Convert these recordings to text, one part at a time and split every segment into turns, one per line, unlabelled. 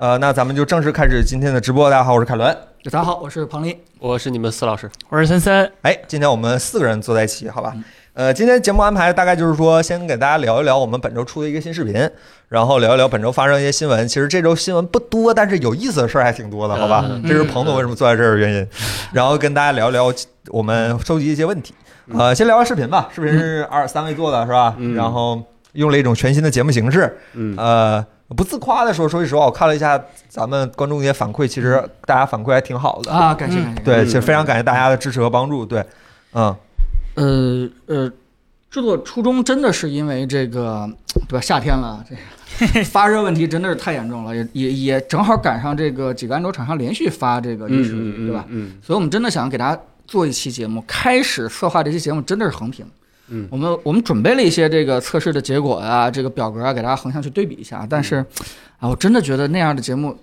呃，那咱们就正式开始今天的直播。大家好，我是凯伦。
大家好，我是庞林。
我是你们四老师，
我是森森，
哎，今天我们四个人坐在一起，好
嗯
吧？呃，今天节目安排大概就是说，先给大家聊一聊我们本周出的一个新视频，然后聊一聊本周发生一些新闻。其实这周新闻不多，但是有意思的事儿还挺多的，好吧？
嗯
这是彭总为什么坐在这儿的原因。然后跟大家聊聊我们收集一些问题。呃，先聊聊视频吧，视频是二三位做的是吧？
嗯
然后用了一种全新的节目形式，
嗯，
呃，不自夸的说，说句实话，我看了一下咱们观众一些反馈，其实大家反馈还挺好的。
啊，感谢
嗯
感谢。感谢
对，其实非常感谢大家的支持和帮助。对，嗯，
呃呃，制作初衷真的是因为这个，对吧？夏天了，这发热问题真的是太严重了，也也也正好赶上这个几个安卓厂商连续发这个
嗯
一时问题
嗯，
对吧？
嗯？
所以我们真的想给大家做一期节目，开始策划这期节目真的是横屏。
嗯
我们我们准备了一些这个测试的结果啊，这个表格啊，给大家横向去对比一下。但是，啊，我真的觉得那样的节目，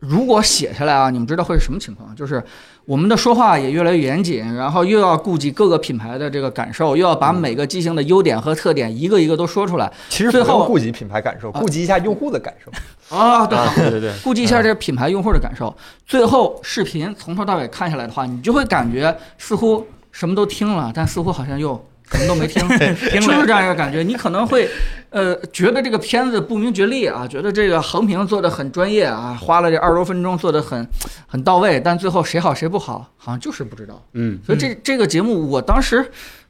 如果写下来啊，你们知道会是什么情况？就是我们的说话也越来越严谨，然后又要顾及各个品牌的这个感受，又要把每个机型的优点和特点一个一个都说出来
其实
最
不用
后
顾及品牌感受，
啊
顾及一下用户的感受。
啊，对
啊，对对对，
顾及一下这个品牌用户的感受。最后视频从头到尾看下来的话，你就会感觉似乎什么都听了，但似乎好像又什么都没 听，就是这样一个感觉。你可能会，呃，觉得这个片子不明觉厉啊，觉得这个横屏做的很专业啊，花了这二十多分钟做的很很到位，但最后谁好谁不好，好像就是不知道。
嗯
所以这这个节目，我当时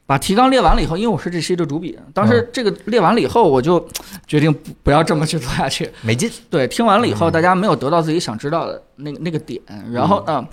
把提纲列完了以后，因为我是这期的主笔，当时这个列完了以后，我就决定不不要这么去做下去，
没劲，
对，听完了以后，大家没有得到自己想知道的那个那个点，然后呢，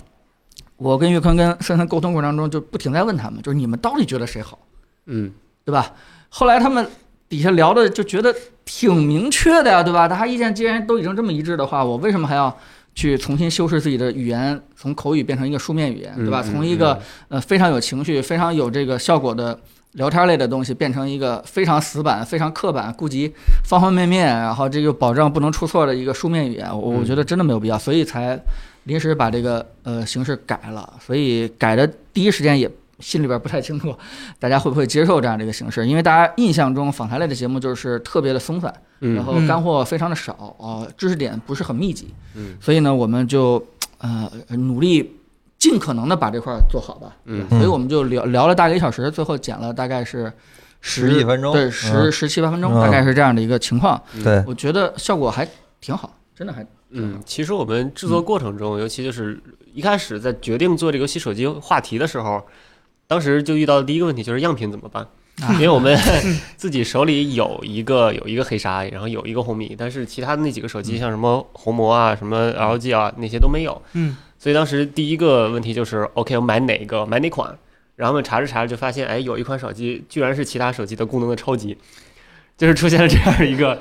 我跟岳坤跟森森沟通过程当中，就不停在问他们，就是你们到底觉得谁好，
嗯，
对吧？后来他们底下聊的就觉得挺明确的呀，对吧？大家意见既然都已经这么一致的话，我为什么还要去重新修饰自己的语言，从口语变成一个书面语言，对吧？
嗯嗯
从一个呃非常有情绪、非常有这个效果的聊天类的东西，变成一个非常死板、非常刻板、顾及方方面面，然后这个保障不能出错的一个书面语言，我我觉得真的没有必要，所以才临时把这个呃形式改了。所以改的第一时间也心里边不太清楚，大家会不会接受这样的一个形式？因为大家印象中访谈类的节目就是特别的松散，
嗯
然后干货非常的少，呃，知识点不是很密集，
嗯，
所以呢，我们就呃努力尽可能的把这块儿做好吧，对吧
嗯
所以我们就聊聊了大概一小时，最后剪了大概是
十几分钟，
对，十十七八分钟，
嗯
大概是这样的一个情况，
嗯对，
我觉得效果还挺好，真的还
嗯，其实我们制作过程中，尤其就是一开始在决定做这个游戏手机话题的时候，当时就遇到的第一个问题就是样品怎么办，因为我们 自己手里有一个有一个黑鲨，然后有一个红米，但是其他的那几个手机像什么红魔啊、什么 LG 啊那些都没有，
嗯，
所以当时第一个问题就是 OK 我买哪个买哪款，然后我们查着查着就发现，哎，有一款手机居然是其他手机的功能的超级，就是出现了这样一个。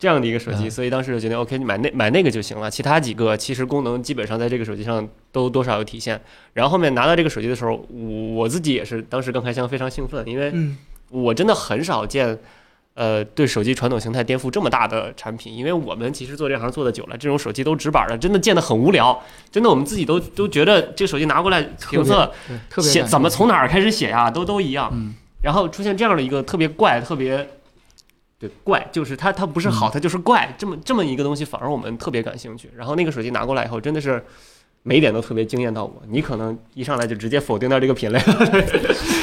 这样的一个手机，
嗯
所以当时就决定，OK，你买那买那个就行了。其他几个其实功能基本上在这个手机上都多少有体现。然后后面拿到这个手机的时候，我我自己也是当时刚开箱非常兴奋，因为
嗯
我真的很少见，呃，对手机传统形态颠覆这么大的产品。因为我们其实做这行做的久了，这种手机都直板的，真的见得很无聊。真的，我们自己都都觉得这手机拿过来评测
对，特别
写
感
怎么
动
从哪儿开始写呀、啊都都一样。
嗯
然后出现这样的一个特别怪、特别对怪，就是它它不是
嗯
好，它就是怪，这么这么一个东西，反而我们特别感兴趣。然后那个手机拿过来以后，真的是。每一点都特别惊艳到我，你可能一上来就直接否定掉这个品类，
啊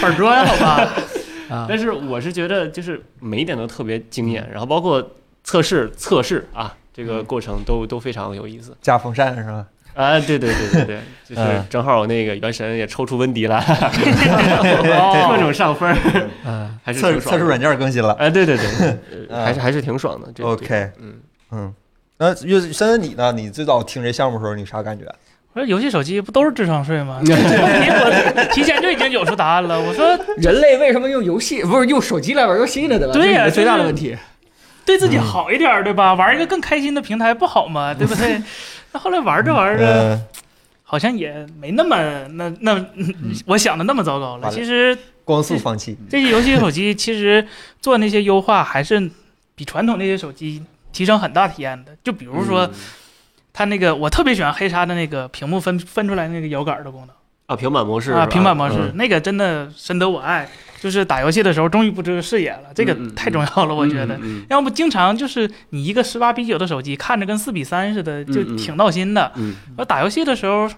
板砖好吧？ 啊，
但是我是觉得，就是每一点都特别惊艳，然后包括测试测试啊，这个过程都都非常有意思
加风扇是吧？
啊！对对对 对对，就是
嗯
正好那个原神也抽出温迪 来，各
哦，
种上分儿，
嗯
还是
测
挺爽
测
的
试软件更新了。
哎，对对对，
嗯
呃还是还是挺爽的。这
OK，
嗯，
嗯，那岳森森你呢？你最早听这项目的时候，你啥感觉？
我说游戏手机不都是智商税吗？这个问题我提前就已经有出答案了。我说
人类为什么用游戏不是用手机来玩游戏呢？对吧？
对
这是你
呀
的最大的
就是
问题。
对自己好一点儿，对吧？玩一个更开心的平台不好吗？对不对？那后来玩着玩着，
嗯，
好像也没那么那那我想的那么糟糕
完
了。
了
其实
光速放弃，
这些游戏手机其实做那些优化，还是比传统那些手机提升很大体验的。就比如说
嗯
它那个，我特别喜欢黑鲨的那个屏幕分分出来那个摇杆的功能
啊，平板模式
啊，
是吧
平板模式、
嗯
那个真的深得我爱。就是打游戏的时候终于不遮视野了，这个
嗯嗯
太重要了，我觉得。
嗯
要不经常就是你一个十八比九的手机看着跟四比三似的，就
嗯嗯
挺闹心的。
嗯
而打游戏的时候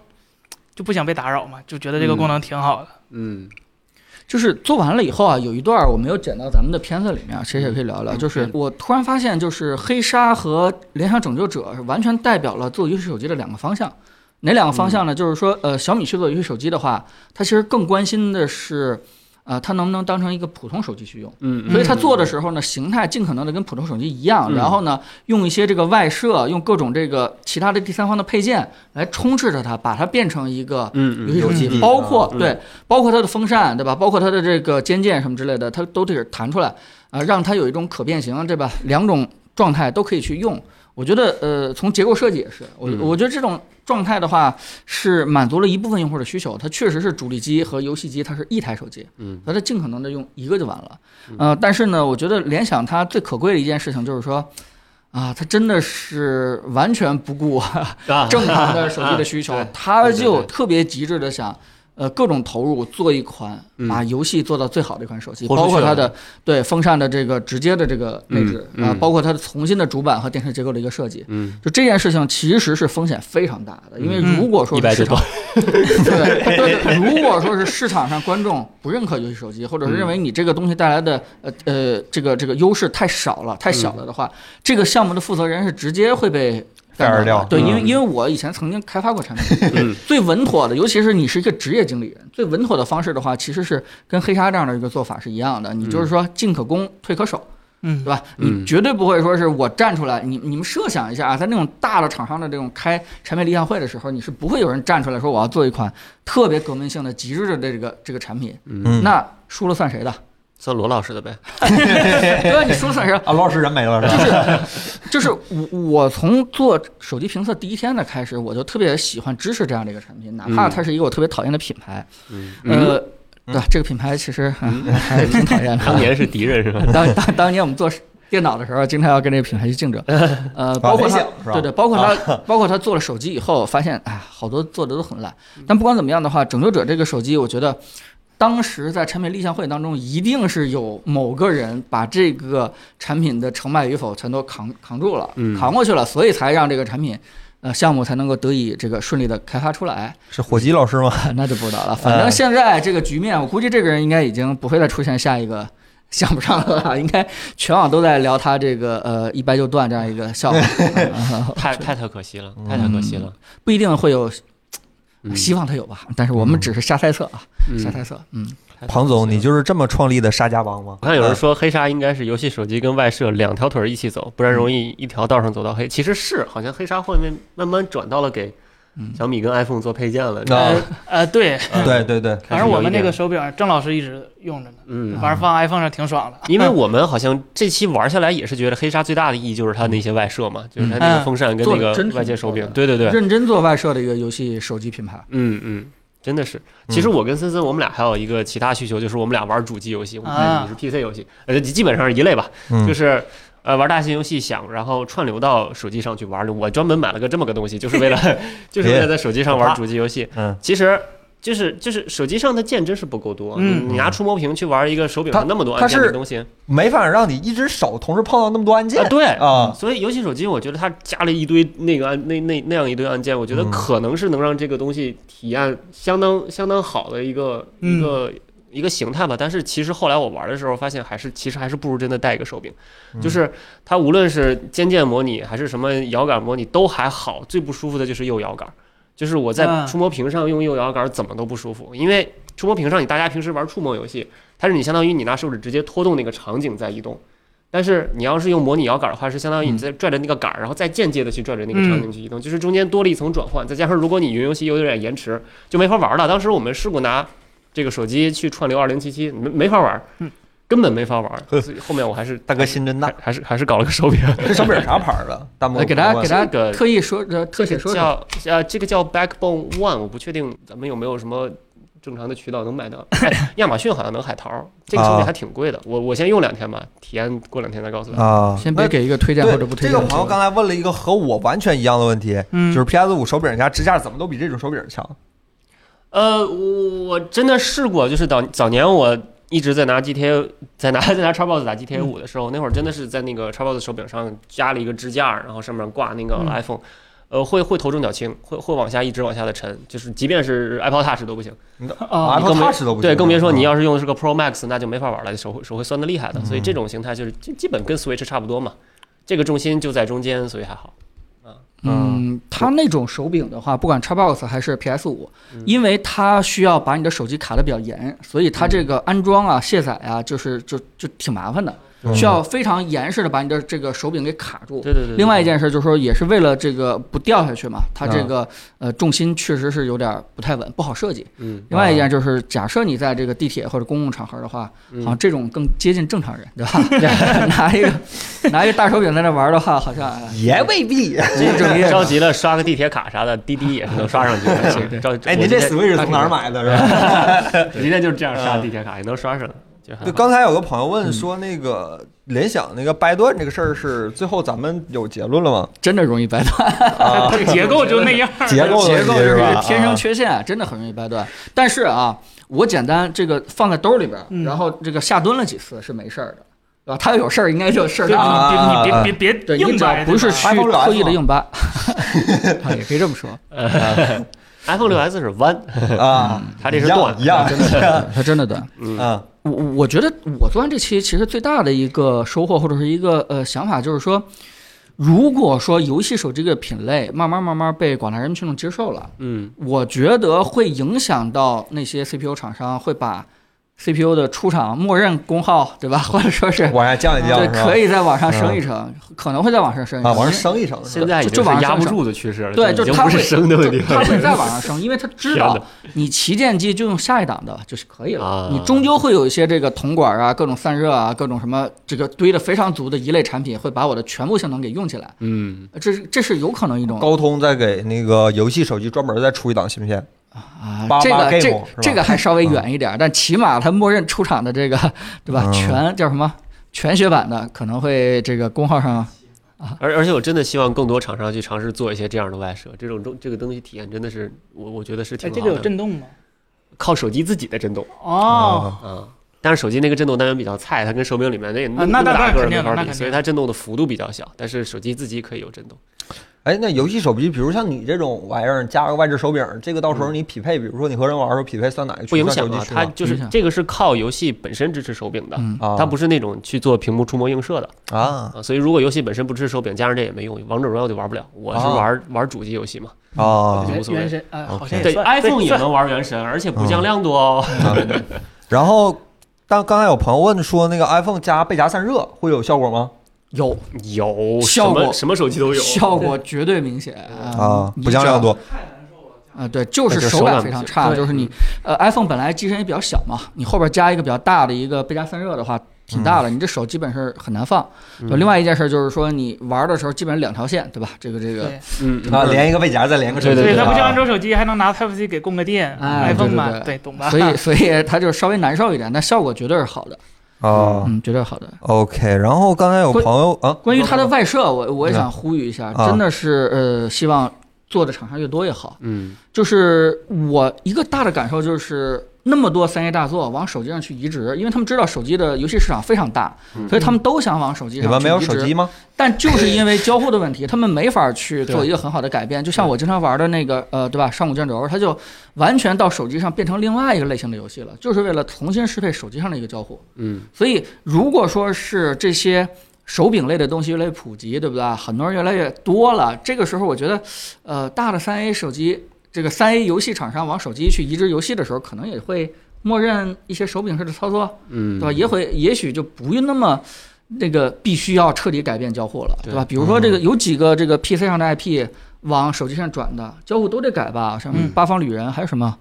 就不想被打扰嘛，就觉得这个功能挺好的。
嗯
就是做完了以后啊，有一段我没有剪到咱们的片子里面，其实也可以聊聊。
嗯
就是
嗯
我突然发现，就是黑鲨和联想拯救者是完全代表了做游戏手机的两个方向。哪两个方向呢？就是说，呃，小米去做游戏手机的话，它其实更关心的是，呃，它能不能当成一个普通手机去用。
嗯，
所以它做的时候呢，形态尽可能的跟普通手机一样，
嗯
然后呢，用一些这个外设，用各种这个其他的第三方的配件来充斥着它，把它变成一个
嗯
游戏手机，包括对，包括它的风扇，对吧？包括它的这个肩键什么之类的，它都得是弹出来啊、让它有一种可变形，对吧？两种状态都可以去用。我觉得，呃，从结构设计也是，我
嗯
我觉得这种状态的话，是满足了一部分用户的需求。它确实是主力机和游戏机，它是一台手机，
嗯
那它尽可能的用一个就完了。呃，但是呢，我觉得联想它最可贵的一件事情就是说，啊，它真的是完全不顾
啊
正常的手机的需求
啊对，
他就
对对对
特别极致的想，呃，各种投入做一款
嗯
把游戏做到最好的一款手机，
豁出去
包括
了
它的对风扇的这个直接的这个内置
嗯
啊，
嗯
包括它的重新的主板和电池结构的一个设计。
嗯，
就这件事情其实是风险非常大的，因为
嗯
如果说
一百
是市
九
场，对对对，如果说是市场上观众不认可游戏手机，或者是认为你这个东西带来的呃呃这个这个优势太少了、太小了的话，这个项目的负责人是直接会被。干
盖儿掉
的对，因为
嗯
因为我以前曾经开发过产品，
嗯
最稳妥的，尤其是你是一个职业经理人，最稳妥的方式的话，其实是跟黑鲨这样的一个做法是一样的，你就是说进可攻，退可守，
嗯
对吧？
嗯
你绝对不会说是我站出来，你你们设想一下啊，在那种大的厂商的这种开产品立项会的时候，你是不会有人站出来说我要做一款特别革命性的、极致的这个这个产品，
嗯，
那输了算谁的？
算罗老师的呗。
对吧？你输了算谁的？
啊，罗老师人没了是吧？
就是我我从做手机评测第一天的开始，我就特别喜欢支持这样的一个产品，哪怕它是一个我特别讨厌的品牌，
嗯，
呃。对吧，这个品牌其实、嗯、 还是挺讨厌的。
当年是敌人是吧？
当当当年我们做电脑的时候，经常要跟这个品牌去竞争，呃，包括
联
它
哎
想，是吧啊
对对，包括它， 包括它做了手机以后，发现哎，好多做的都很烂。但不管怎么样的话，拯救者这个手机，我觉得当时在产品立项会当中，一定是有某个人把这个产品的成败与否全都扛扛住了
嗯，
扛过去了，所以才让这个产品。呃，项目才能够得以这个顺利的开发出来，
是火鸡老师吗？
那就不知道了。反正
呃
现在这个局面，我估计这个人应该已经不会再出现下一个 项目上了吧？应该全网都在聊他这个呃一掰就断这样一个笑 话，嗯
太太太可惜了，太太可惜了。
不一定会有，
嗯
希望他有吧。但是我们只是瞎猜测啊，
嗯
瞎猜测。嗯，
庞总，你就是这么创立的沙家帮吗？啊
我看有人说黑鲨应该是游戏手机跟外设两条腿儿一起走，不然容易一条道上走到黑。其实是，好像黑鲨后面慢慢转到了给
嗯
小米跟 iPhone 做配件了。
啊
呃呃，对，
啊，对对对，
开
反
始
正
有
我
一
们那
点
个手表，郑老师一直用着呢，
嗯，
反正放 iPhone 上挺爽 的。
因为我们好像这期玩下来也是觉得黑鲨最大的意义就是它那些外设
嗯
嘛，就是它那个风扇跟那
做得
个
真挺
外界手柄
不。
对对对，
认真做外设的一个游戏手机品牌，
嗯嗯，真的是。其
嗯
实我跟森森，我们俩还有一个其他需求，就是我们俩玩主机游戏，我
啊
看你是 PC 游戏，呃，基本上是一类吧，
嗯
就是。呃，玩大型游戏想，然后串流到手机上去玩的。我专门买了个这么个东西，就是为了， 就是为了在手机上玩主机游戏。
嗯，
其实，就是就是手机上的键真是不够多。
嗯
你拿触摸屏去玩一个手柄上
它
那么多
它
按键的
是
东西，啊，
没法让你一只手同时碰到那么多按键
对
啊，
所以游戏手机，我觉得它加了一堆那个按那那那样一堆按键，我觉得
嗯
可能是能让这个东西体验相当相当好的一个、
嗯
一个一个形态吧。但是其实后来我玩的时候发现，还是其实还是不如真的带一个手柄，
嗯
就是它无论是肩键模拟还是什么摇杆模拟都还好，最不舒服的就是右摇杆。就是我在
啊
嗯
触摸屏上用右摇杆怎么都不舒服，因为触摸屏上你大家平时玩触摸游戏，它是你相当于你拿手指直接拖动那个场景在移动，但是你要是用模拟摇杆的话，是相当于你在拽着那个杆儿，然后再间接的去拽着那个场景去移动，就是中间多了一层转换，再加上如果你云游戏有点延迟，就没法玩了。当时我们试过拿这个手机去串流二零七七，没没法玩
嗯，
根本没法玩。
呵
所以后面我还是
大哥心真大
还。还是还是搞了个手柄，
这手柄啥牌儿的？弹幕
呃来给大家给大
嗯这个
家特意说呃特写说说，
叫呃这个叫 Backbone One，我不确定咱们有没有什么。正常的渠道能买到， 哎亚马逊好像能海淘，这个手
啊
柄还挺贵的。我我先用两天吧，体验过两天再告诉大家。
啊，
先别给一个推荐
对
或者不推荐
这
的
个
结
朋友
论。
刚才问了一个和我完全一样的问题，
嗯，
就是 PS 五手柄加支架怎么都比这种手柄强。
呃，我我真的试过，就是早早年我一直在拿 GTA 在拿在拿 Xbox 打 GTA 五的时候，那会儿真的是在那个 Xbox 手柄上加了一个支架，然后上面挂那个
嗯
iPhone，、呃，会会头重脚轻，会会往下一直往下的沉，就是即便是 Apple Touch 都不行。
哦
啊，
，Apple
更别
Touch 都不
对，
行
更别说你
嗯
要是用的是个 Pro Max，那就没法玩了，手会手会酸的厉害的。所以
嗯
这种形态就是基基本跟 Switch 差不多嘛，这个重心就在中间，所以还好。
嗯，它那种手柄的话，不管 Xbox 还是 PS 五
嗯，
因为它需要把你的手机卡的比较严，所以它这
嗯
个安装啊、卸载啊，就是就就挺麻烦的，
嗯
需要非常严实的把你的这个手柄给卡住。
对对对对。
另外一件事就是说，也是为了这个不掉下去嘛，它这
嗯
个呃重心确实是有点不太稳，不好设计。
嗯，
另外一件就是，假设你在这个地铁或者公共场合的话，
嗯，
好像这种更接近正常人，对吧？ 拿一个拿一个大手柄在那玩的话，好像哎
也未必。
不务 正业。
着急了，刷个地铁卡啥的，滴滴也是能刷上去的。着急，
哎，
我
您这
今
Switch 是从哪儿买的？是吧？
天今天就是这样刷地铁卡，也能刷上，就
嗯
很
对，
好。
刚才有个朋友问说，那个联想那个掰断这个事儿是最后咱们有结论了吗？
真的容易掰断，
啊，
它结构就那样。
结构的
结
问
构就
题
是
吧
天生缺陷，真的很容易掰断。但是啊，我简单这个放在兜里边，
嗯
然后这个下蹲了几次是没事儿的，对吧？他要有事儿应该就事儿
就
大了。
啊
你
啊
别别别别
对，你
硬
只
掰，
要不是
对吧
去
iPhone 六 S
刻意的硬 掰， 啊也可以这么说。
iPhone 六 S 是弯，
啊啊，
它这是
一样
断
一样
真嗯的，它真的短。
嗯
啊，
我我觉得我做完这期，其实最大的一个收获或者是一个呃想法，就是说，如果说游戏手机这个品类慢慢慢慢被广大人民群众接受了，
嗯
我觉得会影响到那些 CPU 厂商会把 CPU 的出厂默认功耗，对吧？或者说是
往下降一降
对，
是吧？
可以再往上升一升，可能会再往上升一
啊，
升。
往上升一
嗯
升是
现
吧？
在已
就
经
往
是
上
压不
升
住的趋势了，
对，
已
就
经
他
不是
会
升的问题
就他
了。
会再往上升，因为他知
天
道
哪
你旗舰机就用下一档的就是可以
啊
了，你终究会有一些这个铜管啊、各种散热啊、各种什么这个堆的非常足的一类产品，会把我的全部性能给用起来，
嗯，
这是这是有可能一种。
高通再给那个游戏手机专门再出一档芯片，
啊
八，
这
八
个
game
这
是吧
这个还稍
嗯
微远一点，但起码它默认出厂的这个，对吧？
嗯
全叫什么全血版的，可能会这个功耗上
啊而而且我真的希望更多厂商去尝试做一些这样的外设，这种东这个东西体验真的是我我觉得是
哎，
挺
这
好
个有
的，
震动吗？
靠手机自己的震动
哦，
啊。但是手机那个震动单元比较菜，它跟手柄里面那
啊那
么
那
大
那
个儿
肯定
没
的那
法比，
肯定
所以它震动的幅度比较小。但是手机自己可以有震动。
哎，那游戏手机，比如像你这种玩意儿，加个外置手柄，这个到时候你匹配，比如说你和人玩的时候匹配算哪个区，
不影响
算手
啊
机，区
它
吗
就是
影响
这个是靠游戏本身支持手柄的，
嗯
啊，
它不是那种去做屏幕触摸映射的
啊
啊。所以如果游戏本身不支持手柄，加上这也没用，王者荣耀就玩不了。我是
啊
玩、玩主机游戏嘛，
啊
就无所谓
原神啊，好像也
对
算
iPhone 也
算
能玩原神，而且不降亮度哦。
啊然后，但刚才有朋友问说，那个 iPhone 加背夹散热会有效果吗？
有
有
效果
什么什么手机都有，
效果绝对明显
啊，
你
不降亮
只要
度
啊，对，就
那
是
就
手
手
感
感
非
不
常
行嗯
差，
对
就是你呃，iPhone 本来机身也比较小嘛，你后边加一个比较大的一个背夹散热的话，挺大
嗯
的，你这手基本是很难放。对，另外一件事就是说你玩的时候基本上两条线，对吧？这个这个，
对
嗯
啊，连一个背夹再连个手机，
对
对，它
啊
不像安卓手机还能拿 Type C 给供个电
哎
，iPhone 嘛，
对对
对，懂吧？
所以所以它就稍微难受一点，但效果绝对是好的，
啊。
嗯，绝对是好的。
OK，然后刚才有朋友啊，
关于它的外设，我我也想呼吁一下，
啊
真的是呃，希望做的厂商越多越好。
嗯
就是我一个大的感受就是，那么多三 A 大作往手机上去移植，因为他们知道手机的游戏市场非常大，
嗯
所以他们都想往手机
你
上
们
去
没有
移
手
植
机吗？
但就是因为交互的问题，他们没法去做一个很好的改变。就像我经常玩的那个，呃，对吧？上古卷轴，它就完全到手机上变成另外一个类型的游戏了，就是为了重新适配手机上的一个交互。
嗯，
所以，如果说是这些手柄类的东西越来越普及，对不对？很多人越来越多了，这个时候我觉得，呃，大的三 A 手机，这个三 A 游戏厂商往手机去移植游戏的时候，可能也会默认一些手柄式的操作。
嗯，
对吧？也会也许就不用那么那个必须要彻底改变交互了，
对嗯
对吧？比如说这个有几个这个 PC 上的 IP 往手机上转的交互都得改吧，像
嗯
八方旅人还有什么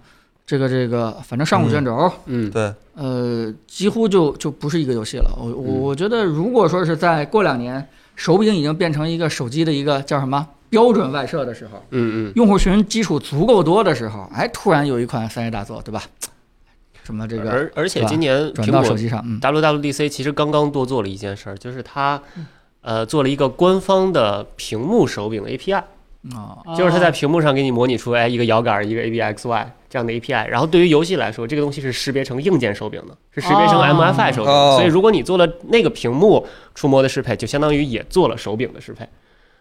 这个这个，反正上古卷轴，
嗯嗯
对，
呃，几乎就就不是一个游戏了。我我我觉得如果说是在过两年手柄已经变成一个手机的一个叫什么标准外设的时候，
嗯嗯，
用户群基础足够多的时候，哎，突然有一款三 A 大作，对吧？什么这个
而而且
是吧
今年
转
苹
到
果
手机上，嗯
WWDC 其实刚刚多做了一件事儿，就是它呃做了一个官方的屏幕手柄 API，
啊。
啊
就是它在屏幕上给你模拟出哎一个摇杆一个 ABXY 这这样的 API。然后对于游戏来说，这个东西是识别成硬件手柄的，是识别成
哦
MFI 手柄的。
哦
所以如果你做了那个屏幕触摸的适配，就相当于也做了手柄的适配。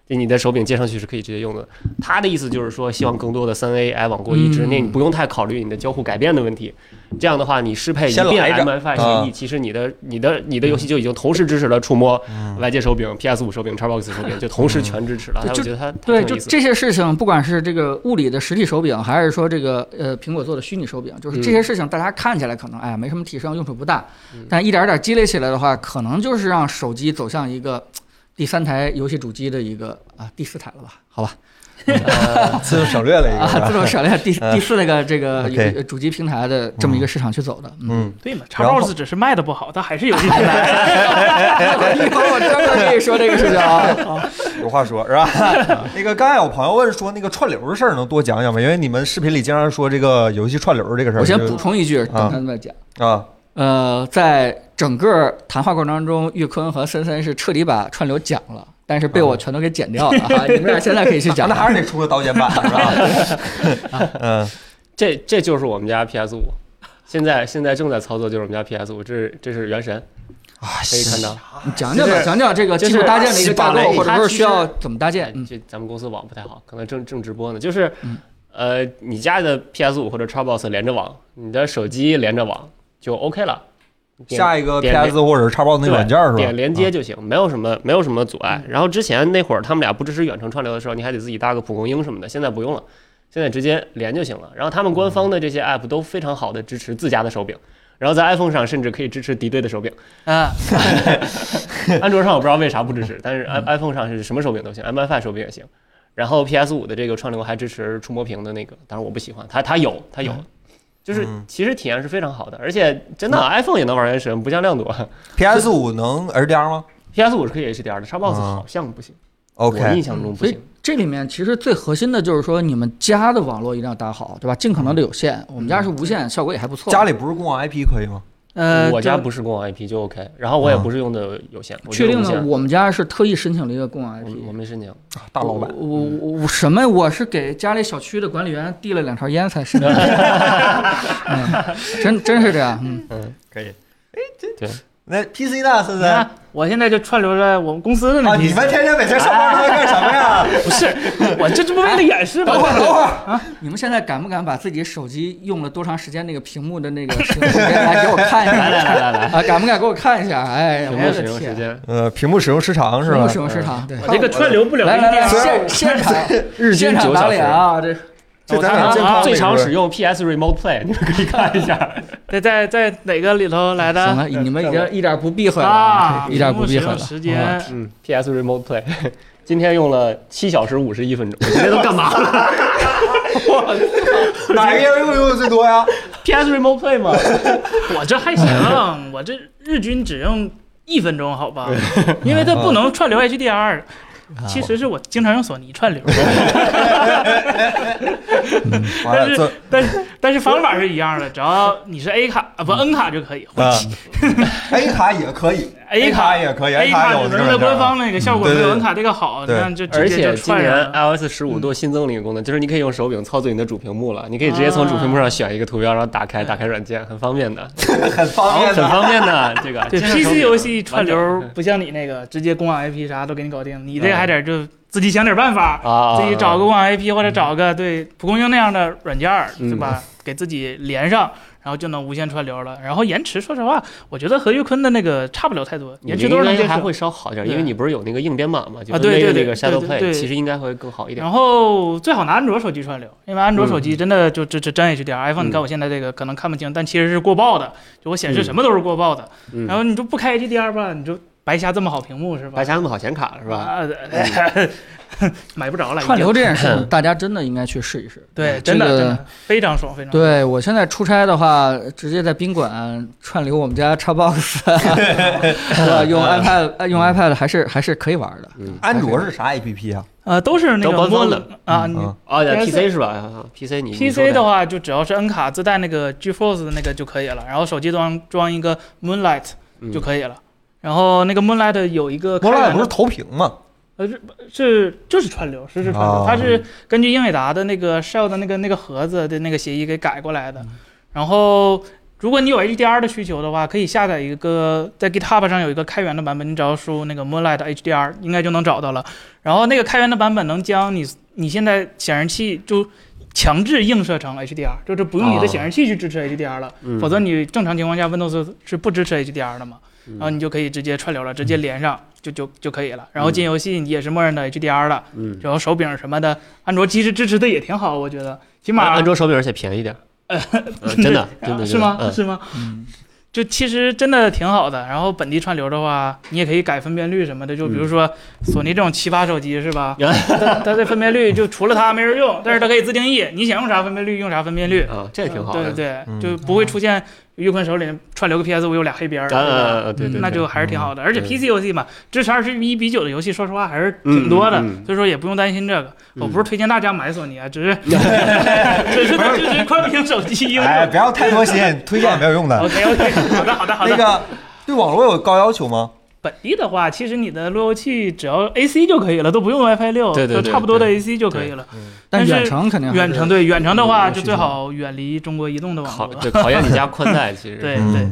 就你的手柄接上去是可以直接用的。他的意思就是说，希望更多的三 A 来往过移植，
嗯
那你不用太考虑你的交互改变的问题。这样的话，你适配一
先
遍
来着
MFI 协议，其实你的、你的、你的游戏就已经同时支持了触摸、
嗯
外界手柄、PS 五手柄、Xbox 手柄，就同时全支持了。
对
他我
就
觉得他
嗯对，
挺有
就
意思的
这些事情，不管是这个物理的实体手柄，还是说这个呃苹果做的虚拟手柄，就是这些
嗯
事情，大家看起来可能哎没什么提升，用处不大，但一点儿点儿积累起来的话，可能就是让手机走向一个第三台游戏主机的一个啊第四台了吧？好吧，
自动省略了一个，是
啊，
吧
自 动省略第
呃
第四那个这个
OK
游主机平台的这么一个市场去走的，嗯。
嗯，
对嘛
然后
，Xbox 只是卖的不好，但还是有一 台。
一会儿我专门跟你说这个事情啊。
有话说是吧？那个刚才有朋友问说那个串流的事儿能多讲讲吗？因为你们视频里经常说这个游戏串流这个事儿，
我先
就
补充一句，等他们再讲。
啊，
呃，在整个谈话过程当中，岳坤和森森是彻底把串流讲了，但是被我全都给剪掉了
啊
哈。你们俩现在可以去讲啊
那 还是得出个导演版是吧？嗯，
这这就是我们家 PS 五，现在现在正在操作就是我们家 PS 五，这是这是原神，
啊
可以看到，
你讲讲吧，讲讲这个
就
技
是
术搭建的一个架
绑
构，
雷
或者
它
说
其
需要
实
怎么搭建
哎？
嗯，
这咱们公司网不太好，可能正正直播呢，就是
嗯，
呃，你家的 PS 五或者 Xbox 连着网，你的手机连着网就 OK 了，点
啊
下一个
点
PS 或者叉 box 那
对
软件是吧？啊嗯
点连接就行，没有什么没有什么阻碍。然后之前那会儿他们俩不支持远程串流的时候，你还得自己搭个蒲公英什么的，现在不用了，现在直接连就行了。然后他们官方的这
嗯
些 app 都非常好的支持自家的手柄，然后在 iPhone 上甚至可以支持敌对 的手柄。
嗯
啊，
安卓上我不知道为啥不支持，但是
嗯
i iPhone 上是什么手柄都行，MFI 手柄也行。然后 PS 五的这个串流还支持触摸屏的那个，当然我不喜欢，它它有它有，
嗯
就是其实体验是非常好的，而且真
嗯
的 iPhone 也能玩原神，不像亮度
PS 五能 HDR 吗
，PS 五是可以 HDR 的，Xbox
嗯
好像不行，我印
？OK，
象中不
所以
行。
这里面其实最核心的就是说，你们家的网络一定要搭好，对吧？尽可能的有线，
嗯
我们家是无线，效果也还不错。
家里不是公网 IP 可以吗？
嗯
呃，
我家
就
不是公网 IP 就 OK，然后我也
嗯
不是用的有线，我
确
就
定
无
呢，
线
我们家是特意申请了一个公网 IP，
我我没申请，
大老板，
我我我什么？我是给家里小区的管理员递了两条烟才是， 嗯，真真是这样，嗯，
可以。
对，
那 PC 呢，森
你
森？
看，我现在就串流在我们公司的
啊，
那
你
批。
们天天每天上班都在干什么呀？
不是，我这这不为了 掩饰吗？
等会儿，等会儿，
你们现在敢不敢把自己手机用了多长时间那个屏幕的那个时间来给我看一下？
来来来来来，
啊，敢不敢给我看一下？哎，
屏
我
幕
的
使用时
天，
间，嗯
呃，屏幕使用时长是
屏
吧
幕？使用时长，对，
我这个串流不了
来
一
来来，现
点。
现场
日均
现场
九
打
小时
脸。啊！这
这咱
啊
俩健
啊
康
最
那
常
个
使用 PS Remote Play，你们可以看一下。
在在在哪个里头来
行
的？
了，你们已经一点不避讳了，，
啊
一点不避讳了。
时间
嗯，PS Remote Play，今 天用了七小时五十一分钟，我今天 都干嘛了
哪个应用用的最多呀？
？PS Remote Play 嘛，
我这还行，我这日均只用一分钟，好吧？因为它
嗯
不能串流 HDR。其实是我经常用索尼串流，
完了，这
但是但是方法是一样的，只要你是 A 卡啊不 N 卡就可以，
嗯啊，A 卡也可以
A
卡
卡
也可以
，A
卡有这
只能在
个
官方那个效果
嗯
没
对对
有 N 卡这个好，
对
那就直
而
接
且
就
今
串
年啊
上了。
iOS 十五都新增了一个功能，就是你可以用手柄操作你的主屏幕了，你可以直接从主屏幕上选一个图标，然后打开打开软件，很方便的，
很方便
很
的。
方便的。这个
对
这是手
PC
柄
游戏串
完
流
整
不像你那个直接公网 IP 啥都给你搞定，你这
嗯
还得就自己想点办法，
啊，
自己找个公网 IP 或者找个对蒲公英那样的软件儿，
嗯
对吧？给自己连上，然后就能无线串流了。然后延迟，说实话，我觉得和岳坤的那个差不了太多，
你
延
这
迟多少能
应
接
该还
受？
会稍好一点，
对
因为你不是有那个硬编码嘛，就
啊
是
对
那个
对对
那个 Shadow
对对
Play，
对
其实应该会更好一点。
然后最好拿安卓手机串流，因为安卓手机真的就支持真 HDR，iPhone
嗯
你看我现在这个可能看不清，但其实是过曝的，就我显示什么都是过曝的。
嗯
然后你就不开 HDR 吧，你就白瞎这么好屏幕是吧？
白瞎那么好显卡是吧？
啊， 买不着了。已经
串流这件事
嗯
情，大家真的应该去试一试。
对，
嗯
真的
这个
真的非常爽，非常爽。
对我现在出差的话，直接在宾馆串流我们家 Xbox，对吧 用 iPad 呃用
嗯
iPad 还是还是可以玩的。
嗯
安卓是啥 APP 啊？
呃，都是那
都
个
官方
摸
的
啊，你
嗯，
啊对
PS
，PC 是吧啊？PC 你你说
PC 的话，就只要是 N 卡自带那个 GeForce 的那个就可以了，然后手机装装一个 Moonlight
嗯
就可以了。然后那个 Moonlight 有一个
摩
开
拉
源
不是
的
投屏吗？
呃，是是就是串流，是是串流
哦，
它是根据英伟达的那个 Shell 的那个那个盒子的那个协议给改过来的。然后，如果你有 HDR 的需求的话，可以下载一个在 GitHub 上有一个开源的版本，你只要输入那个 Moonlight HDR，应该就能找到了。然后那个开源的版本能将你你现在显示器就强制映射成 HDR，就是不用你
哦
的显示器去支持 HDR 了。
嗯
否则你正常情况下 Windows 是不支持 HDR 的嘛，
嗯
然后你就可以直接串流了，直接连上就就就可以了。然后进游戏你也是默认的 HDR 了，
嗯，
然后手柄什么的，安卓其实支持的也挺好，我觉得，起码
安安卓手柄而且便宜点儿，嗯真的真的
是吗？
真的嗯
是吗？
嗯，
就其实真的挺好的。然后本地串流的话，你也可以改分辨率什么的，就比
嗯
如说索尼这种奇葩手机是吧？它它的分辨率就除了它没人用，但是它可以自定义，你想用啥分辨率用啥分辨率。
啊，这也挺好
对
的。
对
嗯
对，就不会出现岳坤手里串流个 PS 五有俩黑边儿，
啊啊
对吧嗯
啊对对，
那
对
就还是挺好的。而且
嗯
PC 游戏嘛，支持二十一比九的游戏，说实话还是挺多的
嗯嗯嗯，嗯
所以说也不用担心这个。我不是推荐大家买索尼啊，只是只是支持宽屏手机应
哎，
用。
不要太多心，推荐也没有用的。
OK OK，好的好的好
那
的。
个对网络有高要求吗？
本地的话，其实你的路由器只要 AC 就可以了，都不用 WiFi 六，
对对
就
对
差不多的
对
AC 就可以了。
但
但是
远程肯定还
远
是
程对远程的话，
嗯
就
嗯
最好远离中国移动的网
考
络。
对考验你家宽带，其实
嗯 对
嗯
对，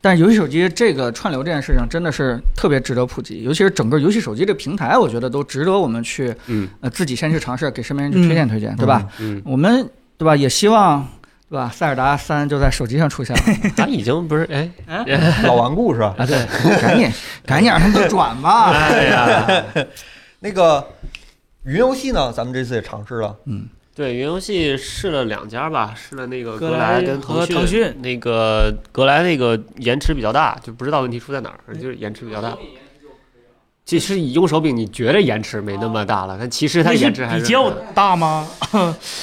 但是游戏手机这个串流这件事情真的是特别值得普及，尤其是整个游戏手机这个平台，我觉得都值得我们去
嗯
呃自己先去尝试，给身边人去推荐推荐，对吧？
嗯，
我们对吧也希望对吧？塞尔达三就在手机上出现了
咱已经不是哎
老顽固是吧？
啊！对，赶 紧赶紧让他们都转吧。
哎呀，
那个云游戏呢？咱们这次也尝试了，
对云游戏试了两家吧，试了那个
格
格
莱
跟
和
腾
腾讯
那个格莱那个延迟比较大，就不知道问题出在哪儿，就是延迟比较大。其实你用手柄，你觉得延迟没那么大了，但其实它
那是
延迟还
比
是
较大吗？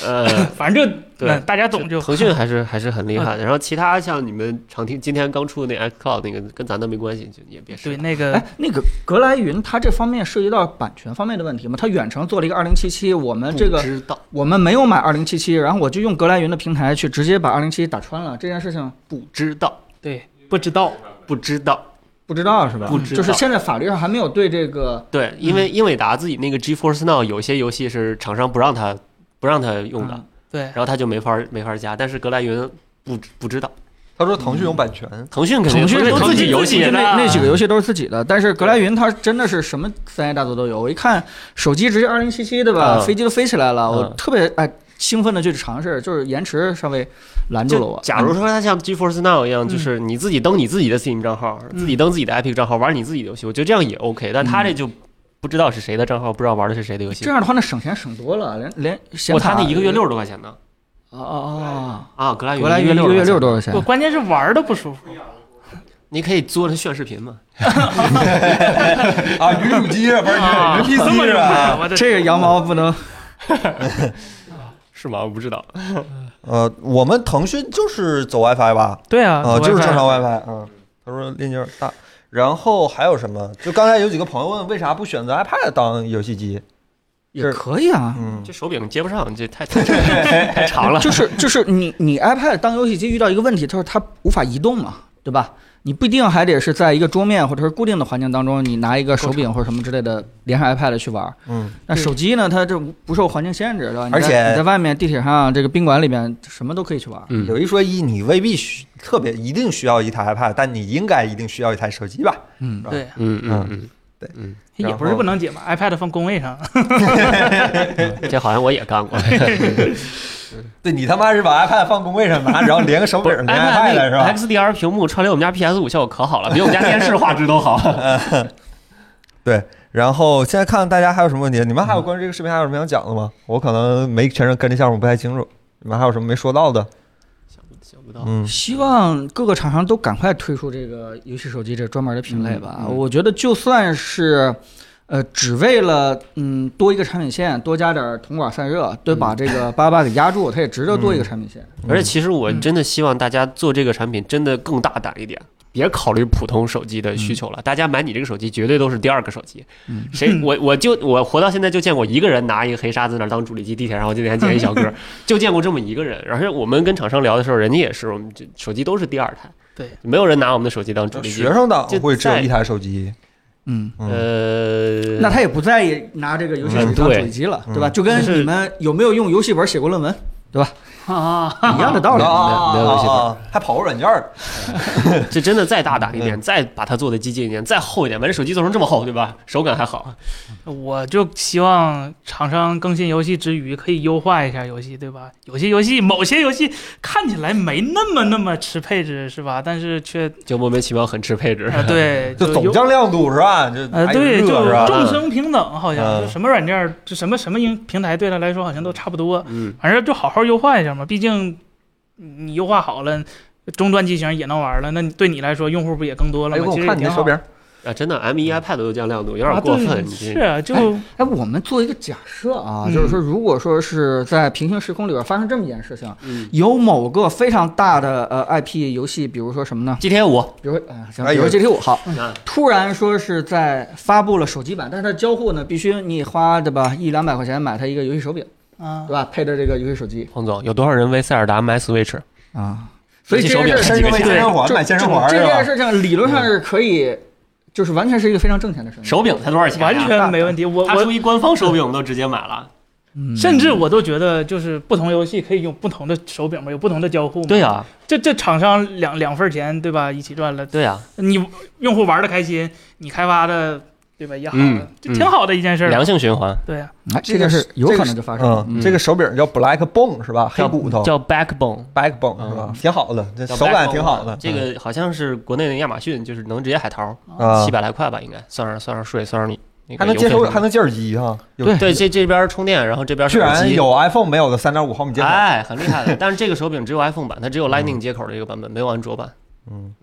呃，
反正就
对
嗯大家懂就嗯
腾讯还是还是很厉害的。然后其他像你们常听今天刚出的那 xCloud 那个跟咱的没关系，就也别试
对
了。
那个
哎，那个格莱云，它这方面涉及到版权方面的问题吗？它远程做了一个二零七七，我们这
不
个
知道
我们没有买二零七七，然后我就用格莱云的平台去直接把二零七七打穿了，这件事情
不知道
对不知道
不知道，
不知道是吧？
不知道
就是现在法律上还没有对这个
对，因为英伟达自己那个 GeForce Now 有些游戏是厂商不让他不让他用的，
嗯
对
然后他就没法儿没法儿加。但是格莱云不不知道，
他说腾讯有版权，
腾讯肯定
腾讯
都
腾
自
讯
己游戏
自己
的
的
那那几个游戏都是自己的，但是格莱云它真的是什么三 A 大作都有。我一看手机直接二零七七对吧，
嗯
飞机都飞起来了，我
嗯
特别哎兴奋的去尝试，就是延迟稍微拦住了
就
我。嗯
假如说它像 GeForce Now 一样，就是你自己登你自己的 Steam 账号，
嗯
自己登自己的 Epic 账号玩你自己的游戏，我觉得这样也 OK。但他这就不知道是谁的账号，不知道玩的是谁的游戏
嗯这。样的话，那省钱省多了，连连显
我
卡
他那一个月六十多块钱呢
哦哦
啊，格莱
哦，
云
格莱云一
六
个月六
多，
多少钱
不，？关键是玩儿的不舒服。
你可以做成炫视频嘛？
啊，云主机不是
啊，
云云
这
PC
么
是
用
吧？
啊，我的
这个羊毛不能
是吗？我不知道。
呃，我们腾讯就是走 WiFi 吧，
对啊，
啊，就是
WiFi
正常 WiFi 嗯，他说链接大，然后还有什么？就刚才有几个朋友问，为啥不选择 iPad 当游戏机？
也可以啊。
嗯，
这手柄接不上，这太太太长了。
就是就是你你 iPad 当游戏机遇到一个问题，就是它无法移动嘛，对吧？你不一定还得是在一个桌面或者是固定的环境当中，你拿一个手柄或者什么之类的连上 iPad 去玩。
嗯，
那手机呢，它这不受环境限制，对吧？你在
而且
你在外面、地铁上、这个宾馆里面，什么都可以去玩。
嗯
有一说一，你未必需特别一定需要一台 iPad，但你应该一定需要一台手机吧？
嗯
对，
嗯嗯
嗯
嗯，对，嗯，
然后
也不是不能解嘛，iPad 放工位上，
这好像我也干过。哎
对你他妈是把 iPad 放工位上拿，然后连个手柄连
iPad 那
是吧？
XDR 屏幕串联我们家 PS 五效果可好了，比我们家电视画质都好。
对，然后现在看看大家还有什么问题？你们还有关于这个视频还有什么想讲的吗？我可能没全程跟这项目不太清楚，你们还有什么没说到的？
想不到，
嗯，
希望各个厂商都赶快推出这个游戏手机这专门的品类吧。
嗯嗯
我觉得就算是，呃，只为了嗯多一个产品线，多加点铜管散热，对，把这个八八给压住，它也值得多一个产品线。
而且其实我真的希望大家做这个产品真的更大胆一点。别考虑普通手机的需求了，大家买你这个手机绝对都是第二个手机。
嗯
谁我我就我活到现在就见过一个人拿一个黑沙子那儿当主力机，地铁上我今天还见一小哥，就见过这么一个人。而且我们跟厂商聊的时候，人家也是，我们这手机都是第二台，
对，
哦
没有人拿我们的手机当主力机。
学生党
就
会只有
在
一台手机，
嗯，
嗯
呃，
那他也不在意拿这个游戏手机当
嗯对
主机了，
嗯
对吧？就跟
但是
你们有没有用游戏本写过论文
啊，
一样的道
啊
理。
没有没有游戏本
啊还跑过软件儿，
这真的再大胆一
嗯
点，再把它做的激进一点，再厚一点，把这手机做成这么厚，对吧？手感还好。
我就希望厂商更新游戏之余，可以优化一下游戏，对吧？有些游戏，某些游戏看起来没那么那么吃配置，是吧？但是却
就莫名其妙很吃配置。
啊、对，
就总
优
将亮度是吧？就
呃，
还
对，
热啊
就是
吧？
众生平等，好像、
嗯
就什么软件儿，就什么什么平平台，对他来说好像都差不多。
嗯，
反正就好好优化一下嘛，毕竟你优化好了，终端机型也能玩了，那你对你来说用户不也更多了
哎
吗？
呦，我
其实也
看你
挺
那
好
手柄，
啊，真的，M
嗯
1 iPad 都降亮度，有
啊，
点过
对
分。你
是
这
啊，就
哎，我们做一个假设啊，
嗯
就是说，如果说是在平行时空里边发生这么一件事情，
嗯
有某个非常大的呃 IP 游戏，比如说什么呢？
，GTA 五，
比如说，啊，行，
哎
比如
有
GTA 五好，
啊
突然说是在发布了手机版，但是它交互呢，必须你花对吧一两百块钱买它一个游戏手柄，
啊
对，吧？配着这个游戏手机
彭总，有多少人为塞尔达买 Switch？
啊，所
游
以
戏
这
手
件
柄
事
身上为健身环
这
买健身环
这
是
这件
吧？嗯
事情理论上是可以，就是完全是一个非常挣钱的事情。
手柄才多少钱呀？啊
完全没问题。我
他出
我
一官方手柄我都直接买了。
嗯
甚至我都觉得，就是不同游戏可以用不同的手柄嘛，有不同的交互 嘛。
对呀，
这这厂商两两份钱对吧，一起赚了，
对啊呀，
你用户玩的开心，你开发的对吧也好，啊
嗯
就挺好的一件事儿。啊
良性循环。
对呀、
哎，这件事有可能就发生了。
嗯，这个手柄叫 Black Bone 是吧？黑
叫
骨头
叫 Backbone，
Back Bone 是吧？挺好的，这
叫
手感
Backbone 啊
挺好的。嗯
这个好像是国内的亚马逊，就是能直接海淘，
啊
七，百来块吧，应该算上算上税，算上你那个
还能
邮
接
费
收，
什么
还
的
能接耳机哈。有
对这这边充电，然后这边
居
手
然
机。
有 iPhone 没有的三点五毫米接口。
哎，很厉害的，但是这个 手柄只有 iPhone 版，它只有 Lightning 接口的一个版本，没有安卓版。
嗯，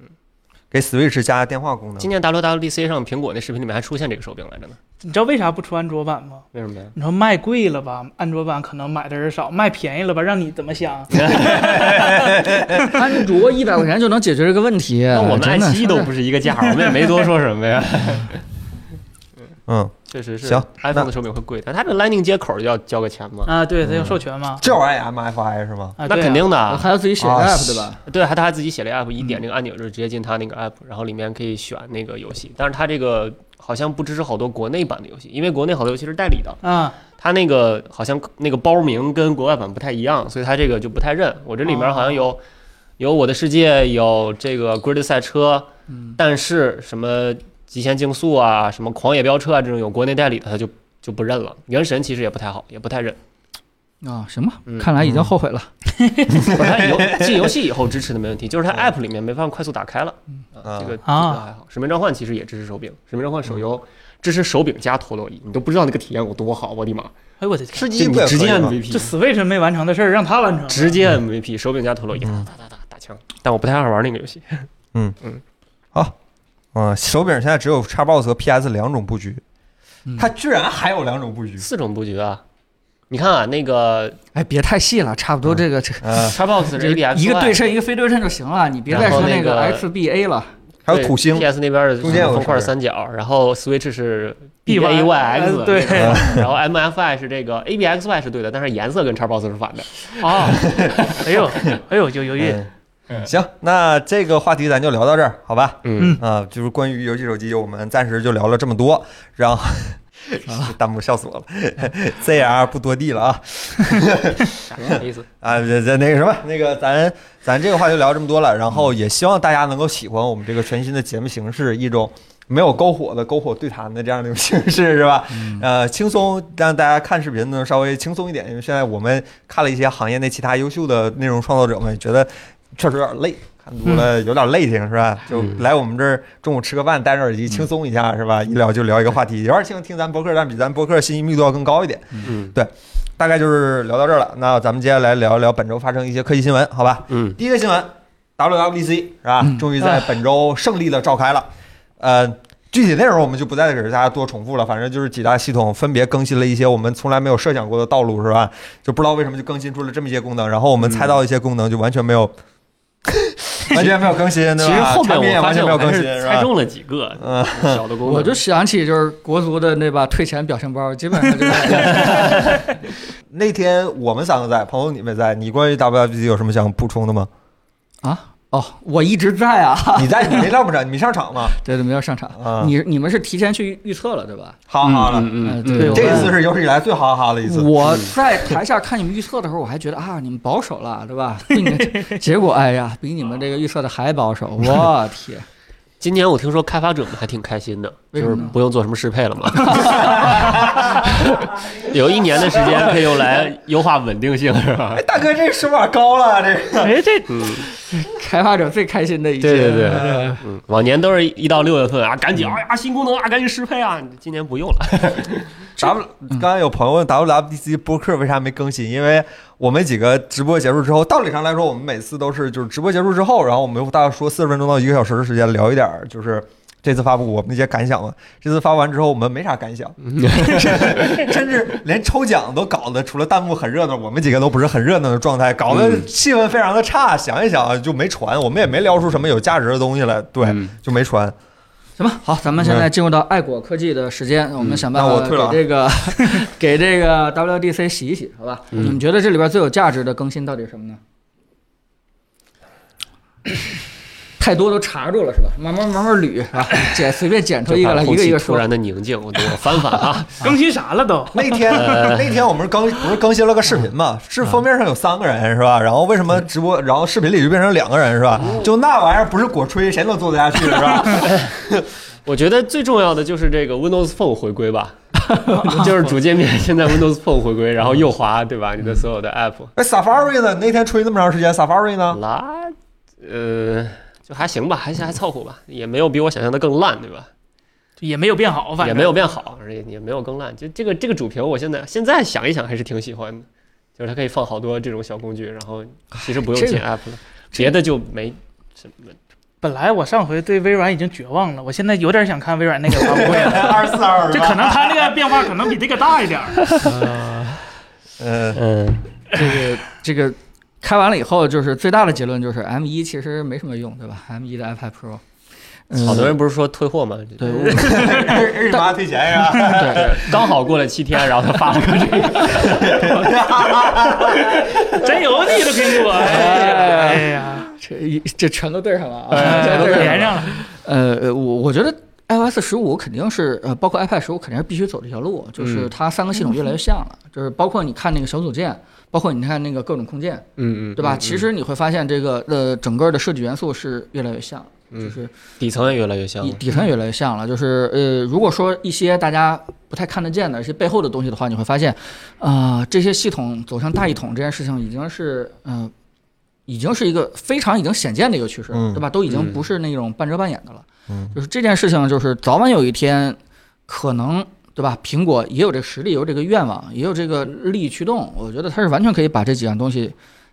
给 Switch 加电话功能
今。年 WWDC 上苹果那视频里面还出现这个手柄来着呢，
你知道为啥不出安卓版吗？
为什么呀？
你说卖贵了吧，安卓版可能买的人少；卖便宜了吧，让你怎么想？
安卓一百块钱就能解决这个问题，
那
哎
我们爱
真的
奇艺都不是一个价，我们也没多说什么呀。
嗯，
确实是，
行那
，iPhone 的手柄会贵，但它这 Lightning 接口要交个钱吗？
啊，对，他要授权嘛。
这玩意儿也 MFI 是吗？
啊，
那
对啊
肯定的
我
啊，
还要自己写个
啊
app 对吧？
对，还他还自己写了 app，一点
嗯
那个按钮就直接进他那个 app，然后里面可以选那个游戏，但是它这个好像不支持好多国内版的游戏，因为国内好多游戏是代理的，
啊，
它那个好像那个包名跟国外版不太一样，所以它这个就不太认。我这里面好像有、有我的世界，有这个 Grid 赛车，
嗯
但是什么极限竞速啊，什么狂野飙车啊这种有国内代理的，它就就不认了。原神其实也不太好，也不太认。
啊，行吧
嗯，
看来已经后悔了。
不是它游进游戏以后支持的没问题，就是它 App 里面没办法快速打开了。啊，这个这个
啊
还好。使命召唤其实也支持手柄，使命召唤手游支持手柄加陀螺仪，你都不知道那个体验有多好，我的妈！
哎我的天，
吃
就
鸡
你
不也可
直
以
接
吗？
MVP，
这 Switch 没完成的事儿让他完成了，
直接 MVP，手柄加陀螺仪，
嗯
哒哒哒打枪。但我不太爱玩那个游戏。
嗯，手柄现在只有 Xbox 和 PS 两种布局
嗯，
它居然还有两种布局。
四种布局啊，你看啊，那个
哎，别太细了，差不多这个 这
嗯，
Xbox
这
是 ADX，
一个对称一个非对称就行了，你别再说那
然后那个
XBA 了。
还有土星。
PS 那边的
中间有个
方块
手柄
三角，然后 Switch 是
B Y
BAYX，
对
那 个然后 MFI 是这个 ABXY 是对的，但是颜色跟 Xbox 是反的。
啊！哎呦，哎呦，有犹豫，
嗯行，那这个话题咱就聊到这儿，好吧？
嗯
啊，就是关于游戏手机，我们暂时就聊了这么多，然后。 弹幕笑死我了 ，ZR 不多地了啊
啥意思？
啊！这这那个什么，那个咱咱这个话就聊这么多了，然
嗯
后也希望大家能够喜欢我们这个全新的节目形式，一种没有篝火的篝火对谈的这样的一种形式，是吧？
嗯
呃，轻松让大家看视频能稍微轻松一点，因为现在我们看了一些行业内其他优秀的内容创作者们，觉得确实有点累。看多了有点累挺是吧？就
嗯
来我们这儿中午吃个饭，戴着耳机轻松一下是吧？一聊就聊一个话题，有点像听咱博客，但比咱博客信息密度要更高一点。
嗯
大概就是聊到这儿了，那咱们接下来聊一聊本周发生一些科技新闻，好吧？
嗯，
第一个新闻，WWDC 是吧？
嗯
终于在本周胜利的召开了，呃。具体内容我们就不再给大家多重复了，反正就是几大系统分别更新了一些我们从来没有设想过的道路，是吧？就不知道为什么就更新出了这么一些功能，然后我们猜到一些功能就完全没 有，完全没有更新，对吧？
其实后面
产品也
我发
完全没
现哎
有
我
更
还
新，
是
是
猜
吧？
中了几个
嗯
小的功
我就
能。
想起就是国足的那把退钱表情包，基本上 就是。
那天我们三个在，朋友你们在，你关于 WWDC 有什么想补充的吗？
啊，哦，我一直在啊，
你在你没上不上？你没上场吗？
对对，没有上场。
啊，
你你们是提前去预测了对吧？
好好了，
嗯嗯
嗯对
嗯，
这一次是有史以来最哈哈的一次。
我在台下看你们预测的时候，我还觉得啊，你们保守了对吧？对你们 结果哎呀，比你们这个预测的还保守，我天！
今年我听说开发者们还挺开心的，
为
就
什
是
么呢
不用做什么适配了嘛， 有一年的时间可以用来优化稳定性，是吧
哎，？大哥，这说法高了，啊这个
哎，这
嗯，
开发者最开心的一
对对
届，
对，嗯，往年都是一到六月份啊，赶紧
嗯
哎呀新功能啊，赶紧适配啊，今年不用 了，
W
嗯
刚才有朋友问 WWDC 播客为啥没更新？因为我们几个直播结束之后，道理上来说，我们每次都是就是直播结束之后，然后我们又大概说四十分钟到一个小时的时间聊一点儿，就是。这次发布我们那些感 想嘛，这次发完之后我们没啥感想，甚至连抽奖都搞得除了弹幕很热闹，我们几个都不是很热闹的状态，搞得
嗯
气氛非常的差。想一想啊就没传，我们也没聊出什么有价值的东西来，对，
嗯
就没传。
行吧，好，咱们现在进入到爱果科技的时间，我们想办
那
法
我退了啊
给这个 给这个 WDC 洗一洗，好吧？
嗯
你们觉得这里边最有价值的更新到底是什么呢？太多都查住了是吧？慢慢慢慢捋啊，捡随便捡出一个来，
就怕
一
空
个
气
一个
突
说。
然的宁静，我我翻翻啊，
更新啥了都？
那天
呃
那天我们更不是更新了个视频嘛？是封面上有三个人是吧？然后为什么直播，然后视频里就变成两个人是吧？就那玩意儿不是果吹，谁能做得下去是吧？
我觉得最重要的就是这个 Windows Phone 回 归吧，就是主界面现在 Windows Phone 回归，然后右滑对吧？你的所有的 App
哎，Safari 呢？那天吹那么长时间，Safari 呢？
拉，呃，就还行吧，还行还凑合吧，也没有比我想象的更烂对吧？
也没有变好，反
也
正
没有变好，也也没有更烂。就这个这个主屏，我现在现在想一想还是挺喜欢的，就是它可以放好多这种小工具，然后其实不用
这个
进 app 了，别的就没什么。
本来我上回对微软已经绝望了，我现在有点想看微软那个发布会了。
二四二
这可能它那个变化可能比这个大一点儿。
嗯，
嗯，
这个这个开完了以后，就是最大的结论就是 M 1其实没什么用，对吧？M 1的 iPad Pro，嗯
好多人不是说退货吗？
对我
日日妈退钱是吧？
对
对，刚好过了七天，然后他发了个这个，
真有你的苹果！哎呀，
这一这全都对上了啊，全
哎
都
都
对上了
连上了。
呃，呃我我觉得 iOS 十五肯定是呃，包括 iPad 十五肯定是必须走这条路，就是
嗯
它三个系统越来越像了，就是包括你看那个小组件，包括你看那个各种控件，
嗯嗯，
对吧？
嗯
其实你会发现这个呃，整个的设计元素是越来越像，就
嗯
是
底层也越来越像
底
了。
底层越来越像了。就是呃，如果说一些大家不太看得见的一些背后的东西的话，你会发现，啊，这些系统走向大一统这件事情已经是嗯、呃已经是一个非常已经显见的一个趋势，
嗯
对吧？都已经
嗯
不是那种半遮半掩的了。
嗯
就是这件事情，就是早晚有一天可能。对吧？苹果也有这个实力，有这个愿望，也有这个利益驱动。我觉得它是完全可以把这几样东西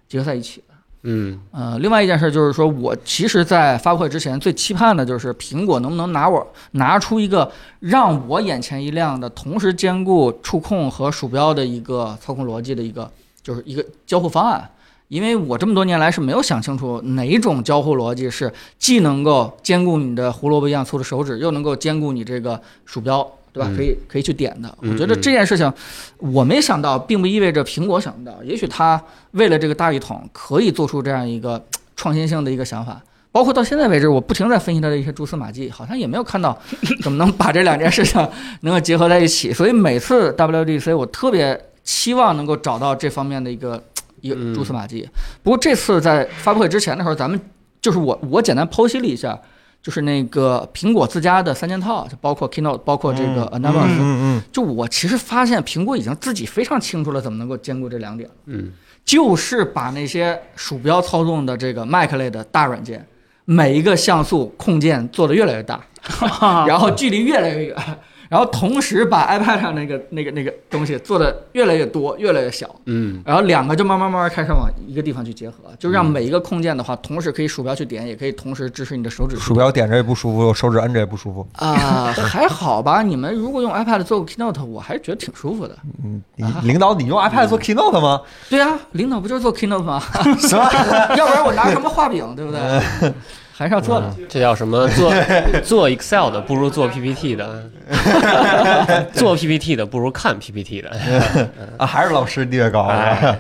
结合在一起的。
嗯
呃，另外一件事就是说，我其实，在发布会之前最期盼的就是苹果能不能拿我拿出一个让我眼前一亮的，同时兼顾触控和鼠标的一个操控逻辑的一个，就是一个交互方案。因为我这么多年来是没有想清楚哪种交互逻辑是既能够兼顾你的胡萝卜一样粗的手指，又能够兼顾你这个鼠标，对吧？
嗯
可以可以去点的。我
嗯
觉得
嗯
这件事情，我没想到，并不意味着苹果想不到，也许它为了这个大一统，可以做出这样一个创新性的一个想法。包括到现在为止，我不停地在分析它的一些蛛丝马迹，好像也没有看 到怎么能把这两件事情能够结合在一起。所以每次 WDC，我特别期望能够找到这方面的一个一个
嗯
蛛丝马迹。不过这次在发布会之前的时候，咱们就是我我简单剖析了一下，就是那个苹果自家的三件套，就包括 Keynote，包括这个 Anonymous，、
嗯嗯
就我其实发现苹果已经自己非常清楚了怎么能够兼顾这两点，
嗯
就是把那些鼠标操纵的这个 Mac 类的大软件，每一个像素控件做得越来越大，然后距离越来越远，然后同时把 iPad 上那个那个那个东西做得越来越多，越来越小。
嗯
然后两个就慢慢慢慢开始往一个地方去结合，就让每一个控件的话，同时可以鼠标去点，也可以同时支持你的手指
嗯，
去
鼠标点着也不舒服，手指摁着也不舒服。
啊、还好吧？你们如果用 iPad 做个 Keynote，我还是觉得挺舒服的。
嗯，你领导，你用 iPad 做 Keynote 吗？
对啊，领导不就是做 Keynote 吗？
什么？
要不然我拿什么画饼，对不对？
嗯
还是要做的。
这叫什么？做做 Excel 的不如做 PPT 的，做 PPT 的不如看 PPT 的。
啊，还是老师地位高
哎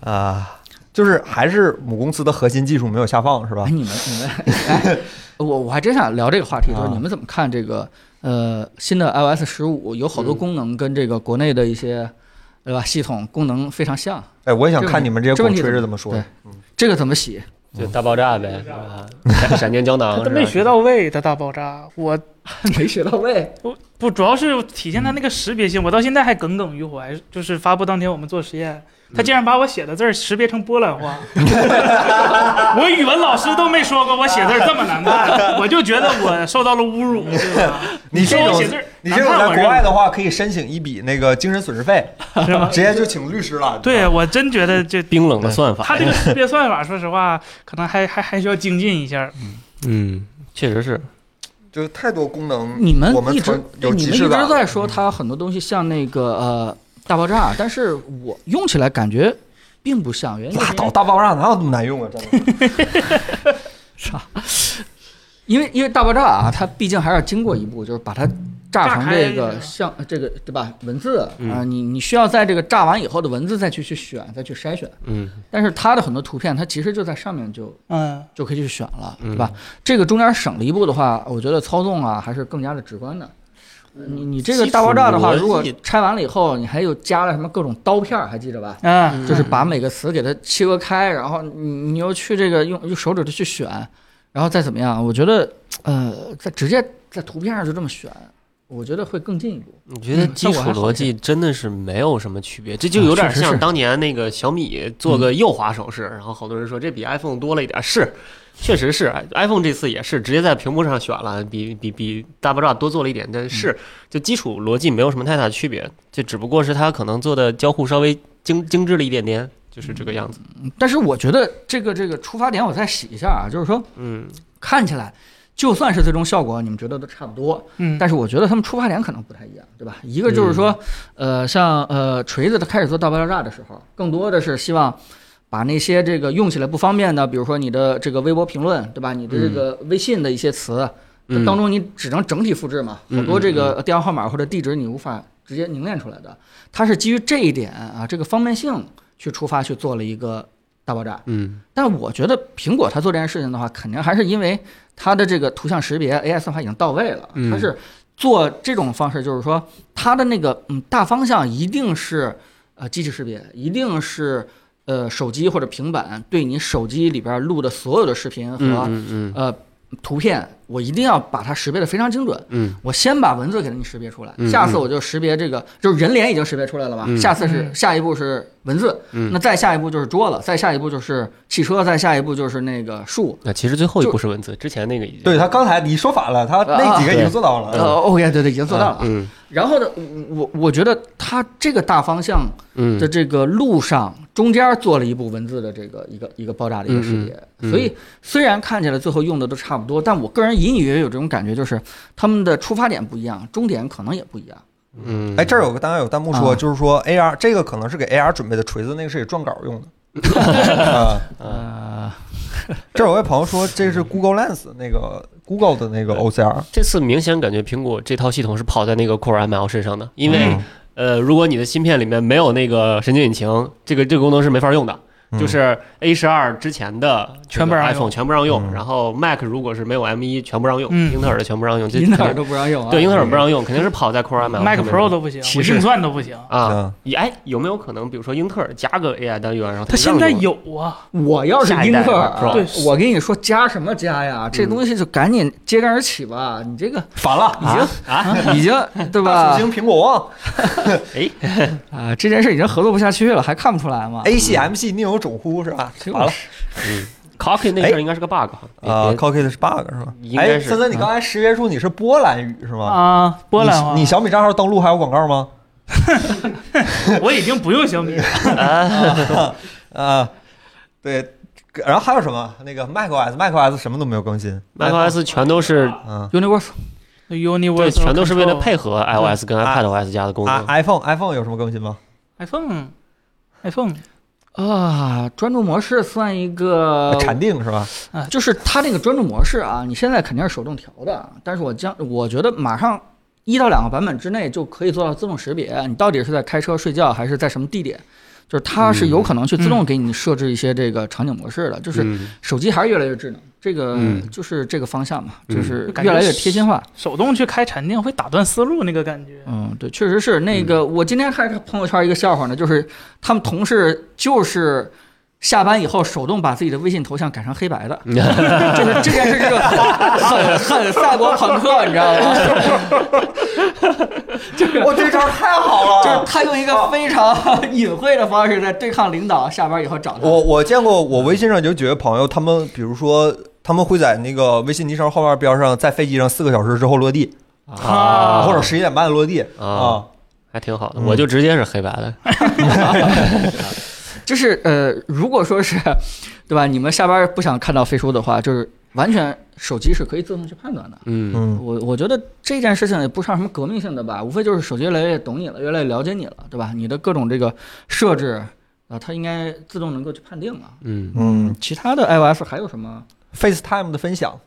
啊？就是还是母公司的核心技术没有下放，是吧
哎，？你们你们， 哎，我我还真想聊这个话题，就是
啊
你们怎么看这个呃新的 iOS 十五有好多
嗯
功能跟这个国内的一些对吧系统功能非常像，
哎，我也想
这个
看你们这些
这
鼓
问题
吹
怎
着
么
怎么说
对。这个怎么洗？
就大爆炸呗，啊闪闪电胶囊
他
是
都
吧
没学到位，他大爆炸，我
没学到位，
不主要是体现它
嗯
那个识别性，我到现在还耿耿于怀。就是发布当天我们做实验，他竟
嗯
然把我写的字儿识别成波兰话， 我语文老师都没说过我写字儿这么难看，我就觉得我受到了侮辱，对吧？
你这
说我
种
写字儿
你
难
这种
看，我
在国外
认
的话，可以申请一笔那个精神损失 费，
是吗？
直接就请律师了。
啊
对，我真觉得这
冰冷的算法，
他这个识别算法，说实话，可能还还还需要精进一下。
嗯，确实是，
就是太多功能，
你们
我们
一直
曾有
你
即
们一
视
直
感。
在说它很多东西像那个呃大爆炸，但是我用起来感觉并不像，原因就是
拉
因为
倒，大爆炸哪有那么难用啊？真 的，
因为因为大爆炸啊，它毕竟还是要经过一步，就是把它炸成这
炸开
个像呃这个对吧文字啊、
嗯
你你需要在这个炸完以后的文字再去去选，再去筛选。
嗯
但是它的很多图片，它其实就在上面就
嗯，
就可以去选了，
嗯
对吧？这个中间省了一步的话，我觉得操纵啊还是更加的直观的。你你这个大爆炸的话，
基础
如
逻
果
辑
拆完了以后，你还有加了什么各种刀片儿，还记得吧？
啊，
就是把每个词给它切割开，然后你你又去这个用用手指头去选，然后再怎么样？我觉得，呃，在直接在图片上就这么选，我觉得会更进一步。
我觉
嗯
得基础逻辑真的是没有什么区别，这就
啊
有点像当年那个小米做
嗯
个右滑手势，然后好多人说这比 iPhone 多了一点，是，确实是哎 iPhone 这次也是直接在屏幕上选了，比比比大爆炸多做了一点，但
嗯
是就基础逻辑没有什么太大区别，就只不过是它可能做的交互稍微精精致了一点点，就是这个样子。
嗯但是我觉得这个这个出发点我再洗一下啊，就是说
嗯，
看起来。就算是最终效果，你们觉得都差不多，
嗯，
但是我觉得他们出发点可能不太一样，对吧？一个就是说，
嗯
呃，像呃锤子它开始做大爆炸的时候，更多的是希望把那些这个用起来不方便的，比如说你的这个微博评论，对吧？你的这个微信的一些词、
嗯
当中，你只能整体复制嘛，
嗯
好多这个电话号码或者地址你无法直接凝练出来的。它是基于这一点啊，这个方便性去出发去做了一个大爆炸。
嗯
但我觉得苹果它做这件事情的话，肯定还是因为它的这个图像识别 AI 算法已经到位了，
嗯
它是做这种方式，就是说它的那个嗯大方向一定是呃机器识别，一定是呃手机或者平板对你手机里边录的所有的视频和、
嗯嗯
呃图片，我一定要把它识别的非常精准。
嗯
我先把文字给你识别出来，
嗯
下次我就识别这个，就是人脸已经识别出来了嘛。
嗯
下次是
嗯
下一步是文字，
嗯
那再下一步就是桌子，再下一步就是汽车，再下一步就是那个树。
那啊其实最后一步是文字，之前那个已经
对他刚才你说反了，他那几个已经做到
呃，
了。嗯
哦耶，对对，已经做到了。啊。
嗯
然后呢，我我我觉得它这个大方向
嗯
的这个路上中间做了一部文字的这个一个一个爆炸的一个识别，
嗯嗯
所以虽然看起来最后用的都差不多，但我个人隐隐约约有这种感觉，就是他们的出发点不一样，终点可能也不一样。
嗯，
哎，这儿有个当然有弹幕说，
啊
就是说 AR 这个可能是给 AR 准备的锤子，那个是给撰稿用 的。啊，
嗯
呃，
这儿有位朋友说这是 Google Lens 那个 Google 的那个 OCR，
这次明显感觉苹果这套系统是跑在那个 Core ML 身上的，因为、
嗯
呃，如果你的芯片里面没有那个神经引擎，这个这个功能是没法用的。
嗯
就是 A 十二之前的这个
全部让用
iPhone 全部让用，
嗯
然后 Mac 如果是没有 M 一全部让用，
嗯
英特尔的全部让用，这
英特
肯
尔
定
都不让用啊。
对英特尔不让用，肯定是跑在 Core ML
嗯 Mac
上面
Pro
的
都不行，
骑
我
士
运算都不行。
啊
嗯。
哎，有没有可能，比如说英特尔加个 AI 单元，然后
它
让
现在
用
有啊，
我要是英特尔，
下一代
是吧
我跟你说加什么加呀？
嗯
这东西就赶紧揭竿而起吧！你这个
反了，
已经、
啊
已经对
大？
吧
猩猩苹果王
哎，
啊，这件事已经合作不下去了，还看不出
啊
来吗？
，ACMC 宁有种乎是吧？
就是
完了，
嗯 c o c k
哎
那事儿应该是个 bug 哈嗯
啊
别别
c o c k i t 是 bug 是吧
应？该
哎，
是啊
森森，你刚才识别出你是波兰语是吗？
啊，波兰话
你你小米账号登录还有广告吗？
我已经不用小米了，
啊，对，然后还有什么？那个 macOS，macOS 什么都没有更新。
macOS 全都是
嗯
Universal
对，
Universal
全都是为了
Control 嗯
配合 iOS 跟
啊
iPadOS 加的功
啊
能。
，iPhone，iPhone 有什么更新吗？
iPhone。iPhone
啊，专注模式算一
呃
个，
禅定是吧？
就是它那个专注模式啊，你现在肯定是手动调的，但是我将我觉得马上一到两个版本之内就可以做到自动识别，你到底是在开车、睡觉还是在什么地点，就是它是有可能去自动给你设置一些这个场景模式的，就是
嗯
手机还是越来越智能，这个
嗯
就是这个方向嘛，
嗯
就是
就感觉
越来越贴心化。
手动去开禅定会打断思路那个感 觉。
嗯，对，确实是那个。我今天看朋友圈一个笑话呢，就是他们同事就是下班以后手动把自己的微信头像改成黑白的，
嗯
啊
就是这件事就是很很赛博朋克，你知道吗？就是
我这招太好
就是
了。
他用一个非常隐晦的方式在对抗领导，下班以后找 他。
我我见过，我微信上有几个朋友，他们比如说，他们会在那个微信昵称后面标上，在飞机上四个小时之后落地，
啊，
或者十一点半落地
啊，还挺好的，
嗯
我就直接是黑白的，
就是呃，如果说是，对吧？你们下班不想看到飞书的话，就是完全手机是可以自动去判断的。
嗯
嗯，
我我觉得这件事情也不是什么革命性的吧，无非就是手机越来越懂你了，越来越了解你了，对吧？你的各种这个设置啊，它应该自动能够去判定了。
嗯，
嗯
其他的 iOS 还有什么？
啊
，FaceTime 的分享，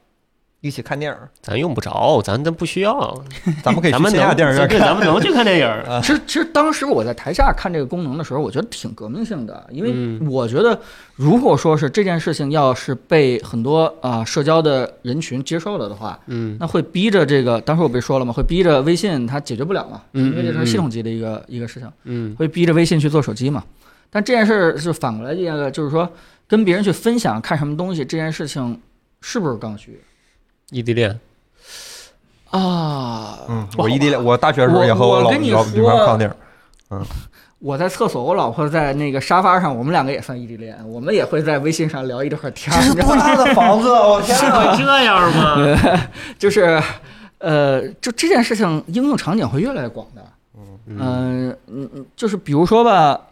一起看电影，
咱用不着，咱咱不需要，
咱们可以去
咱们
线下
能
电影院
对，
看。
咱们能去看电 影儿，
其实其实当时我在台下看这个功能的时候，我觉得挺革命性的，因为
嗯
我觉得如果说是这件事情要是被很多啊、社交的人群接受了的话，
嗯
那会逼着这个，当时我不是说了吗？会逼着微信它解决不了嘛，
嗯
因为这是
嗯
系统级的一个一个事情。
嗯
会逼着微信去做手机嘛。但这件事儿是反过来，这个就是说跟别人去分享看什么东西这件事情是不是刚需
异地恋，
啊？
嗯，
不
我
好吧
异地恋，我大学的时候也和
我
老
我跟你
老女朋友
说
看电影。
我在厕所，我老婆在那个沙发上，我们两个也算异地恋，我们也会在微信上聊一会儿天儿，你知道吗？
大的房子！我天
会这样吗？
就是。呃，就这件事情应用场景会越来越广的。
嗯
嗯、嗯嗯，就是比如说吧，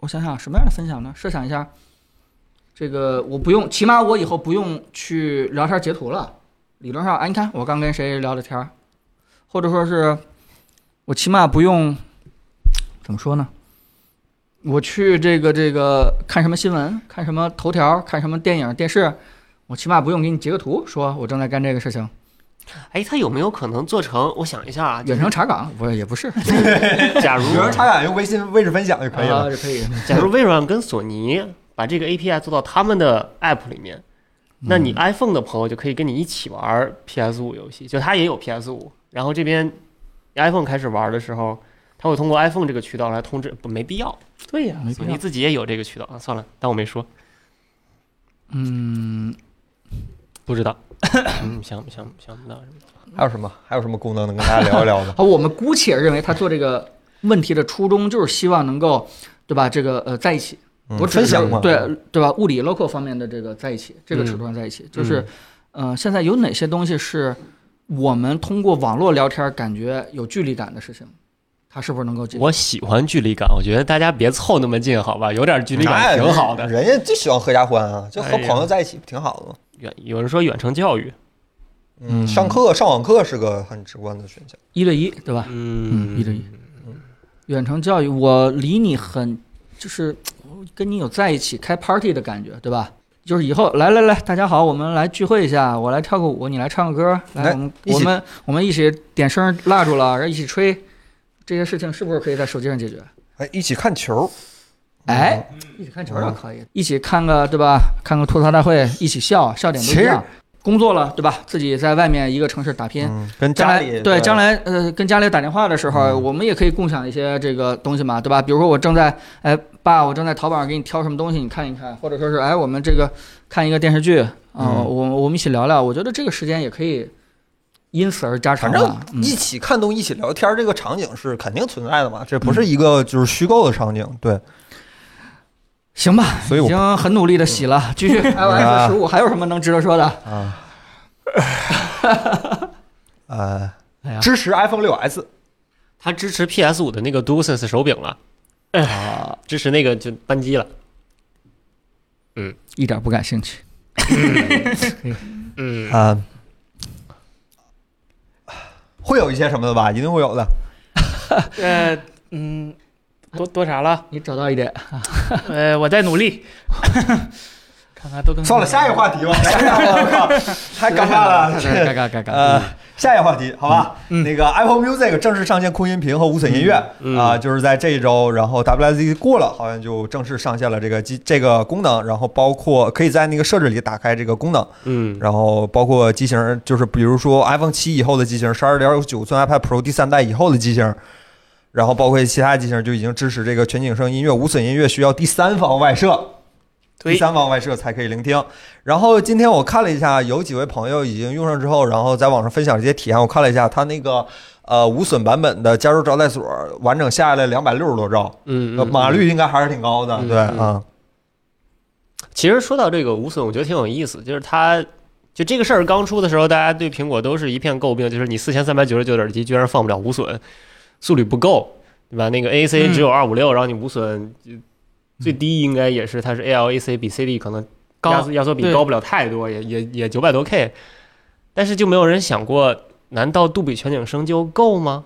我想想什么样的分享呢？设想一下，这个我不用，起码我以后不用去聊天截图了。理论上，哎，你看我刚跟谁聊的天儿，或者说是我起码不用怎么说呢？我去这个这个看什么新闻，看什么头条，看什么电影电视，我起码不用给你截个图，说我正在干这个事情。
哎，他有没有可能做成？我想一下啊，
远程查岗不是也啊不是，
假如
有人查岗用微信位置分享就可以了。
啊，这可以。
假如微软跟索尼把这个 API 做到他们的 App 里面，那你 iPhone 的朋友就可以跟你一起玩 PS 5游戏，就他也有 PS 5然后这边 iPhone 开始玩的时候，他会通过 iPhone 这个渠道来通知，不没必要，
对呀、
没必
索
要
尼自己也有这个渠道啊。算了，当我没说，
嗯，？
不知 道，嗯，想不想想不到什么。
还有什么？还有什么功能能跟大家聊一聊的
好，啊我们姑且认为他做这个问题的初衷就是希望能够，对吧？这个呃，在一起，
嗯嗯
我只
分
是
享嘛，
对对吧？物理 local 方面的这个在一起，这个尺度上在一起，就是，呃，现在有哪些东西是我们通过网络聊天感觉有距离感的事情，它是不是能够解决？
我喜欢距离感，我觉得大家别凑那么近，好吧？有点距离
哎
感挺好的。
人家就喜欢合家欢啊，就和
哎呀
朋友在一起挺好的嘛。
远有人说远程教育，
嗯，上课上网课是个很直观的选项。
一对一，对吧？
嗯
一对一，远程教育，我离你很，就是我跟你有在一起开 party 的感觉，对吧？就是以后来来来，大家好，我们来聚会一下，我来跳个舞，你来唱个歌，
来
来我们
一起
我们我们一起点声蜡烛了，然后一起吹，这些事情是不是可以在手机上解决？
哎，一起看球，嗯
哎，一起看球儿倒可以，一起看个对吧？看个吐槽大会，一起笑，笑点都
其
一
实
样。工作了对吧？自己在外面一个城市打拼，
嗯，跟
将
家
来
里嗯
对将来呃跟家里打电话的时候，我们也可以共享一些这个东西嘛，对吧？比如说我正在哎爸，我正在淘宝上给你挑什么东西，你看一看，或者说是哎我们这个看一个电视剧啊，
嗯
我我们一起聊聊，我觉得这个时间也可以因此而加长啊嗯
反正
了。
一起看动、一起聊天这个场景是肯定存在的嘛，这不是一个就是虚构的场景。对，
行吧，
所以
已
我嗯
经很努力的洗了，继续 iOS 十五还有什么能值得说的？
啊，呃
哎呀，
支持 iPhone 六 S
它支持 PS 5的那个 DualSense 手柄了，
啊，
支持那个就扳机了。
一点不感兴趣。
嗯，
啊，会有一些什么的吧，一定会有的。
呃，嗯， 多多啥了？
你找到一点，
呃，我在努力。 看看都跟
算了，下一个话题吧。下一个话题我靠，太尴尬 了。这
尴尬尴尬。
呃，下一个话题，好吧，
嗯
那个 Apple Music 正式上线空音频和无损音乐啊、
嗯嗯
就是在这一周，然后 WSD 过了，好像就正式上线了这个机这个功能，然后包括可以在那个设置里打开这个功能，
嗯，
然后包括机型，就是比如说 iPhone 七以后的机型，十二点九寸 iPad Pro 第三代以后的机型，然后包括其他机型就已经支持这个全景声音乐，无损音乐需要第三方外设。第
对
三方外设才可以聆听。然后今天我看了一下，有几位朋友已经用上之后，然后在网上分享这些体验。我看了一下，它那个呃无损版本的加州招待所完整下来两百六十多兆，
嗯，
呃
嗯
码率应该还是挺高的。
嗯
对
嗯
啊，
其实说到这个无损，我觉得挺有意思，就是它。就这个事儿刚出的时候，大家对苹果都是一片诟病，就是你四千三百九十九的耳机居然放不了无损，速率不够，对吧？那个 AAC
嗯
只有二五六，然后你无损呃最低应该也是它是 ALAC 比 CD 可能
高
压缩压缩比
对
高不了太多，也也也九百多 K，但是就没有人想过，难道杜比全景声就够吗？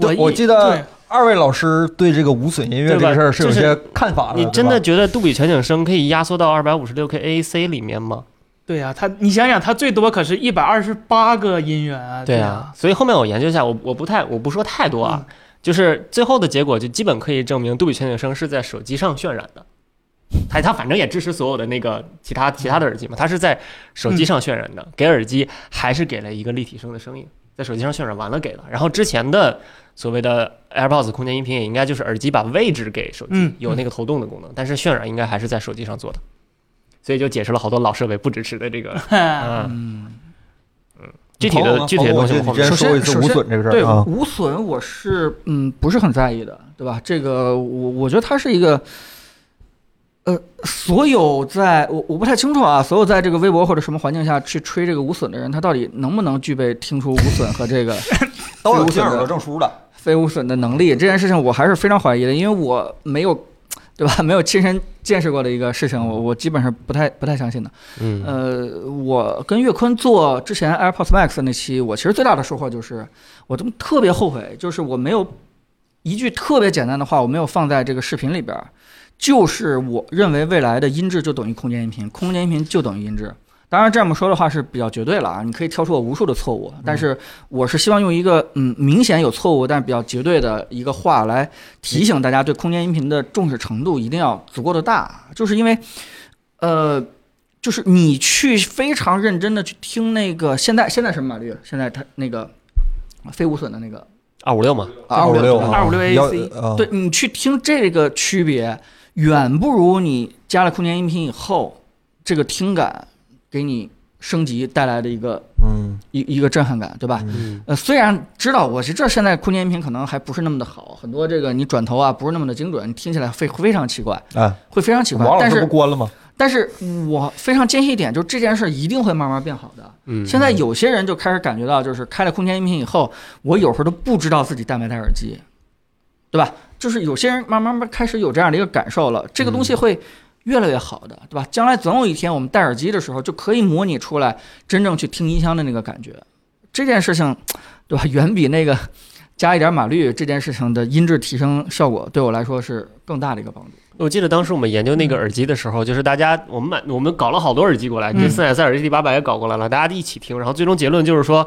对我
我
记得
对
二位老师对这个无损音乐这个事儿是有
对
些看法的。
你真的
啊对吧
觉得杜比全景声可以压缩到二百五十六 K AAC 里面吗？
对呀、他你想想，他最多可是一百二十八个音源啊，嗯
对
啊，，
所以后面我研究一下，我我不太我不说太多啊，就是最后的结果就基本可以证明杜比全景声是在手机上渲染的。它它反正也支持所有的那个其他其他的耳机嘛，它是在手
嗯
机上渲染的，给耳机还是给了一个立体声的声音，在手机上渲染完了给了。然后之前的所谓的 AirPods 空间音频也应该就是耳机把位置给手机，
嗯
有那个头动的功能，但是渲染应该还是在手机上做的，所以就解释了好多老设备不支持的这个，嗯，
嗯，
具体
彭
的
总
具体的
彭
东
总
西
我
我
觉得你
后面
之前
首先
说过一次
首
无
先
损这个事
对
儿啊，
无损我是嗯不是很在意的，对吧？这个我我觉得它是一个。呃，所有在我我不太清楚啊，所有在这个微博或者什么环境下去吹这个无损的人，他到底能不能具备听出无损和这个
都有
无
听
损
耳朵
的
证书的。啊
非无损的能力，这件事情我还是非常怀疑的，因为我没有，对吧？没有亲身见识过的一个事情，我我基本上不太不太相信的。
嗯
呃，我跟岳坤做之前 AirPods Max 那期，我其实最大的收获就是，我都特别后悔，就是我没有一句特别简单的话，我没有放在这个视频里边儿，就是我认为未来的音质就等于空间音频，空间音频就等于音质。当然，这么说的话是比较绝对了啊，你可以挑出我无数的错误，但是我是希望用一个嗯明显有错误但是比较绝对的一个话来提醒大家对空间音频的重视程度一定要足够的大，就是因为，呃，就是你去非常认真的去听那个现在现在什么码率？现在它那个非无损的那个
二五六嘛，
二五六啊，
256
幺
AC
啊
对你去听这个区别，远不如你加了空间音频以后，这个听感给你升级带来的一个
嗯，
一一个震撼感，对吧？
嗯
呃，虽然知道我是这现在空间音频可能还不是那么的好，很多这个你转头啊不是那么的精准，你听起来会非常奇怪，
哎，
会非常奇怪
王。老
但
师不
是
关了吗？
但是我非常坚信一点，就这件事一定会慢慢变好的。
嗯，
现在有些人就开始感觉到，就是开了空间音频以后，我有时候都不知道自己戴没戴耳机，对吧？就是有些人慢慢慢开始有这样的一个感受了，这个东西会越来越好的，对吧？将来总有一天我们戴耳机的时候就可以模拟出来真正去听音箱的那个感觉，这件事情，对吧？远比那个加一点码率这件事情的音质提升效果对我来说是更大的一个帮助。
我记得当时我们研究那个耳机的时候，就是大家我们买我们搞了好多耳机过来，
嗯
这四百三耳机第八百也搞过来了，大家一起听，然后最终结论就是说。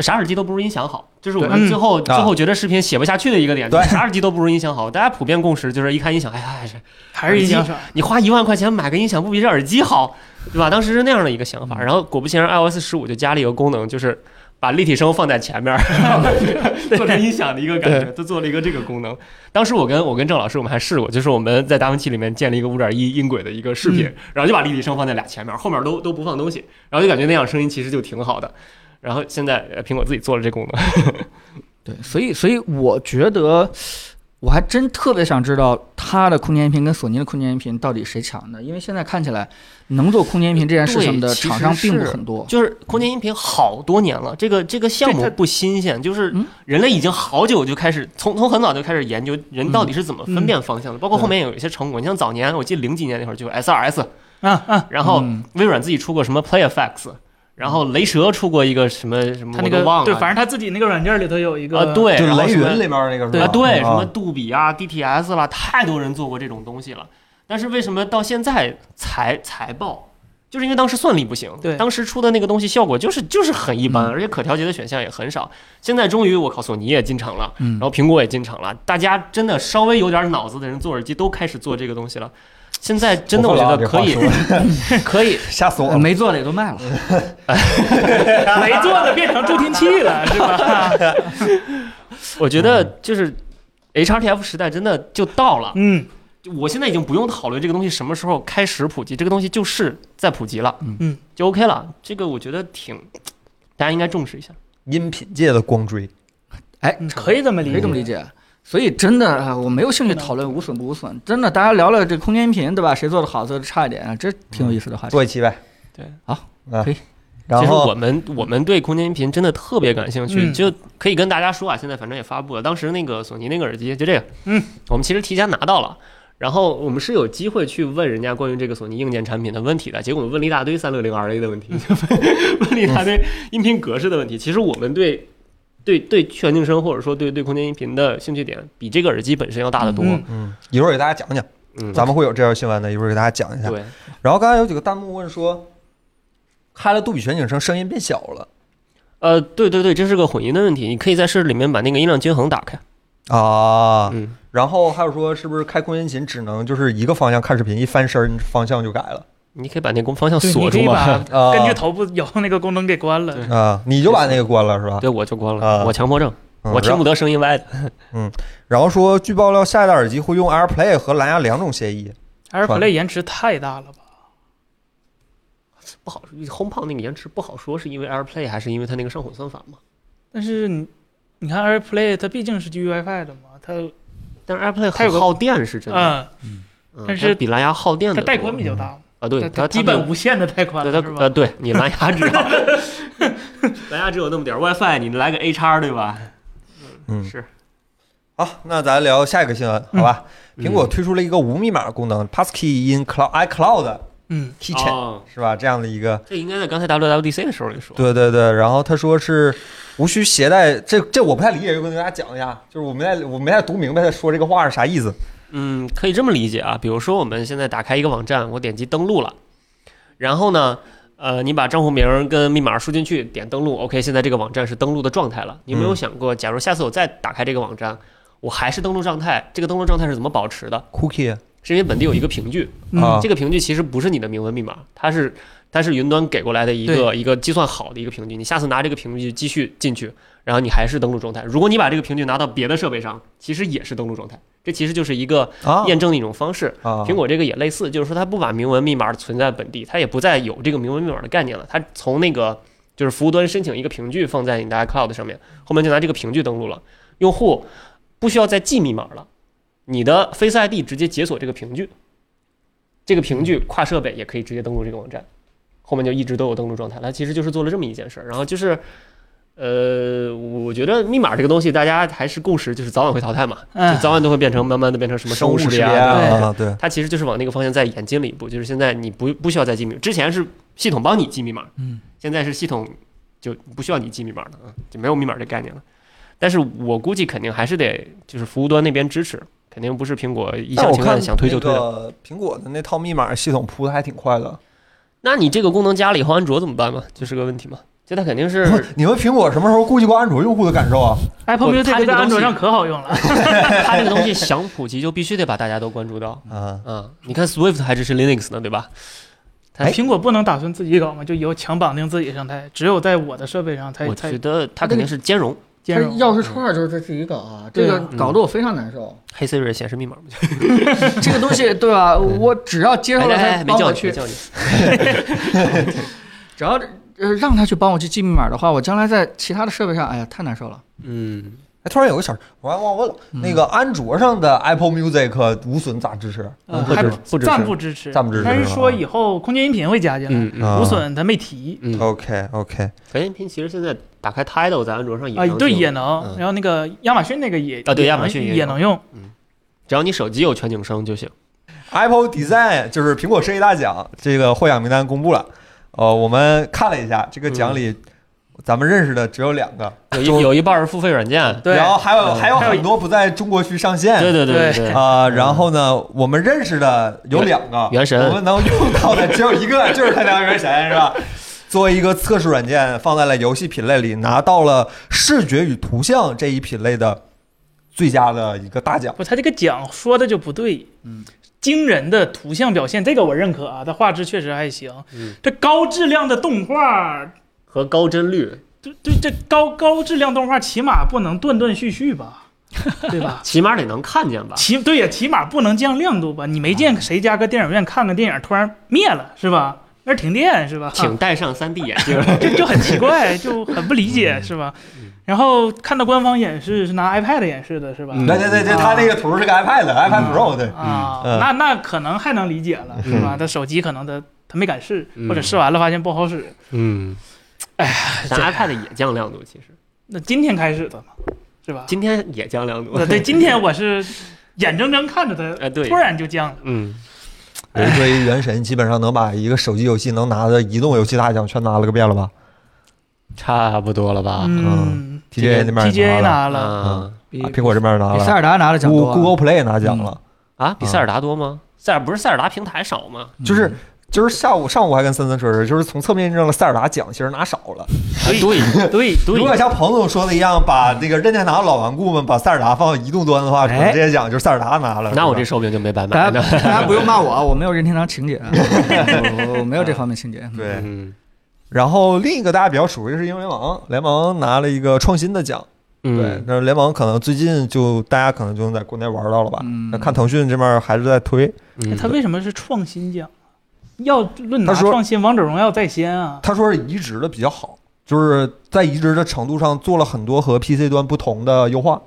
啥耳机都不如音响好，这是我们
对
最后、
嗯
最后觉得视频写不下去的一个点。
对
啥耳机都不如音响好，大家普遍共识就是一看音响，哎呀，是
还是音响爽。
你花一万块钱买个音响不比这耳机好，对吧？当时是那样的一个想法。然后果不其然，iOS 十五就加了一个功能，就是把立体声放在前面儿，做成音响的一个感觉，就做了一个这个功能。当时我跟我跟郑老师我们还试过，就是我们在达芬奇里面建了一个五点一音轨的一个视频，然后就把立体声放在俩前面，后面都都不放东西，然后就感觉那样声音其实就挺好的。然后现在呃苹果自己做了这功能，
对，所以所以我觉得，我还真特别想知道它的空间音频跟索尼的空间音频到底谁强呢？因为现在看起来，能做空间音频这件事情的
对其实
厂商并不
是
很多。
就是空间音频好多年了，这个这个项
对
目
它
不新鲜，就是
嗯
人类已经好久就开始从从很早就开始研究人到底是怎么
嗯
分辨方向的，包括后面有一些成果，你像早年我记得零几年那会儿就有 SRS，
啊啊，
然后
嗯
微软自己出过什么 PlayFX，然后雷蛇出过一个什么什么
他那
我都忘
个
了，
对，反正他自己那个软件里头有一个
啊对，
就
然后
雷
什
云
么
里面那个是吧？
啊啊，对，什么
啊
杜比啊、DTS 啦，太多人做过这种东西了。但是为什么到现在才才爆？就是因为当时算力不行，
对
当时出的那个东西效果就是就是很一般，
嗯
而且可调节的选项也很少。现在终于，我靠，索尼也进场了，
嗯
然后苹果也进场了，大家真的稍微有点脑子的人做耳机都开始做这个东西了。现在真的我觉得可以嗯
我啊疯了，
可以，
吓死我了。
没做的也都卖了，
没做的变成助听器了，是吧？
我觉得就是 HRTF 时代真的就到了。
嗯
就我现在已经不用讨论这个东西什么时候开始普及，这个东西就是在普及了，
嗯，
就 OK 了。这个我觉得挺，大家应该重视一下。
音频界的光追，
哎，
嗯，可以这么理
可以
解
这。么理解。所以真的，啊，我没有兴趣讨论无损不无损。真的，大家聊聊这空间音频，对吧？谁做的好，做的差一点，啊这挺有意思的话题。
嗯
做一期呗。
对，
好，
啊
可以。
然
其实
后
我们我们对空间音频真的特别感兴趣，
嗯
就可以跟大家说啊，现在反正也发布了，当时那个索尼那个耳机就这个，
嗯，
我们其实提前拿到了。然后我们是有机会去问人家关于这个索尼硬件产品的问题的，结果我们问了一大堆三六零 RA 的问题，问了一大堆音频格式的问题。其实我们对对对全景声或者说对对空间音频的兴趣点，比这个耳机本身要大得多。
嗯
嗯，一会儿给大家讲讲，
嗯，
咱们会有这条新闻的，一会儿给大家讲一下。
对，
然后刚才有几个弹幕问说，开了杜比全景声，声音变小了
呃，对对对，这是个混音的问题，你可以在设置里面把那个音量均衡打开。
啊。
嗯，
然后还有说，是不是开空音琴只能就是一个方向看视频，一翻身方向就改了
你可以把那个方向
对
锁
你
住
可以
嘛。
把
啊？
根据头部摇那个功能给关了。
对
啊，你就把那个关了是吧？
对，我就关了，
啊
我强迫症，
嗯
我听不得声音歪的。
然后说，据爆料，下一代耳机会用 AirPlay 和蓝牙两种协议。
AirPlay 延迟太大了吧？
不好，HomePod 那个延迟不好说，是因为 AirPlay 还是因为它那个上混算法嘛？
但是你你看 AirPlay 它毕竟是基于 WiFi 的嘛，它
但是 AirPlay
它有个
很耗电是真的，
嗯，
嗯
但是
它比蓝牙耗电
它
的
带宽比较大，
啊，对，它
基本无线的带宽
对
了
它
是
呃，
吧？
对你蓝牙只好， 蓝牙只有那么点儿 WiFi，你来个 A 叉对吧？
嗯
是
好，那咱聊下一个新闻，好吧？
嗯
苹果推出了一个无密码功能，Passkey in Cloud iCloud
嗯，
Keychain、
哦
是吧？这样的一个，
这应该在刚才 WWDC 的时候就说，
对对对。然后他说是无需携带，这这我不太理解，就跟大家讲一下，就是我没太我没太读明白他说这个话是啥意思。
嗯，可以这么理解啊。比如说，我们现在打开一个网站，我点击登录了，然后呢，呃，你把账户名儿跟密码输进去，点登录。OK，现在这个网站是登录的状态了。你有没有
嗯
想过，假如下次我再打开这个网站，我还是登录状态，这个登录状态是怎么保持的？
Cookie
是因为本地有一个凭据，
嗯
啊
这个凭据其实不是你的明文密码，它是它是云端给过来的一个一个计算好的一个凭据。你下次拿这个凭据继续进去，然后你还是登录状态。如果你把这个凭据拿到别的设备上，其实也是登录状态。这其实就是一个
啊
验证的一种方式。
啊，
苹果这个也类似，就是说它不把明文密码存在本地，它也不再有这个明文密码的概念了，它从那个就是服务端申请一个凭据放在你的 iCloud 上面，后面就拿这个凭据登录了，用户不需要再记密码了，你的 Face ID 直接解锁这个凭据，这个凭据跨设备也可以直接登录这个网站，后面就一直都有登录状态，它其实就是做了这么一件事儿，然后就是。呃，我觉得密码这个东西，大家还是共识，就是早晚会淘汰嘛，
嗯
就早晚都会变成慢慢的变成什么生
生
物
识别
识别
啊，对，
它其实就是往那个方向再演进了一步，就是现在你不不需要再记密码，之前是系统帮你记密码，
嗯，
现在是系统就不需要你记密码了啊，就没有密码这概念了。但是我估计肯定还是得就是服务端那边支持，肯定不是苹果一
但
厢
我
情愿
看
地想推就推
那
的。
个苹果的那套密码系统铺的还挺快的。
那你这个功能加了以后，安卓怎么办嘛？就是个问题嘛。就它肯定是
你们苹果什么时候顾及过安卓用户的感受啊？
嗯，Apple
我
Music
它这个
在安
东
卓
西哎
上可好用了。
它这个东西想普及，就必须得把大家都关注到。
啊，
嗯，你看 Swift 还支持 Linux 呢，对吧？它
苹果不能打算自己搞吗？就以后强绑定自己上台，只有在我的设备上才
我
才
觉得它肯定是兼容。
兼容。
钥匙串就是他自己搞嗯啊，
对
这个
啊
搞得我非常难受。
黑 Siri 显示密码嘛，
嗯 这个东西对吧？我只要接受
哎
了
哎哎
他
没
帮
叫
我
你，没
去，
叫你。
只要呃让他去帮我去记密码的话，我将来在其他的设备上，哎呀，太难受了。
嗯，
哎，突然有个小，我还忘问了，那个安卓上的 Apple Music 无损咋支持？
呃，
不
还
支持
嗯不支持
暂不支持，
暂不支持
但是
是吧
说以后空间音频会加进来，
嗯嗯
啊
无损它没提
嗯，
OK OK，
全音频其实现在打开 Tidal 在安卓上也
啊，
能
对，
用
也能。
嗯
然后那个亚马逊那个也
啊对
也
亚
能
马逊也
也
有
能用，
只要你手机有全景声就行。
Apple Design 就是苹果设
嗯
计大奖这个获奖名单公布了，呃，我们看了一下这个奖里，咱们认识的只有两个，
有一有一半是付费软件，
对，
然后还有
嗯
还有很多不在中国区上线，
对对对对，
啊、然后呢，我们认识的有两个，
原神
我们能用到的只有一个， 就是他聊原神是吧？作为一个测试软件，放在了游戏品类里，拿到了视觉与图像这一品类的最佳的一个大奖。
不，他这个奖说的就不对。
嗯，
惊人的图像表现，这个我认可啊，它画质确实还行。
嗯
这高质量的动画，
和高帧率，
对对，这高高质量动画起码不能断断续续吧，对吧？
起码得能看见吧？
起对呀，起码不能降亮度吧？你没见谁家搁电影院看个电影突然灭了是吧？那儿停电是吧？
请戴上 3D 眼镜。
就就很奇怪，就很不理解是吧？然后看到官方演示是拿 iPad 演示的是吧？
嗯
对对对对，他那个图是个 iPad，iPad Pro 对。
啊，
嗯
那那可能还能理解了，是吧？他手机可能他他没敢试，
嗯
或者试完了发现不好使。
嗯，哎，咱 iPad 也降亮度，其实
那今天开始的嘛，是吧？
今天也降亮度。
对对，今天我是眼睁睁看着
哎
它
对
突然就降了。
嗯，
有一堆原神基本上能把一个手机游戏能拿的移动游戏大奖全拿了个遍了吧
差不多了吧？
嗯
哎
？TGA 啊哎那边也
TGA
拿了，
拿了，
啊比
啊苹果这边也拿
比塞
了
尔达拿了奖多啊、
，Google Play 也拿奖了。
啊，比塞尔达多吗？塞尔不是塞尔达平台少吗？
嗯
就是就是下午上午还跟森森说说，就是从侧面印证了塞尔达奖其实拿少了。
对对
如果
对，
像彭总说的一样，把那个任天堂老顽固们把塞尔达放到移动端的话，可能
哎
这些奖就是塞尔达拿了。
那我这
是吧
寿命就没白买
大家
了。
大家不用骂我啊，我没有任天堂情节啊，我我我没有这方面情节。
对。
嗯
然后另一个大家比较熟悉的是英雄联盟，联盟拿了一个创新的奖。对
嗯，，
那联盟可能最近就大家可能就能在国内玩到了吧？
嗯
那看腾讯这边还是在推。
那
嗯
它哎为什么是创新奖？要论拿
他说
创新，王者荣耀在先啊。
他说是移植的比较好，就是在移植的程度上做了很多和 PC 端不同的优化。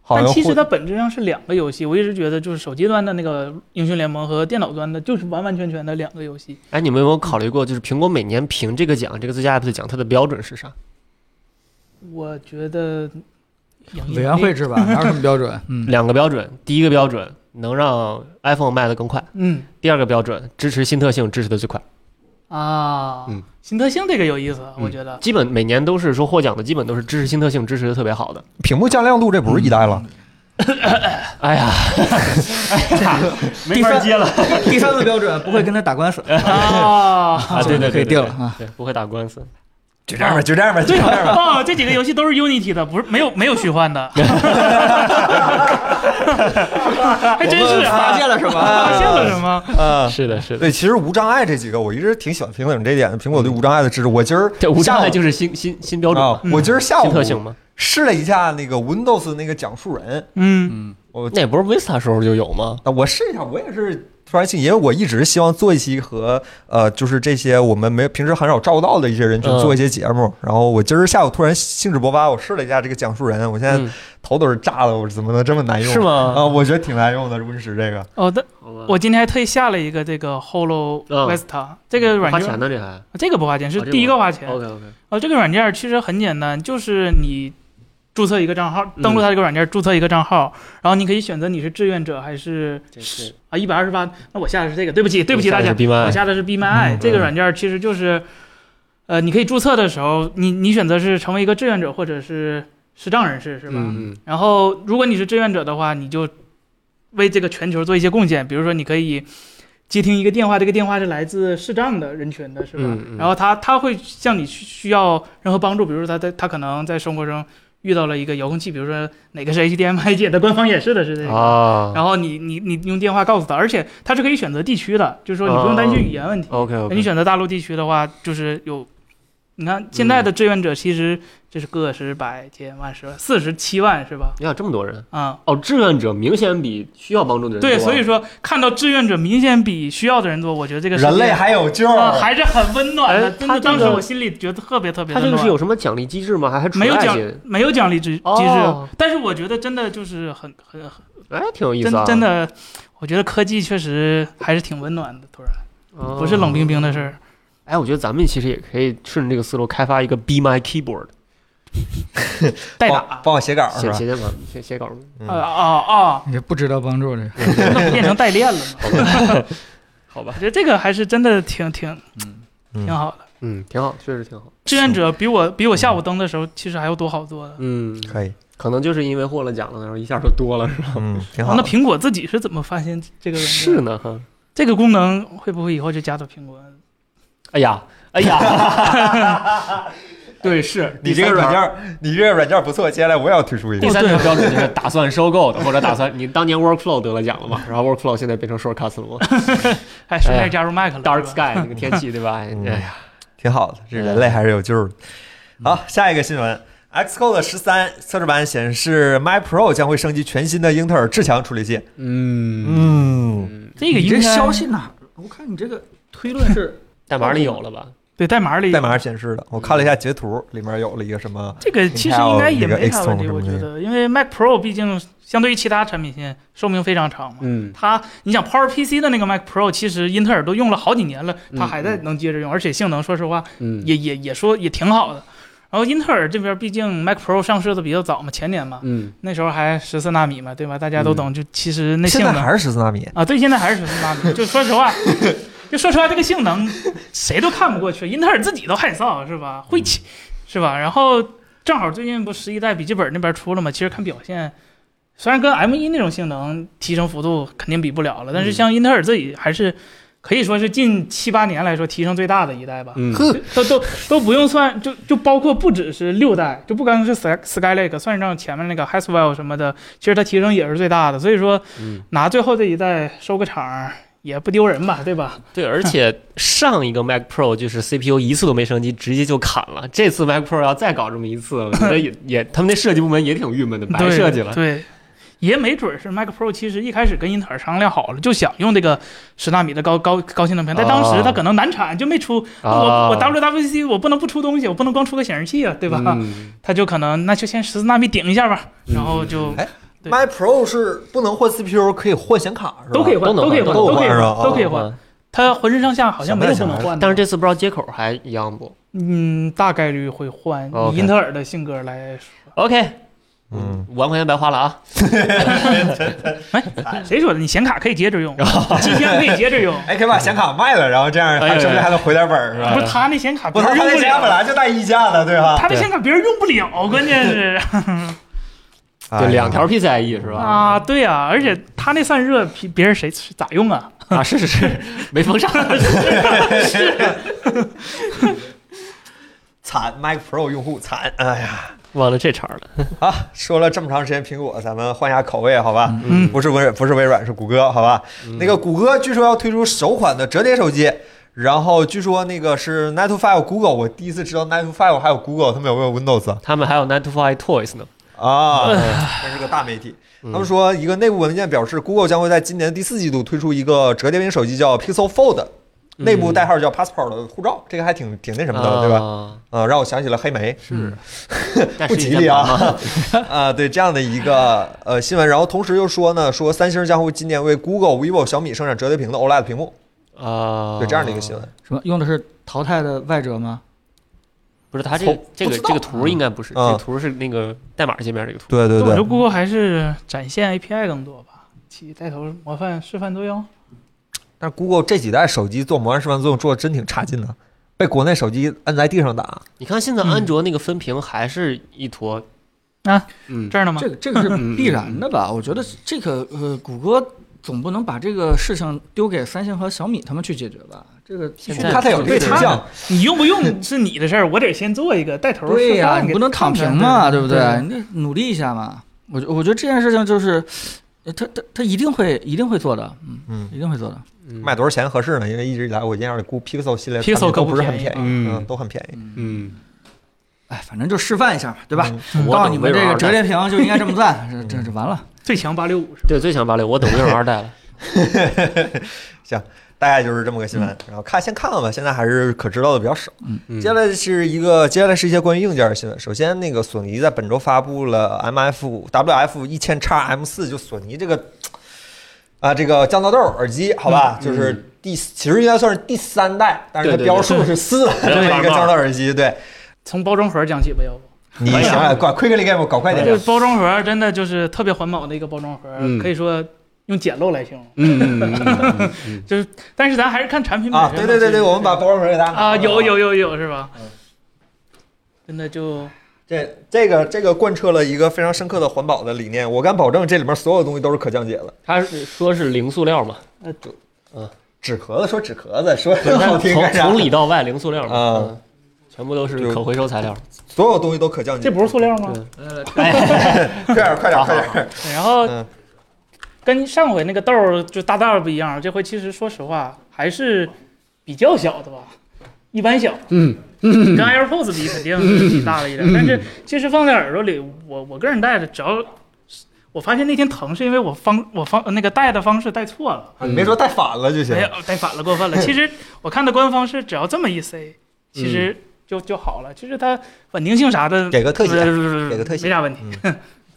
好
但
像
其实
会
它本质上是两个游戏，我一直觉得就是手机端的那个英雄联盟和电脑端的，就是完完全全的两个游戏。
哎，你们有没有考虑过，就是苹果每年评这个奖，这个最佳 App 的奖，它的标准是啥？
我觉得杨
委员会，制吧，哪有什么标准？嗯，
两个标准，第一个标准能让 iPhone 卖得更快，
嗯
第二个标准支持新特性支持的最快。
啊
嗯，
新特性这个有意思，我觉 得。
基本每年都是说获奖的，基本都是支持新特性支持的特别好的。
屏幕降亮度，这不是一代
嗯
了。
哎 呀，
没法接
了
第三个标准不会跟他打官司，
啊，
啊！对对对，
可以
对
定了，啊。
对对，不会打官司。
就这样吧，就这样吧，就这样吧。
哦，这几个游戏都是 Unity 的，不是没有没有虚幻 的，还真是
发
啊
现了是吧？
发现了什么？
啊，
是的，是的。
对，其实无障碍这几个，我一直挺喜欢苹果这一点的。苹果对无障碍的支持，我今儿
这无障碍就是是新新新标准
啊
嘛，
我今儿下午
新特性吗？
试了一下那个 Windows 那个讲述人，
嗯，
嗯，
那也不是 Vista 时候就有吗？
啊，我试一下，我也是突然性，因为我一直希望做一期和呃，就是这些我们没平时很少照顾到的一些人群
嗯
做一些节目。然后我今儿下午突然兴致勃发，我试了一下这个讲述人，我现在
嗯哦
头都是炸的，我怎么能这么难用？
是吗？
啊，我觉得挺难用的 Win 十这个。
哦，但
好吧
我今天还特意下了一个这个 Holo
嗯
Vesta 这个软
花
件啊
钱，呢，这还
这个不花钱，是
哦这个
第一个花钱。
OK OK。
哦，这个软件儿其实很简单，就是你注册一个账号，
嗯
登录它这个软件儿，注册一个账号，然后你可以选择你是志愿者还是
这是
啊一百二十八。那我下的是这个，对不起，对不起大家，
闭麦嗯
我。下的是 Be My Eye、这个软件，其实就是呃，你可以注册的时候，你你选择是成为一个志愿者或者是视障人士，是吧？
嗯嗯
然后，如果你是志愿者的话，你就为这个全球做一些贡献，比如说你可以接听一个电话，这个电话是来自视障的人群的，是吧？
嗯嗯
然后他他会向你需需要任何帮助，比如说他在他可能在生活中遇到了一个遥控器，比如说哪个是 HDMI 接的，官方演示的是这个。
啊
呃然后你你你用电话告诉他，而且他是可以选择地区的，就是说你不用担心语言问题。
啊，OK
哎那你
OK，
选择大陆地区的话，就是有，你看现在的志愿者其实这是个十百千万十万四十七万是吧？
你有这么多人
啊、
哦，志愿者明显比需要帮助的人多啊
对，所以说看到志愿者明显比需要的人多，我觉得这个世界
人类还有救儿！
啊、还是很温暖的。
哎
真
他
的，
这
当时
个
我心里觉得特别特别
他
的
这
暖。
个是有什么奖励机制吗？还还
啊没有
纯爱
奖
心
没有奖励机机制，
哦
但是我觉得真的就是很很很
哎，挺有意
真
思啊，
真的，我觉得科技确实还是挺温暖的。突然
哦
不是冷冰冰的事儿，
哎，我觉得咱们其实也可以顺着这个思路开发一个 Be My Keyboard，
代
帮
打
帮我写稿是吧
写
嗯
写？写稿，写写稿。
呃
啊啊啊，
你这不值得帮助这个。
那变成代练了嘛。
好吧
我，觉得这个还是真的挺挺
嗯
挺好的。
嗯，挺好，确实挺好。
志愿者比我比我
嗯
下午登的时候其实还要多好多的。
嗯，
可以，
可能就是因为获了奖了，然后一下就多了，是吧？
嗯，挺
啊
好
那
的。
苹果自己是怎么发现 这个
是呢，哈。
这个功能会不会以后就加到苹果？
哎呀，哎呀， 对，是
你这个软件儿，你这个软件儿不错，接下来我也要推出一
第
嗯
个。
三条标准就是打算收购的，或者打 算你当年 Workflow 得了奖了嘛，然后 Workflow 现在变成 Shortcuts 了吗
哎，顺
哎呀
便加入 Mac 了。
？Dark
是
Sky
吧
那个天气对吧？哎
嗯
呀，
挺好的，这人类还是有救的。
嗯
好，下一个新闻，Xcode 十三测试版显示 Mac Pro 将会升级全新的英特尔至强处理器。
嗯
嗯，
嗯，
这个
你
应
这
该
消息哪儿？我看你这个推论是
代码里有了吧？
对代码
嗯
里
代码显示的，我看了一下截图，里面有了一个什么？
这个其实应该也没啥问
你
题，
看我
我
这个 Xtone
觉得，因为 Mac Pro 毕竟相对于其他产品线寿命非常长嘛。
嗯
它，你想 PowerPC 的那个 Mac Pro，其实英特尔都用了好几年了，它
嗯
还在
嗯
能接着用，而且性能说实话
嗯
也也也说也挺好的。然后英特尔这边毕竟 Mac Pro 上市的比较早嘛，前年嘛，
嗯
那时候还十四纳米嘛，对吧？大家都懂，就其实那
现
性
在
能
还是十四纳米。
啊，对，现在还是十四纳米。就说实话，就说实话，这个性能谁都看不过去，英特尔自己都害臊是吧？晦气是吧？然后正好最近不十一代笔记本那边出了嘛，其实看表现，虽然跟 M 1那种性能提升幅度肯定比不了了，但是像英特尔自己还是可以说是近七八年来说提升最大的一代吧。
嗯
都都都不用算，就就包括不只是六代，就不光是 Sky Skylake，算上前面那个 Haswell 什么的，其实它提升也是最大的。所以说，
嗯，
拿最后这一代收个场儿也不丢 人吧，对吧？
对，而且上一个 Mac Pro 就是 CPU 一次都没升级，直接就砍了。这次 Mac Pro 要再搞这么一次，我觉得也也，他们那设计部门也挺郁闷的，白设计了。
对，也没准儿是 Mac Pro 其实一开始跟英特尔商量好了，就想用这个十纳米的高高高性能屏，但当
哦
时它可能难产就没出。那
啊
我我 WWDC 我不能不出东西，我不能光出个显示器啊，对吧？
嗯
它就可能那就先十四纳米顶一下吧，然后就
哎
对
Mac Pro 是不能换 CPU，可以换显卡是吧？
都可以换，
都能
都可以
换哦都
换，都可
换
以
是吧
换，都可以换。它浑身上下好像没有不能换的，
嗯但是这次不知道接口还一样不
嗯，大概率会换。以
哦 OK
英特尔的性格来说，
？OK，
嗯，
五万块钱白花了啊！
哎谁说的？你显卡可以接着 用，机箱可以接着用。
哎，可以把显卡卖了，然后这样
哎
还
呀
说不定还能回点本儿是吧？
不是他那显卡
我
别
操，
人
他
用
那
不
显卡本
了，
来就带溢价的，对吧？
他那显卡别人用不了，关键是哎
就两条 PCIe E 是吧？
啊，对啊，而且他那散热比别人谁咋用啊？
啊，是是是，没风扇。
惨，Mac Pro 用户惨，哎呀。
忘了这茬了。
好，说了这么长时间苹果，咱们换下口味好吧？
嗯
不是微不是微软，是谷歌好吧？
嗯
那个谷歌据说要推出首款的折叠手机，然后据说那个是 Nine to Five Google，我第一次知道 Nine to Five 还有 Google，他们有没有 Windows 啊
他们还有 Nine to Five Toys 呢。
啊？这是个大媒体。他们说，一个内部文件表示，Google 将会在今年第四季度推出一个折叠屏手机，叫 Pixel Fold，内部代号叫 Passport 的护照，这个还挺挺那什么的，对吧？
吧？
嗯啊，让我想起了黑莓。
嗯
是，但
不
是
吉利啊！ 啊，对这样的一个呃新闻，然后同时又说呢，说三星将会今年为 Google、vivo、小米生产折叠屏的 OLED 屏幕，
啊，
对这样的一个新闻。
什么？用的是淘汰的外折吗？
不是他这
从
这个
不知道
这个图应该不是，
嗯
这个图是那个代码界面这个图。
对对
我觉得
对，
Google 还是展现 API 更多吧，起带头模范示范作用。
但 Google 这几代手机做模范示范作用做的真挺差劲的，被国内手机摁在地上打。
你看现在
嗯
安卓那个分屏还是一坨
啊，
嗯，
这儿呢吗
这？个这个是
嗯
必然的吧？我觉得这个呃，谷歌总不能把这个事情丢给三星和小米他们去解决吧？这个
现在
它得有对
对
倾
它
向，
你用不用是你的事儿，我得先做一个带头示范给
对
看
呀、
看。
你不能躺平嘛，对不对？你得努力一下嘛。我觉我觉得这件事情就是，呃他他他一定会一定会做的，嗯
嗯，
一定会做的。
嗯
卖多少钱合适呢？因为一直以来我印象里 Google Pixel 系列
Pixel
都
更
不
不
是很
便宜
宜，
嗯
嗯，都很便宜。
嗯，
哎，反正就示范一下嘛，对吧？
嗯
我
到
等
你们
微
这
软
个
二
折
代
叠屏就应该这么干，这这这完了。
最强八六五是吧？
对最强八六，我等微软 二代了。
大概就是这么个新闻，然后看先看看吧，现在还是可知道的比较少。
嗯
接下来是一个，接下来是一些关于硬件的新闻。首先，那个索尼在本周发布了 MF WF 一千 x M 四，就索尼这个啊、这个降噪豆耳机，好吧，就是第其实应该算是第三代，但是它
嗯对对对
标数是四的这
对
么
对
一个
对
降噪耳机。 对
从包装盒讲起吧，要不？
你
哎
行
呀哎
了，快 quickly game 搞快
这个
点。
包装盒真的就是特别环保的一个包装盒，
嗯
可以说用简陋来形容。
嗯嗯嗯嗯，
就是，但是咱还是看产品本
啊，
身吧。
对对对对，
其实
我们把
哎
包装盒给大家拿
啊，
过来
有有有有是吧
嗯？
真的就
这这个这个贯彻了一个非常深刻的环保的理念，我敢保证这里面所有东西都是可降解的。
他是说是零塑料 嘛，
纸壳子说纸壳子说
对
很好听
从
干啥
从？里到外零塑料嘛，
啊
嗯全部都是
就
可回收材料。
所有东西都可降解
这。不是 塑料
嗯
吗？
对
快点快点
好好
快
好
点！
对然后
嗯
跟上回那个豆儿就大大的不一样，这回其实说实话还是比较小的吧，一般小。
嗯，
跟 AirPods 比肯定是大了一点，但是其实放在耳朵里，我我个人戴着，只要我发现那天疼是因为我方我方那个戴的方式戴错了，
你别说带反了就行
哎。呀戴反了过分了。 其实我看的官方是只要这么一塞，其实就就好了。其实它稳定性啥的，
嗯给个特写
呃
给个特写
没啥问题。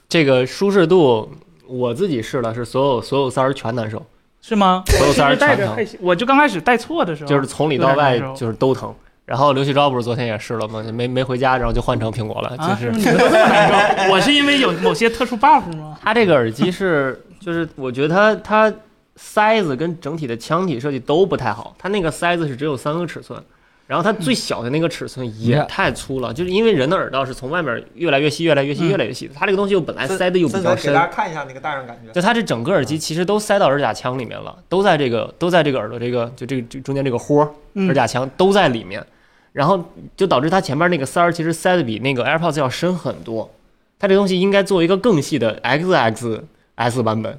这个舒适度我自己试了，是所有所有塞儿全难受，
是吗？
所有
我
塞
其
儿
实戴
全
着
疼
太，小，我就刚开始戴错的时候，
就是从里到外
有点难受
就是都疼。然后刘旭钊不是昨天也试了吗？没没回家，然后就换成苹果了，
啊，
就是
不是你们都这么难受？我 是因为有某些特殊 buff 吗？
它这个耳机是，就是我觉得它它塞子跟整体的腔体设计都不太好，它那个塞子是只有三个尺寸。然后它最小的那个尺寸也
嗯
太粗了，就是因为人的耳道是从外面越来越细、越来越细、
嗯
越来越细的。它这个东西又本来塞的又比
森
较
森给
深，
大家看一下那个戴上感觉。
就它这整个耳机其实都塞到耳甲腔里面了，都在这个都在这个耳朵这个就这个这中间这个豁儿
嗯
耳甲腔都在里面，然后就导致它前面那个塞儿其实塞的比那个 AirPods 要深很多，它这东西应该做一个更细的 XXS 版本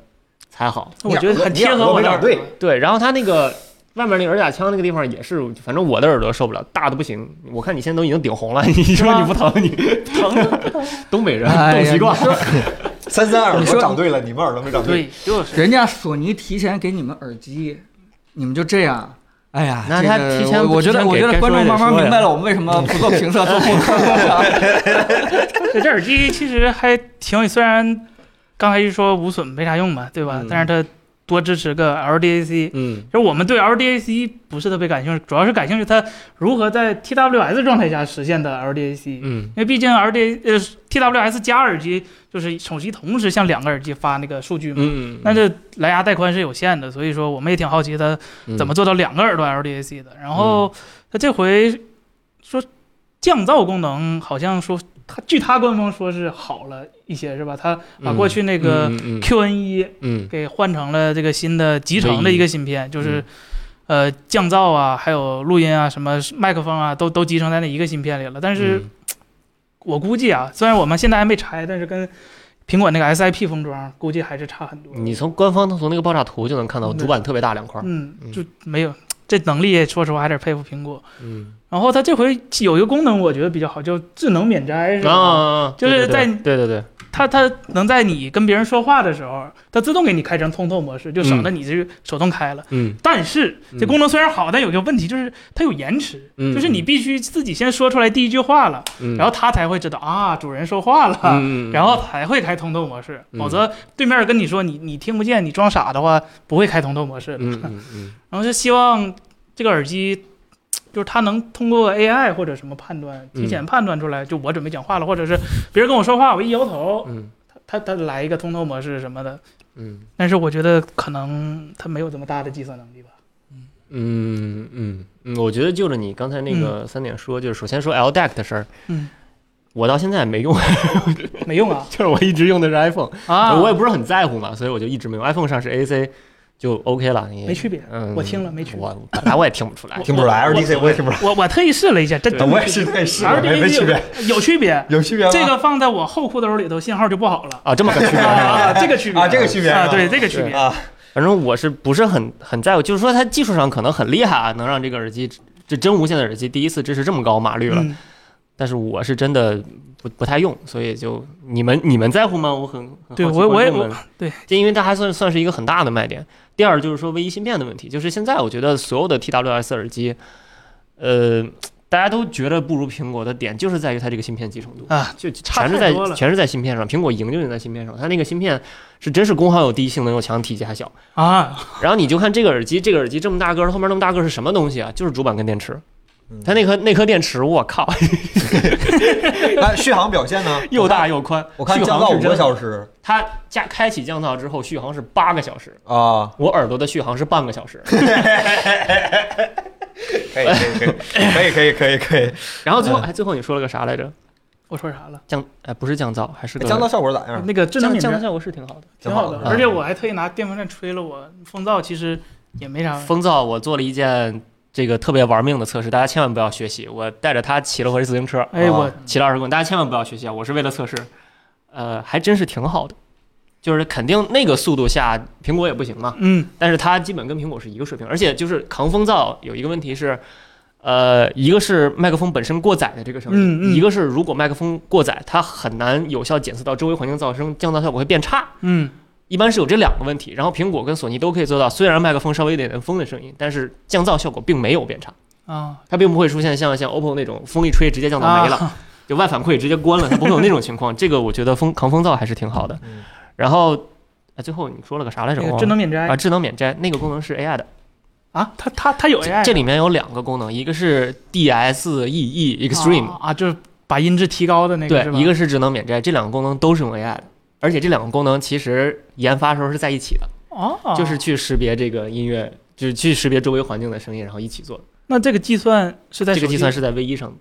才好。
我觉得很贴合我的耳朵
你耳朵没长
对，然后它那个外面那个耳甲腔那个地方也是，反正我的耳朵受不了，大的不行。我看你现在都已经顶红了， 你说你不疼你
疼的不 疼。
东北人
哎
冻
呀
习惯。
森森耳
你
朵
说
长对了，你们耳朵没长对。
对，就是
人家索尼提前给你们耳机，你们就这样。哎呀，
那
这
他
个
提前不
我我觉
提
得，
前
我
给
觉得
该
观
说
众
也
慢慢
说呀
明白了，我们为什么不做评测，做互测 了。
这耳机其实还挺有，虽然刚才一说无损没啥用吧，对吧？
嗯
但是它多支持个 LDAC。
嗯，
就是我们对 LDAC 不是特别感兴趣，主要是感兴趣它如何在 TWS 状态下实现的 LDAC。
嗯
因为毕竟 LDA 呃 TWS 加耳机就是手机同时向两个耳机发那个数据嘛，
嗯，
那这蓝牙带宽是有限的，所以说我们也挺好奇它
嗯
怎么做到两个耳朵 LDAC 的。然后它这回说降噪功能好像说它据它官方说是好了一些是吧？它把过去那个
嗯嗯嗯
QN 一
嗯
给换成了这个新的集成的一个芯片，就是。呃，降噪啊，还有录音啊，什么麦克风啊，都都集成在那一个芯片里了。但是
嗯
我估计啊，虽然我们现在还没拆，但是跟苹果那个 SIP 封装估计还是差很多。
嗯你从官方从那个爆炸图就能看到
嗯
主板特别大两块儿，
嗯
嗯，
就没有这能力，说实话还得佩服苹果。
嗯
然后它这回有一个功能，我觉得比较好，叫智能免摘，是
啊啊
吧？，
啊
就
对
是在
对对对对，
它它能在你跟别人说话的时候，它自动给你开成通透模式，就省得你这手动开了。
嗯
但是这功能虽然好，但有一个问题就是它有延迟，
嗯
就是你必须自己先说出来第一句话了，
嗯，
然后它才会知道啊主人说话了。
嗯
然后才会开通透模式，
嗯
否则对面跟你说你你听不见，你装傻的话不会开通透模式的。
嗯嗯嗯
然后就希望这个耳机，就是它能通过 AI 或者什么判断，
嗯
提前判断出来，就我准备讲话了，或者是别人跟我说话，我一摇头，
嗯
它它来一个通透模式什么的。
嗯
但是我觉得可能它没有这么大的计算能力吧。
嗯嗯嗯，我觉得就着你刚才那个三点说，就是首先说 LDAC 的事儿，
嗯，
我到现在也没用，
没用啊
就是我一直用的是 iPhone，
啊！
我也不是很在乎嘛，所以我就一直没用 iPhone 上是 AC 就 OK 了，
没区别
嗯，
我听了没区别
我本来我也听不出来，
听不出来
我
，LDC 我也听不出
我我特意试了一下，这
来，
真
我也是对是
而
没没区别，啊
有区别。
有区别吗？
这个放在我后裤兜里头，信号就不好 了。
啊，这么个区 别是吧？
啊，这个区别
啊这个区别
啊，
是吧
对这个区别
啊，
反正我是不是很很在乎，就是说它技术上可能很厉害啊，能让这个耳机这真无线的耳机第一次支持这么高码率了。
嗯
但是我是真的不不太用，所以就你们你们在乎吗？我很很
对
好奇
我我也
观众们
对，
就因为它还算算是一个很大的卖点。第二就是说微一芯片的问题，就是现在我觉得所有的 TWS 耳机，呃，大家都觉得不如苹果的点就是在于它这个芯片集成度。
啊，
就
差
全是
太
在
多了
全是在芯片上，苹果赢就赢在芯片上。它那个芯片是真是功耗又低，性能又强，体积还小。
啊，
然后你就看这个耳机，这个耳机这么大个儿，后面那么大个儿是什么东西啊？就是主板跟电池，
嗯
它那颗那颗电池，我靠，
那续航表现呢？
又大又宽，
我看
续
降
航
到
是
五个
真
小时
它加开启降噪之后，续航是八个小时，
啊，
我耳朵的续航是半个 小时。
可以可以可 以可以可以可以，
然后最后，
嗯
哎，最后你说了个啥来着？
我说啥了？
降，哎，不是降噪，还是个
降噪效果咋样？
那个智能
哎降降
敏
噪
站
效果是挺好的。
挺好的
嗯挺，好的嗯
而且我还特意拿电风扇吹了我风噪，其实也没
嗯
啥。
风噪，我做了一件这个特别玩命的测试，大家千万不要学习。我带着它骑了回自行车，
哎，
啊
我
骑了二十公里，大家千万不要学习啊！我是为了测试，呃，还真是挺好的。就是肯定那个速度下，苹果也不行嘛。
嗯，
但是它基本跟苹果是一个水平，而且就是抗风噪有一个问题是，呃，一个是麦克风本身过载的这个声音，
嗯嗯
一个是如果麦克风过载，它很难有效检测到周围环境噪声，降噪效果会变差。
嗯，
一般是有这两个问题，然后苹果跟索尼都可以做到，虽然麦克风稍微有点点风的声音，但是降噪效果并没有变差，
啊，
它并不会出现像像 OPPO 那种风一吹直接降噪没了，
啊
就外反馈直接关了，它不会有那种情况。这个我觉得风抗风噪还是挺好的
嗯。
然后，啊，最后你说了个啥来着？
那
我
个
忘
智
了
能免
啊，
摘
智能免摘那个功能是 AI 的。
啊，它它它有 AI，
这这里面有两个功能，一个是 DSEE E Extreme，、
啊啊，就是把音质提高的那个，是吧
对，一个是智能免摘，这两个功能都是用 AI 的，而且这两个功能其实研发时候是在一起的，
哦，
就是去识别这个音乐，就是去识别周围环境的声音，然后一起做的。
那这个计算是在
这个
手
计
机
算是在 V 一上的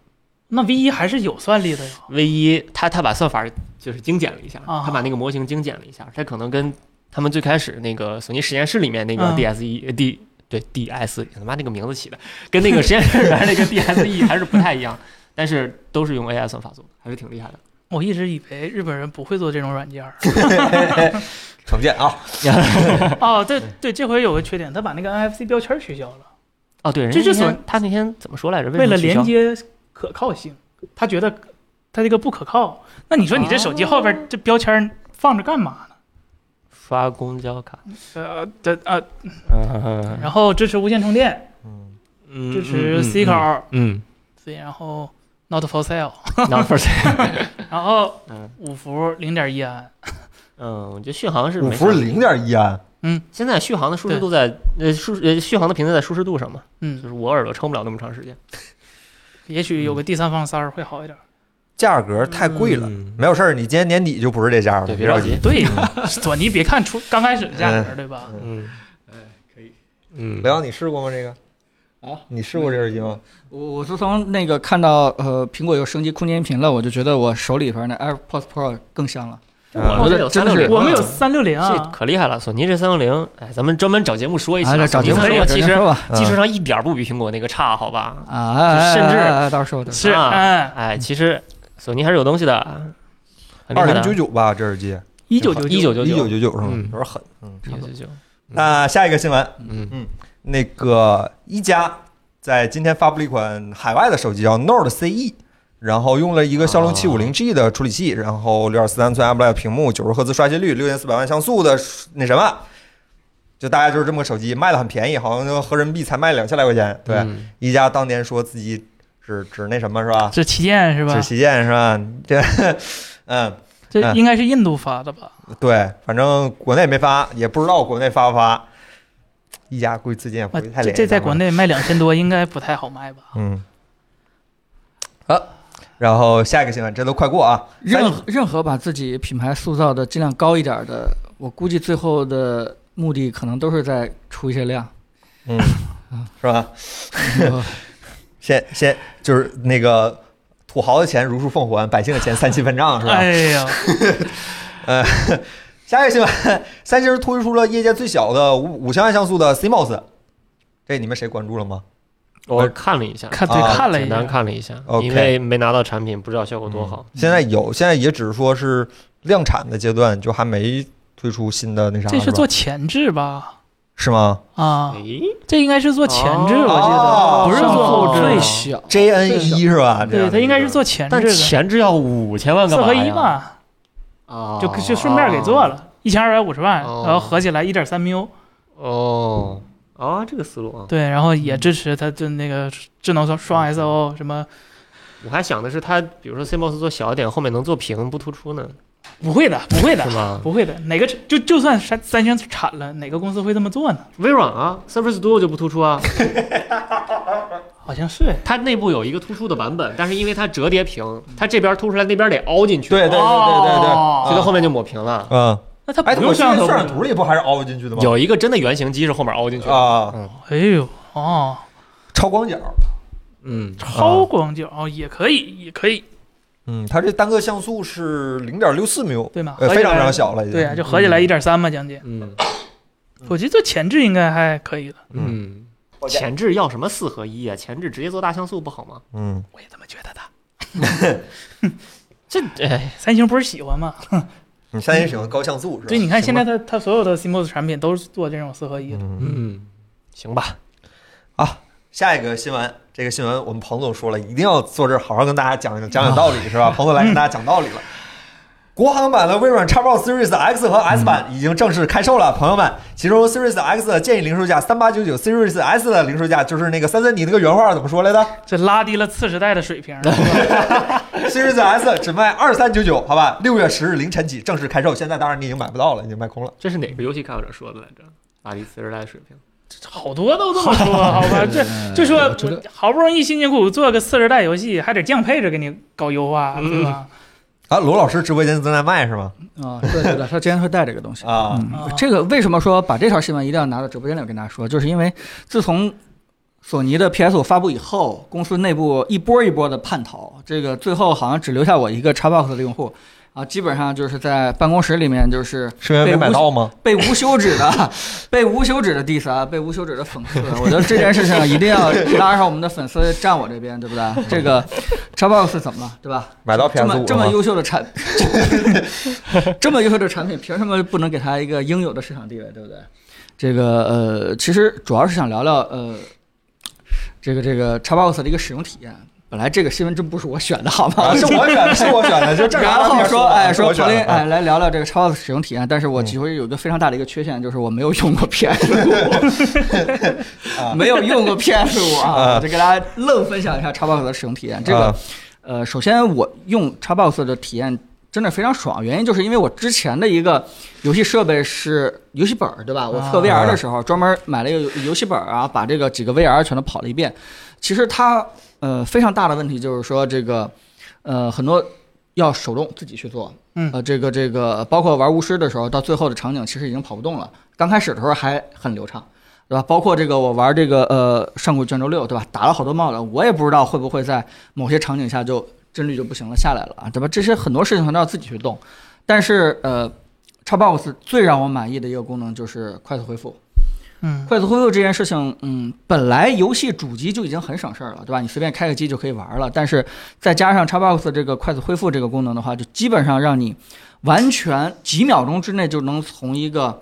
那 V 一还是有算力的呀。
，V 一它它把算法就是精简了一下，
啊
它把那个模型精简了一下，它可能跟他们最开始那个索尼实验室里面那个
嗯
DSE、呃 D 对 DS 他妈那个名字起的，跟那个实验室里面那个 DSE 还是不太一样，但是都是用 AI 算法做的，还是挺厉害的。
我一直以为日本人不会做这种软件儿。
成见啊，
哦，对
嗯
对，这回有个缺点，他把那个 NFC 标签取消了，
哦，对，人
这
家
就
那天
算
他那天怎么说来着？
为
什么
了
取消
连接可靠性，他觉得他这个不可靠。那你说你这手机后边这标签儿放着干嘛呢？
刷公交卡，
呃，这呃，
嗯
然后支持无线充电，
嗯，
嗯
支持 C 口，，
嗯
对，然后 Not for sale，
嗯，not for sale，
然后
嗯
五伏零点一安，
嗯，我觉得续航是
五
没
伏
啥
零点一安，
现在续航的舒适度在呃舒呃续航的频次在舒适度上嘛，就
嗯，
是我嗯耳朵撑不了那么长时间，
也许有个第三方塞儿会好一点。
价格太贵了，
嗯
没有事儿，你今年年底就不是这价了，
对，
别
别
着
着
急
急。，
对， 索尼别看出刚开始的价格，对吧？
嗯，哎，可以，嗯，
刘洋，你试过吗？这个
啊，
你试过这耳机吗？
我我自从那个看到呃苹果有升级空间音频了，我就觉得我手里边那 AirPods Pro 更香了。
我们有
真
三
的
六
是
零，
我们有三六零
这
啊，
可厉害了，索尼这三六零，哎，咱们专门找节目说一下，
啊，找节目
索尼
说吧，找
这个其
节目
实
说吧。
技术上一点儿不比苹果那个差，好吧？
啊，
甚至
哎哎哎到时候的
是
啊
哎，
哎，其实索尼还是有东西的，啊
二零九九吧，这耳机
一九九
一九九
一九九
九
九是吗？
嗯
有点狠，嗯。
一九九九，
那下一个新闻，
嗯，
那个一加在今天发布了一款海外的手机，叫 Nord CE，然后用了一个骁龙七五零 G 的处理器，然后六点四三寸 AMOLED E 屏幕，九十赫兹刷新率，六千四百万像素的那什么，就大概就是这么个手机，卖的很便宜，好像就合人民币才卖两千来块钱。对，
嗯
一加当年说自己只只那什么是吧？
这旗舰是吧
只？旗舰是吧？ 这，嗯，
这应该是印度发的吧？
对，反正国内没发，也不知道国内发不发。一加估计最近也不
啊
会太
这
联系
这在
咱们
国内卖两千多，应该不太好卖吧？
嗯，好，然后下一个新闻，这都快过啊。
任何任何把自己品牌塑造的尽量高一点的，我估计最后的目的可能都是在出一些 量。
嗯，是吧？先先就是那个土豪的钱如数奉还，百姓的钱三七分账，是吧？
哎呀，
下一个新闻， 三星推出了业界最小的五五千万像素的 CMOS，这你们谁关注了吗？
我看了一下，
看对
啊
看了一
简单
下，
看了一下，
OK
因为没拿到产品，不知道效果多好。
嗯现在有，现在也只是说是量产的阶段，就还没推出新的那啥，
这是
是吧
做前置吧？
是吗
啊，
哎，
这应该是做前置，
哦
我记
哦
得
不是
上
做
后置
最小，
？JN 一 E 是吧？这样
对，它应该是做前置
但
的，
前置要五千万干
四
嘛
合
呀
一吧，
啊，
就就顺便给做了。一千二百五十万，
哦
然后合起来一点三缪，
哦啊，这个思路啊，
对，然后也支持它的那个智能双双 SO 什么，
我还想的是它，比如说 CMOS 做小一点，后面能做平不突出呢，
不会的，不会的
是，吗？
不会的，哪个就就算三三星产了，哪个公司会这么做呢？
微软啊，Surface Duo 就不突出啊，
好像是哎，
它内部有一个突出的版本，但是因为它折叠屏，它这边凸出来，那边得凹进去，
对对对对对对，
哦
所以到后面就抹平了。
嗯，
那它
哎，
不
我
用
记
摄像
得
头
渲染图里不还是凹进去的吗？
有一个真的原型机是后面凹进去的，
啊，
哎呦哦，
超广角，
嗯，
超广角哦也可以，也可以，
嗯，它这单个像素是零点六四缪，
对吗？
呃，
合
非
起来
常非常小了，已经。
对啊，就合起来一点三嘛，将近。
嗯
我觉得这前置应该还可以的。
嗯，
前置要什么四合一啊？前置直接做大像素不好吗？
嗯，
我也这么觉得的。
这哎，
三星不是喜欢吗？
你现在喜欢高像素是吧？
对，你看现在
啊行吧，
它它所有的 CMOS 产品都是做这种四合一的。
嗯，
嗯，
行吧，
下一个新闻，这个新闻我们彭总说了，一定要坐这儿好好跟大家讲讲讲讲道理，是吧？ 彭总来跟大家讲道理了。国行版的微软 Xbox Series X 和 S 版
嗯
已经正式开售了，朋友们，其中 Series X 的建议零售价三八九九，Series S 的零售价就是那个三三，你那个原话怎么说 来着？
这拉低了次时代的水平，是吧
Series S 只卖二三九九，好吧，六月十日凌晨起正式开售。现在当然你已经买不到了，已经卖空了。
这是哪个游戏开发者说的来着？阿里四十代的水平，
好多都这么说，好
啊
吧？这
嗯
就说
我觉得
好不容易辛辛苦苦做个四十代游戏，还得降配置给你搞优化，对吧？
啊，罗老师直播间正在卖是吗？
啊，对对对，他之前会带这个东西。
啊，
嗯
啊，
这个为什么说把这条新闻一定要拿到直播间里跟大家说，就是因为自从索尼的 PS 五发布以后，公司内部一波一波的叛逃，这个最后好像只留下我一个 Xbox 的用户啊，基本上就是在办公室里面就是
是因为没买到吗？
被无休止的、 被无休止的 diss 啊，被无休止的讽刺。啊我觉得这件事情一定要拉上我们的粉丝站我这边，对不对？这个 Xbox 怎么了，对吧？
买到
这
PS
么
五啊
这么优秀的产， 这么优秀的产品，凭什么不能给它一个应有的市场地位，对不对？这个呃，其实主要是想聊聊呃，这个这个 Xbox 的一个使用体验。本来这个新闻真不是我选的，好吗？
啊，是我选 的，是我选的，就正
然
常
后说，哎，
是
说
啊我选
昨
嗯
天
的。
哎，来聊聊这个 Xbox 使用体验。但是我其实有一个非常大的一个缺陷，就是我没有 用过 PS
啊
五， 没有 用过 PS 五啊，我就给大家愣分享一下 Xbox 的使用体验。这个
啊，
呃，首先我用 Xbox 的体验真的非常爽，原因就是因为我之前的一个游戏设备是游戏本儿，对吧？我测
啊
VR 的时候专门买了一个游游戏本儿啊，把这个几个 VR 全都跑了一遍。其实它呃非常大的问题就是说这个呃很多要手动自己去做，
嗯
呃这个这个包括玩巫师的时候，到最后的场景其实已经跑不动了，刚开始的时候还很流畅。对吧？包括这个，我玩这个呃《上古卷轴六》，对吧？打了好多帽子，我也不知道会不会在某些场景下就帧率就不行了，下来了啊，对吧？这些很多事情都要自己去动。但是呃，Xbox 最让我满意的一个功能就是快速恢复。
嗯，
快速恢复这件事情，嗯，本来游戏主机就已经很省事儿了，对吧？你随便开个机就可以玩了，但是再加上 Xbox 这个快速恢复这个功能的话，就基本上让你完全几秒钟之内就能从一个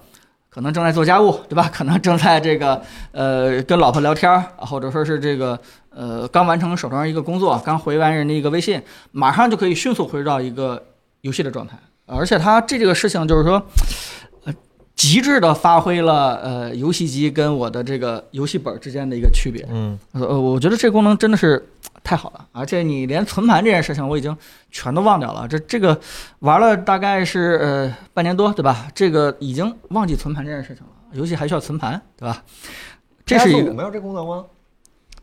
可能正在做家务，对吧？可能正在这个呃跟老婆聊天儿，或者说是这个呃刚完成手头上一个工作，刚回完人的一个微信，马上就可以迅速回到一个游戏的状态。而且它这个事情就是说，呃，极致的发挥了呃游戏机跟我的这个游戏本儿之间的一个区别。
嗯，
呃，我觉得这功能真的是太好了，而且你连存盘这件事情我已经全都忘掉了。这这个玩了大概是呃半年多，对吧？这个已经忘记存盘这件事情了，游戏还需要存盘，对吧？这是一
PS5
个
没有这功能吗？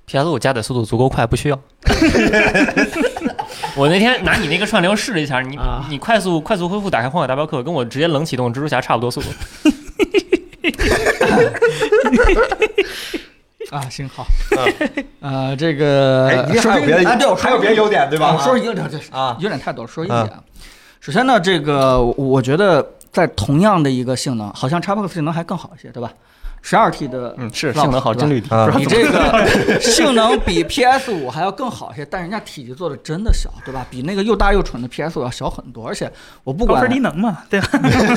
PS 五加载速度足够快，不需要。 我那天拿你那个串流试了一下，你、
啊
你快速快速恢复打开《荒野大镖客》，跟我直接冷启动蜘蛛侠差不多速度。
啊，行好， 呃，这个
哎，一定
说
还有
这
别
个
的，
啊，对，我说
还有别的优点对
啊
吧？
我说一个点，这
啊
有点太多了，说一点。首先呢，这个我我觉得在同样的一个性能，好像 Xbox 性能还更好一些，对吧？十二 T 的
嗯，是
Love，
性能好，
对吧
帧率低。
啊
不知道
你
怎么
这个 性能比 PS 五还要更好一些，但人家体积做的真的小，对吧？比那个又大又蠢的 PS 五要小很多。而且我不
高
管
分低能嘛，对吧？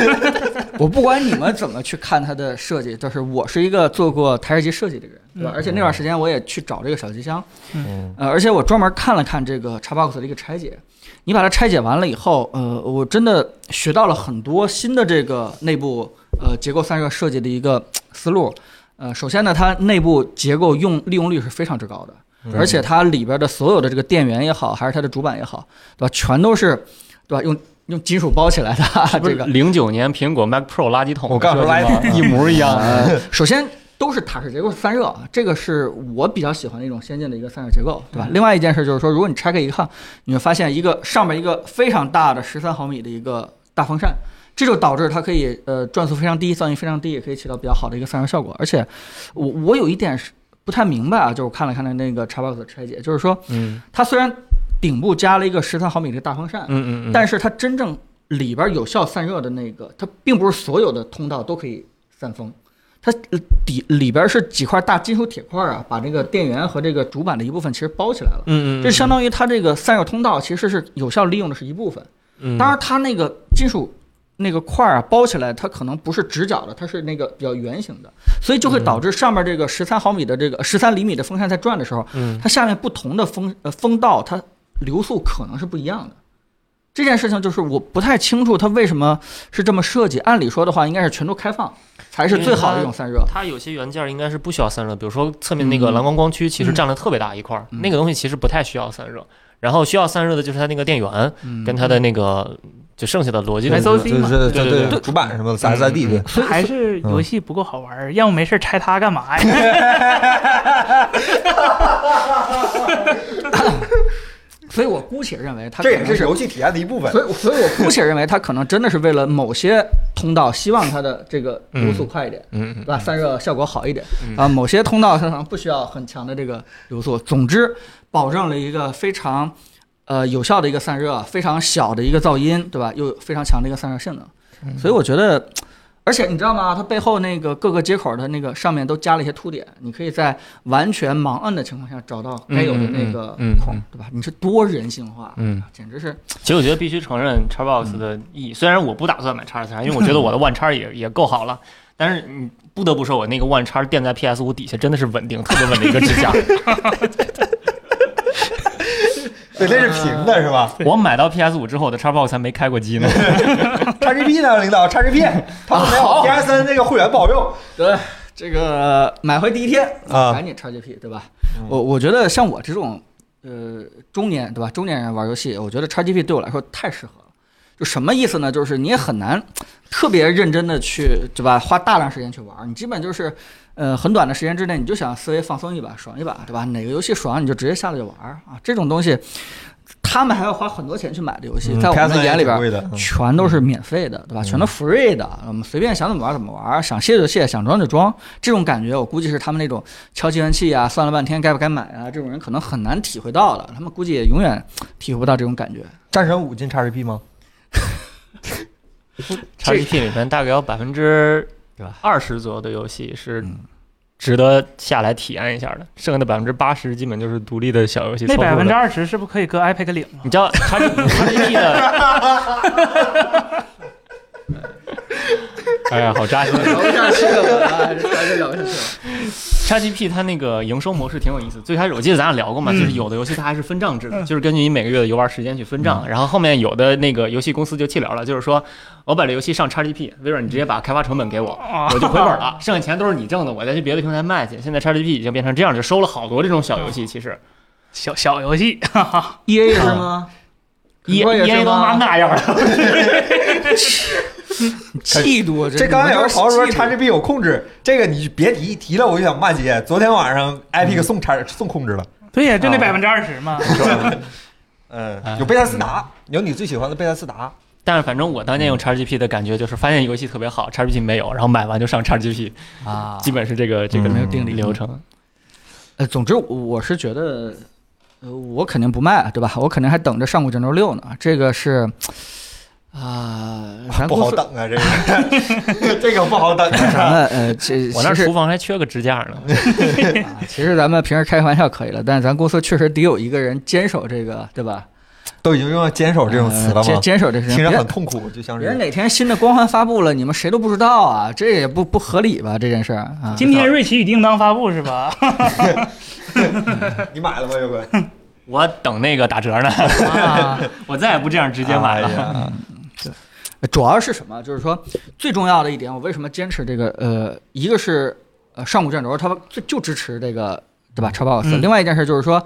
我不管你们怎么去看它的设计，就是我是一个做过台式机设计的人，对吧？
嗯
而且那段时间我也去找这个小机箱，
嗯
呃，而且我专门看了看这个 Xbox 的一个拆解。你把它拆解完了以后，呃，我真的学到了很多新的这个内部呃结构散热设计的一个思路。呃，首先呢，它内部结构用利用率是非常之高的，而且它里边的所有的这个电源也好，还是它的主板也好，对吧？全都是，对吧？用用金属包起来的这个
零九年苹果 Mac Pro 垃圾桶，
啊我刚说垃圾桶
啊
啊
一模一样。
呃，首先都是塔式结构散热，这个是我比较喜欢的一种先进的一个散热结构，对吧？另外一件事就是说，如果你拆开一看，你会发现一个上面一个非常大的十三毫米的一个大风扇，这就导致它可以呃转速非常低，噪音非常低，也可以起到比较好的一个散热效果。而且我我有一点是不太明白啊，就是我看了看它那个 Xbox 的拆解，就是说
嗯
它虽然顶部加了一个十三毫米的大风扇，
嗯嗯
但是它真正里边有效散热的那个，它并不是所有的通道都可以散风，它底里边是几块大金属铁块啊，把这个电源和这个主板的一部分其实包起来了。
嗯
这相当于它这个散热通道其实是有效利用的是一部分，
嗯
当然它那个金属那个块儿啊包起来，它可能不是直角的，它是那个比较圆形的，所以就会
嗯
导致上面这个十三毫米的这个十三厘米的风扇在转的时候，
嗯
它下面不同的风呃风道，它流速可能是不一样的。这件事情就是我不太清楚它为什么是这么设计。按理说的话，应该是全都开放才是
嗯
最好的一种散热。
它有些元件应该是不需要散热，比如说侧面那个
嗯
蓝光光驱，其实占了特别大一块儿，
嗯
那个东西其实不太需要散热。然后需要散热的就是它那个电源
嗯
跟它的那个就剩下的逻辑问题。
SOC 嘛
对
对
对
对
主板什么的撒撒地，
嗯
对，
还是游戏不够好玩儿，要我没事儿拆它干嘛呀？
所以我姑且认为它
这
可
也
能
是游戏体验的一部分。
所以，所以我姑且认为它可能真的是为了某些通道，希望它的这个流速快一点，
嗯
对吧？散热效果好一点啊。某些通道它可能不需要很强的这个流速。总之，保证了一个非常呃有效的一个散热，非常小的一个噪音，对吧？又有非常强的一个散热性
嗯
能。所以我觉得，而且你知道吗？它背后那个各个接口的那个上面都加了一些凸点，你可以在完全盲摁的情况下找到该有的那个
嗯嗯嗯嗯
孔，对吧？你是多人性化，
嗯，
简直是。
其实我觉得必须承认 Xbox 的意义，虽然我不打算买 X S 因为我觉得我的 One X 也也够好了，但是你不得不说，我那个 One X 垫在 PS 五底下真的是稳定，特别稳的一个支架。
对，这是平的是吧
我买到 PS 五之后，我的 Xbox 还没开过机呢。
？XGP 呢，领导？XGP 他们没有
啊
PSN 那个会员不好用
对，这个买回第一天
啊
赶紧 XGP 对吧？
嗯
我我觉得像我这种呃中年对吧，中年人玩游戏，我觉得 XGP 对我来说太适合了。就什么意思呢？就是你也很难特别认真的去对吧，花大量时间去玩，你基本就是。呃，很短的时间之内，你就想思维放松一把，爽一把，对吧？哪个游戏爽，你就直接下来就玩儿啊！这种东西，他们还要花很多钱去买的游
嗯
戏，在我们的眼里边，全都是免费的，对吧？全都 free 的，我们随便想怎么玩怎么玩，想卸就卸，想装就装。这种感觉，我估计是他们那种敲计算器啊，算了半天该不该买啊，这种人可能很难体会到的。他们估计也永远体会不到这种感觉。
战神五进 XGP 吗？
XGP 里面大概有百分之
对吧
二十左右的游戏是
嗯
值得下来体验一下的，剩下的百分之八十基本就是独立的小游戏。
那
凑合
百
的
分之二十是不是可以搁 iPad 领啊
你？知道 XGP 的？ 哎呀，好扎心！
聊不下去了，啊，这聊不下去了。
XGP 它那个营收模式挺有意思。最开始我记得咱俩聊过嘛，就是有的游戏它还是分账制的，就是根据你每个月的游玩时间去分账。然后后面有的那个游戏公司就弃聊了，就是说我把这游戏上 XGP，微软你直接把开发成本给我，我就回本 了，剩下钱都是你挣的，我再去别的平台卖去。现在 XGP 已经变成这样，就收了好多这种小游戏。其实
小小游戏，
E A 是吗？
E
苹果也
A
是
都妈
吗？
那样了，
嫉妒
这刚才有
有
个朋友说
差
XGP 有控制，这个你别提，提了我就想骂街。昨天晚上 Epic 送叉送控制了，
对呀，就那
啊
百分之二十嘛。
嗯，
哎
有贝塞斯达，有你最喜欢的贝塞斯达，
但是反正我当年用
嗯
XGP 的感觉就是发现游戏特别好，XGP 没有，然后买完就上 XGP，
啊
基本是这个这个
嗯
没有定理
流程。
呃，总之我我是觉得，呃，我肯定不卖，对吧？我肯定还等着上古卷轴六呢。这个是，啊、咱
不
公
好
司
等啊，这个这个不好 等啊。
咱们呃，这
我那
其实
厨房还缺个支架呢。
嗯
啊其实咱们平时开玩笑可以了，但是咱公司确实得有一个人坚守这个，对吧？
都已经用到“坚守”这种词了
呃坚
吗？
坚守这事情，
听着
别
很痛苦，就像
别
是
哪天新的光环发布了，你们谁都不知道啊，这也不不合理吧？这件事儿啊，
今天《瑞奇与叮当》发布是吧？
你买了吗？岳哥，
我等那个打折呢，
啊，
我再也不这样直接买了。
了。
主要是什么？就是说最重要的一点，我为什么坚持这个？呃，一个是呃上古卷轴，它就就支持这个，对吧？Xbox、
嗯
另外一件事就是说，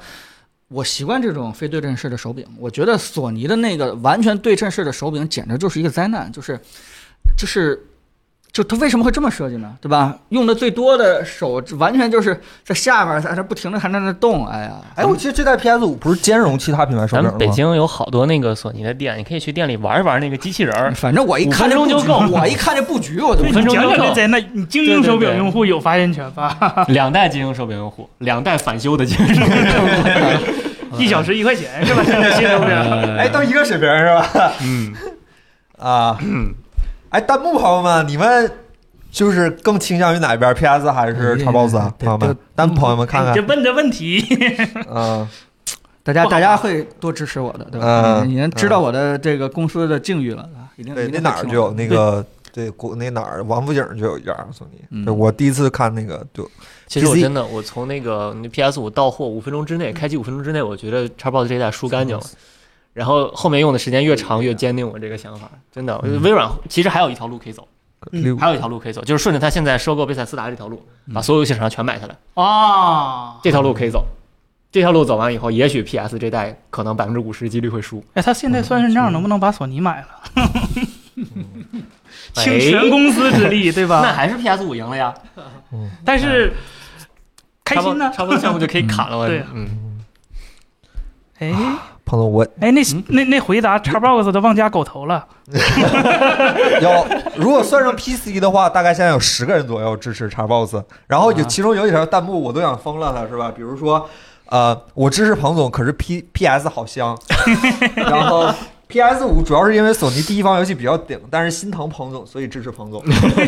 我习惯这种非对称式的手柄，我觉得索尼的那个完全对称式的手柄简直就是一个灾难，就是就是就它为什么会这么设计呢？对吧？用的最多的手完全就是在下面，在这不停的还在那动。哎呀，
哎，
嗯
我记得这代 PS 五不是兼容其他品牌手
咱
柄
们
了
北
吗？
京有好多那个索尼的店，你可以去店里玩一玩那个机器人 儿。
反正我一看这
五分钟
布局
就够
我一看这布局我就
五分钟
讲
就
讲
够
这。在那，你精
对
英
对
手表
对
用户有发言权吧？
两代金融手柄用户，两代返修的金融手
一小时一块钱是吧？这个新手
嗯
表。
柄。
哎，都一个水平是吧？
嗯，
啊，哎，弹幕朋友们，你们就是更倾向于哪一边？PS 还是 Xbox 啊？
哎对
朋友们
对，哎
弹幕朋友们看
你这
看，
问的问题，
嗯，
大家
不好
大家会多支持我的，对吧？
嗯
你能知道我的这个公司的境遇了，啊一定
对，
一
那
定
哪
会
儿
听
就
我
有
的
那个。对，国那哪儿王府井就有一家索尼。
嗯
对我第一次看那个，就
其实
PC
我真的，我从那个 PS 五到货五分钟之
嗯
内，开机五分钟之内，我觉得 Xbox 这一代输干净了。然后后面用的时间越长，越坚定我这个想法。真的，我觉得微软其实还有一条路可以走，
嗯
六
还有一条路可以走，就是顺着它现在收购贝塞斯达这条路，把所有游戏厂商全买下来，
哦，
这条路可以走。这条路走完以后，也许 PS 这代可能百分之五十几率会输。
哎，他现在算算账，能不能把索尼买了？倾
哎
全啊公司之力，对
那
吧？
还是 PS 五赢了呀，
但是开心呢。
差不多项目就可以砍了嘛。
对啊
嗯，
哎
彭总，我
哎，那那那回答 Xbox 都忘加狗头了。
要如果算上 PC 的话，大概现在有十个人左右支持 Xbox，然后有
啊
其中有几条弹幕我都想封了它，是吧？比如说，呃，我支持彭总，可是 P PS 好香，然后 PS 五主要是因为索尼第一方游戏比较顶，但是心疼彭总，所以支持彭总，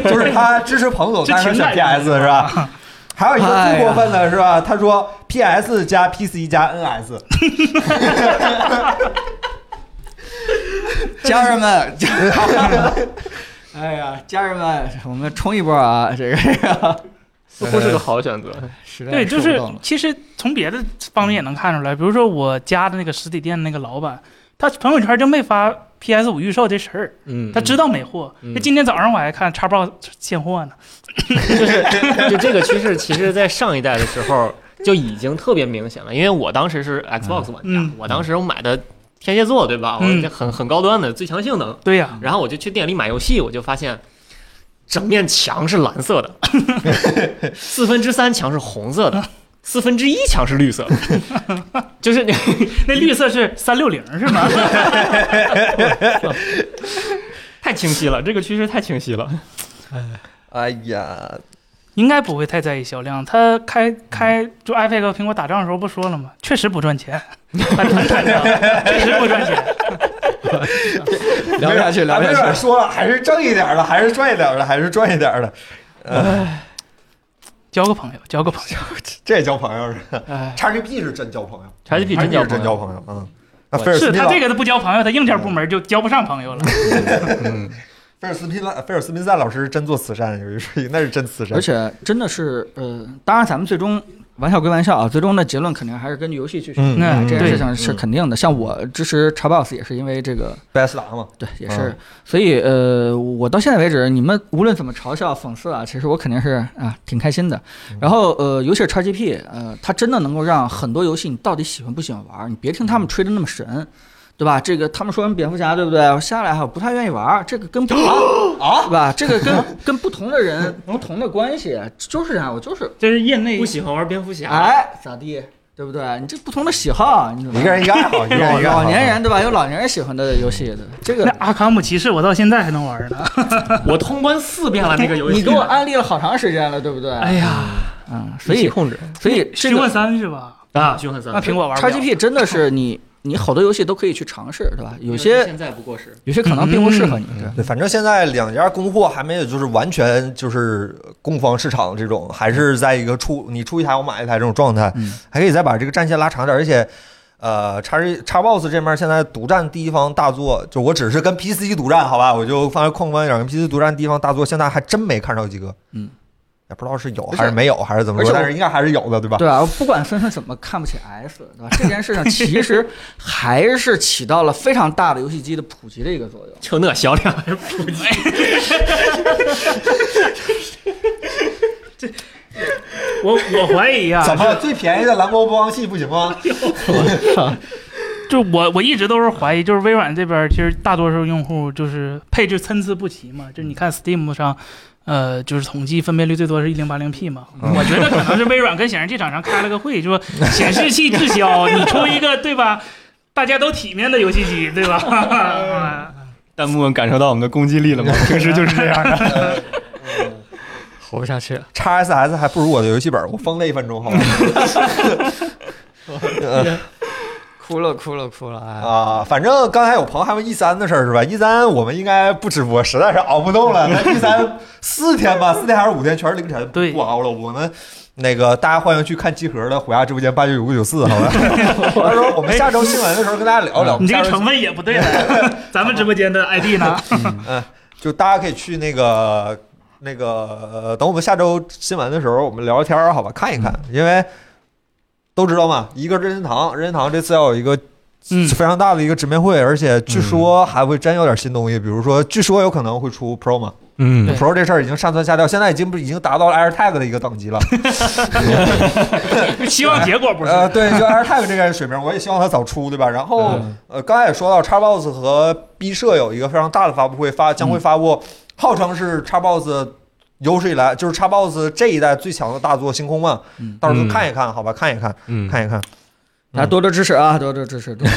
就是他支持彭总，
这
但是他选
情感
PS 是吧？还有一个最过分的是吧？他说 PS 加 PC 加 NS，
家人们， 家人们哎呀，家人们，我们冲一波啊！这个这个
似乎是个好选择。
实在
对，就
受不
是
动了
其实从别的方面也能看出来，比如说我家的那个实体店那个老板，他朋友圈就没发 PS 五预售这事儿，
嗯，
他知道没货。
嗯
那今天早上我还看 Xbox 现货呢。
就这个趋势，其实在上一代的时候就已经特别明显了，因为我当时是 Xbox 玩家
嗯，
我当时我买的天蝎座，对吧？
嗯
我这很很高端的最强性能，
对呀、
然后我就去店里买游戏，我就发现。整面墙是蓝色的， 四分之三墙是红色的，四分之一墙是绿色的，就是你
那绿色是三六零是吗？
太清晰了，这个趋势太清晰了。
哎呀，
应该不会太在意销量。他开开就 iPad 和苹果打仗的时候不说了吗？确实不赚钱，很坦坦的，确实不赚钱。
聊不下去，聊不
微
下
软
去。
说了，还是正一点儿的，还是赚一点儿的，还是赚一点儿的，
交个朋友，交个朋友。
这也交朋友是吧？
哎
x GP 是真交朋友
XGP 真交
是真
朋
交
友，
朋友，嗯。那
我
菲尔斯
是
宾
他
老
这个他不交朋友，他硬件部门就交不上朋友了。
嗯，
菲尔斯宾老菲尔斯宾塞老师是真做慈善，有一说一，那是真慈善
而。且真的是，呃，当然咱们最终玩笑归玩笑啊，最终的结论肯定还是根据游戏去选。
嗯
那
这件
对
事情是
嗯
肯定的，像我支持 Xbox 也是因为这个，
贝斯达嘛，
对，也
嗯
是，所以呃，我到现在为止，你们无论怎么嘲笑、讽刺啊，其实我肯定是啊挺开心的。然后呃，尤其是 XGP，呃，它真的能够让很多游戏你到底喜欢不喜欢玩儿，你别听他们吹的那么神。对吧？这个他们说完蝙蝠侠，对不对？我下来还有不太愿意玩儿，这个跟不啊，对吧？这个跟跟不同的人、不同的关系，就是这样。我就是
这是业内
不喜欢玩蝙蝠侠，
哎，咋地，对不对？你这不同的喜好，你怎么
一个人一个爱好，一个人
老
一个爱好
老年人对吧？有老年人喜欢的游戏的这
那
个，
阿卡姆骑士我到现在还能玩呢。
我通关四遍了那个游戏。
你给我安利了好长时间了，对不对？
哎呀，
嗯，所
一起
以
控制
所以这
虚幻
个
三是吧？
啊，凶狠三
那苹果玩不了
XGP 真的是你你好多游戏都可以去尝试，对吧？嗯有
因为
些嗯
现在不过时，
有些可能并不适合你，对。
对，反正现在两家供货还没有，就是完全就是供方市场这种，还是在一个出你出一台我买一台这种状态，
嗯
还可以再把这个战线拉长点，而且。呃，叉叉 box 这面现在独占第一方大作，就我只是跟 PC 独占，好吧，我就放空观一点跟 PC 独占第一方大作，现在还真没看着几个，
嗯，
也不知道是有
而且
还是没有，还是怎么说，
而且我
但是应该还是有的，对吧？
对吧？我不管森森怎么看不起 S，对吧？这件 事情其实还是起到了非常大的游戏机的普及的一个作用。
就那销量还是普及。
我我怀疑 啊，
怎么最便宜的蓝光播放器不行 吗？
就我我一直都是怀疑，就是微软这边其实大多数用户就是配置参差不齐嘛，就是你看 Steam 上，呃，就是统计分辨率最多是一零八零 P 嘛。
嗯
我觉得可能是微软跟显示器厂商开了个会，就说显示器滞 销，你出一个对吧？大家都体面的游戏机，对 吧？啊
弹幕们感受到我们的攻击力 了吗？平时就是这样啊的。
活不下去了。
x S S 还不如我的游戏本儿，我疯了一分钟好吧？
哭了，哭了，哭了！哎，
啊，反正刚才有朋友还问 E 三的事儿是吧？E 三我们应该不直播，实在是熬不动 了。那 E 三四天吧，四天还是五天全是凌晨，
对
不熬了。我们那个大家欢迎去看集合的虎牙直播间八九九五九四， 好吧？到时候我们下周新闻的时候跟大家聊一聊。
嗯你这
哦下
个
周
成分也不对 了。咱们直播间的 ID 呢？
就大家可以去那个那个、呃等我们下周新闻的时候，我们聊聊天儿，好吧？看一看，
嗯
因为都知道嘛，一个任天堂，任天堂这次要有一个。
嗯
非常大的一个直面会，而且据说还会真有点新东西，比如说，据说有可能会出 Pro 嘛
嗯
对
，Pro 这事儿已经上蹿下跳，现在已经不已经达到了 AirTag 的一个等级了。
希望结果不是。
呃，对，就 AirTag 这个水平，我也希望它早出，对吧？然后
嗯
呃，刚才也说到，Xbox 和 B 社有一个非常大的发布会，发将会发布，号称是 Xbox 有史以来就是 Xbox 这一代最强的大作《星空梦》
嗯，
到时候看一看，好吧，看一看，
嗯
看一看。
大家多多支持啊，多多支持。多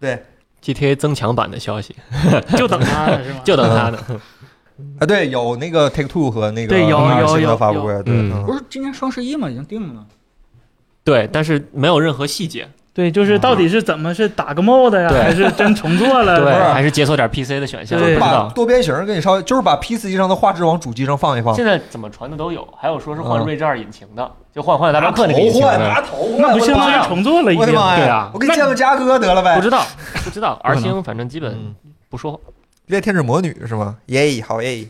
多
GTA 增强版 的消息，
就等他了是吗？
就等它呢。
啊，对，有那个 Take Two 和那个
对有有
新的
有
发布会，对，
嗯
嗯
不是今年双十一嘛，已经定了吗？
对，但是没有任何细节，
对，就是到底是怎么是打个 mod 呀，
对
还是真重做了？
对
是，
还是解锁点 PC 的选项，不
对
知
把
道。
多边形给你稍微，就是把 PC 机上的画质往主机上放一放。
现在怎么传的都有，还有说是换
嗯
锐志二引擎的，就换换大
拿
镖客
头
那个引擎
换，
的。
啊
拿头换，
那不
我的
相
妈
当于
呀
重做了已
我的
经。
妈呀！
对啊
我给你见个嘉哥得了呗
不。知道，不知道。R 星反正基本
嗯，
不说话。
猎天使魔女是吗？耶，好耶。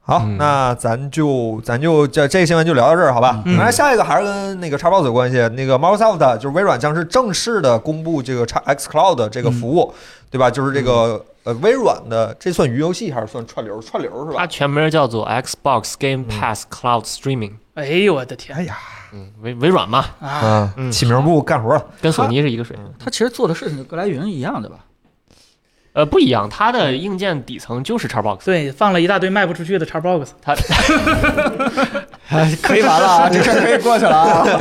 好，
嗯
那咱就咱就这这个新闻就聊到这儿，好吧？
嗯
然后下一个还是跟那个 Xbox 有关系，那个 Microsoft 就是微软将是正式的公布这个 X X Cloud 这个服务，对吧？就是这个呃微软的，这算云游戏还是算串流？串流是
它
吧？
全名叫做 Xbox Game Pass Cloud Streaming，
哎呦我的天
哎呀，
嗯，微微软嘛，
啊！
啊，
嗯
起名不干活了，
跟索尼是一个水平。
他其实做的事情就格莱云一样的吧？
呃，不一样，它的硬件底层就是 Xbox。
对，放了一大堆卖不出去的 Xbox，
可以完了啊，这事儿可以过去了 啊。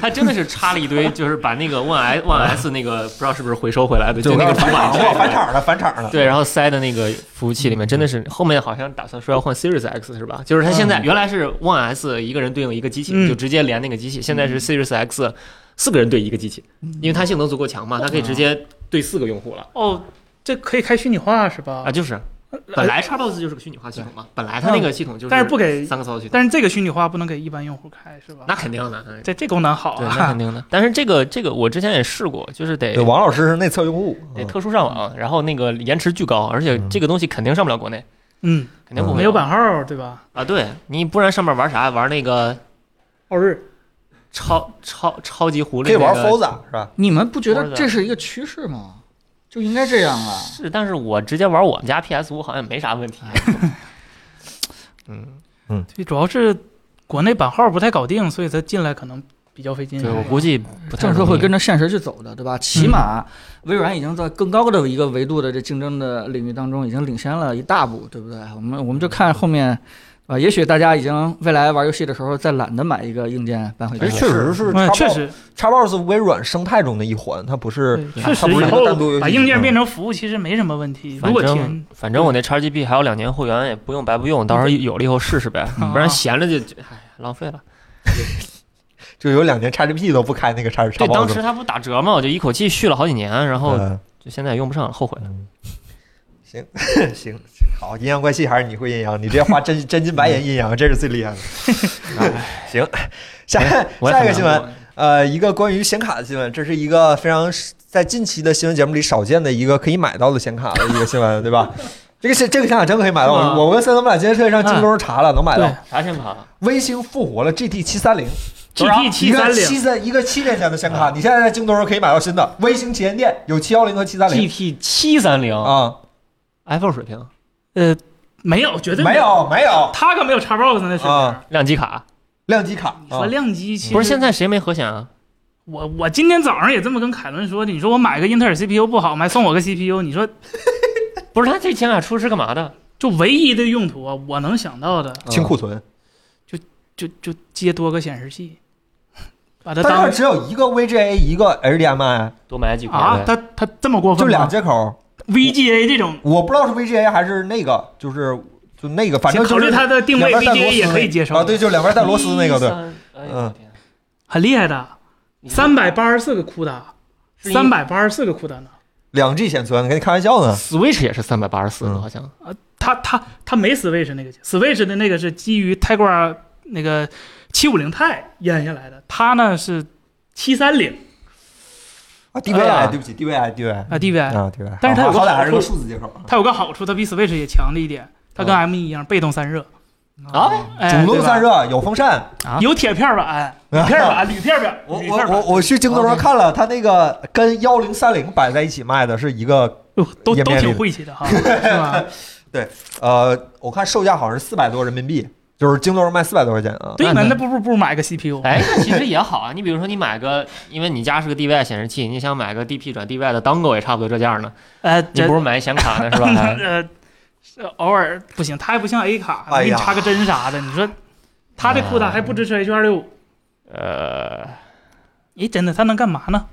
他真的是插了一堆，就是把那个 One S One S 那个不知道是不是回收回来的，就那个主
返场
板之
了，
类
返
的。
场了，返场了。
对，然后塞的那个服务器里面，真的是后面好像打算说要换 Series X 是吧？就是它现在原来是 One S 一个人对应一个机器，
嗯
就直接连那个机器，现在是 Series X 四个人对一个机器，
嗯
因为它性能足够强嘛，它可以直接对四个用户了
哦，这可以开虚拟化是吧？
啊，就是本来 Xbox 就是个虚拟化系统嘛，本来它那个系统就是
呃但是不给，
三个操作系统，
但是这个虚拟化不能给一般用户开是吧？
那肯定的，嗯
这这功能好
对，那
啊
肯！定的。但是这个这个我之前也试过，就是得
对，王老师是内测用户，嗯
得特殊上网，然后那个延迟巨高，而且这个东西肯定上不了国内，
嗯，
肯定不
嗯
会
没有版号对吧？
啊。对你不然上面玩啥？玩那个
奥日
超超超级狐狸、
可以玩
那个
Forza 是吧？
你们不觉得这是一个趋势吗？就应该这样啊。
是，但是我直接玩我们家 PS 五好像也没啥问题。嗯，
对，主要是国内版号不太搞定，所以它进来可能比较费劲。
对我估计不太
政策
容易
会跟着现实去走的，对吧？起码微软已经在更高的一个维度的这竞争的领域当中已经领先了一大步，对不对？我们我们就看后面，啊，也许大家已经未来玩游戏的时候再懒得买一个硬件搬回
而且。
家
哎确实是
嗯，
Xbox-
确实，
Xbox 微软生态中的一环，它不是
对确
它
实
不
以
是一个单独游戏嗯
后把硬件变成服务其实没什么问题。如
嗯反
果
正
停，
反正我那 XGP 还有两年会员，也不用白不用，到时候有了以后试试呗，
啊
不然闲了就哎浪费了。
就有两年 XGP 都不开那个 X
对，
Xbox
当时它哦不打折嘛，我就一口气续了好几年，然后
嗯
就现在也用不上了，后悔了。
行 行好，阴阳怪气还是你会阴阳，你这话真真金白银阴阳，这是最厉害的。哎行， 下
我也
下
很
一个新闻
难，过，
呃，一个关于显卡的新闻，这是一个非常在近期的新闻节目里少见的一个可以买到的显卡的一个新闻，对吧？这个是这个显卡真可以买到，
是吗
我我跟森森们俩今天特意上京东上查了，能买到
对。
啥显卡？
微星复活了 GT 七三零
GT 七三啊
七
零
三一个七年前的显卡，你现在在京东上可以买到新的。微星旗舰店有七幺零和七三零
GT 七三零
啊，
，iPhone 水平，
呃没有，绝哎对
没，有没有
它可没有 Xbox 那水平
啊。
亮机卡。
亮机卡
你
啊
说，量级其实
不是现在谁没核显啊？
我我今天早上也这么跟凯伦说的，你说我买个英特尔 CPU 不好吗？还送我个 CPU，你说
不是他这显卡出是干嘛的？
就唯一的用途啊，我能想到的
清库存，
就就接多个显示器，把它
但
当
是只有一个 VGA 一个 HDMI，
多买几块
啊，
呗
它它这么过
就
分
俩
吗
接口，
？VGA 这种，
我不知道是 VGA 还是那个，就是就那个，反正
考
就
虑
是
它的定
两
位
边带螺丝
，VGA 也可以接受
啊，对，就两边带螺丝那个，对
一，三哎呦
嗯
我天
很厉害的，
你看
三百八十四个库达，
是一
三百八十四个库达呢。
两 G 显存，跟你开玩笑呢。
Switch 也是三百八十四
嗯
个，好像
它它它没 Switch 那个，Switch 的那个是基于泰国那个七五零钛淹下来的，它呢是七三零
啊
哎
，DVI，
呀
对不起，DVI，DVI
啊 DVI，
嗯啊，DVI，
但是它有个
好歹还是
好
个
处
数字接口啊，
它有个好处，它比 Switch 也强了一点，它跟 M 一样被动散热，
啊，
哎
哦主动
对吧
散热，有风扇。
有铁片 板、铝片板、铝片板、
我
铝
我
片
我
板，
我去京东上看了，它那个跟幺零三零摆在一起卖的是一个
哟都
也
都
面
挺
临
晦气的哈，是 吧？
呃，我看售价好像是四百多人民币，就是京东上卖四百多块钱啊。
对，
那
那
那
那不不不如买个 CPU，
哎，那其实也好啊。你比如说，你买个，因为你家是个 DVI 显示器，你想买个 DP 转 DVI 的 Dongle 也差不多这价呢。
呃，
你
这
不如买显卡呢，是 吧？
呃，是偶尔不行，它还不像 A 卡，
嗯哎
给你
呀
插个针啥的，你说它这酷达还不支持 H 二六五，
呃，
咦，真的它能干嘛呢？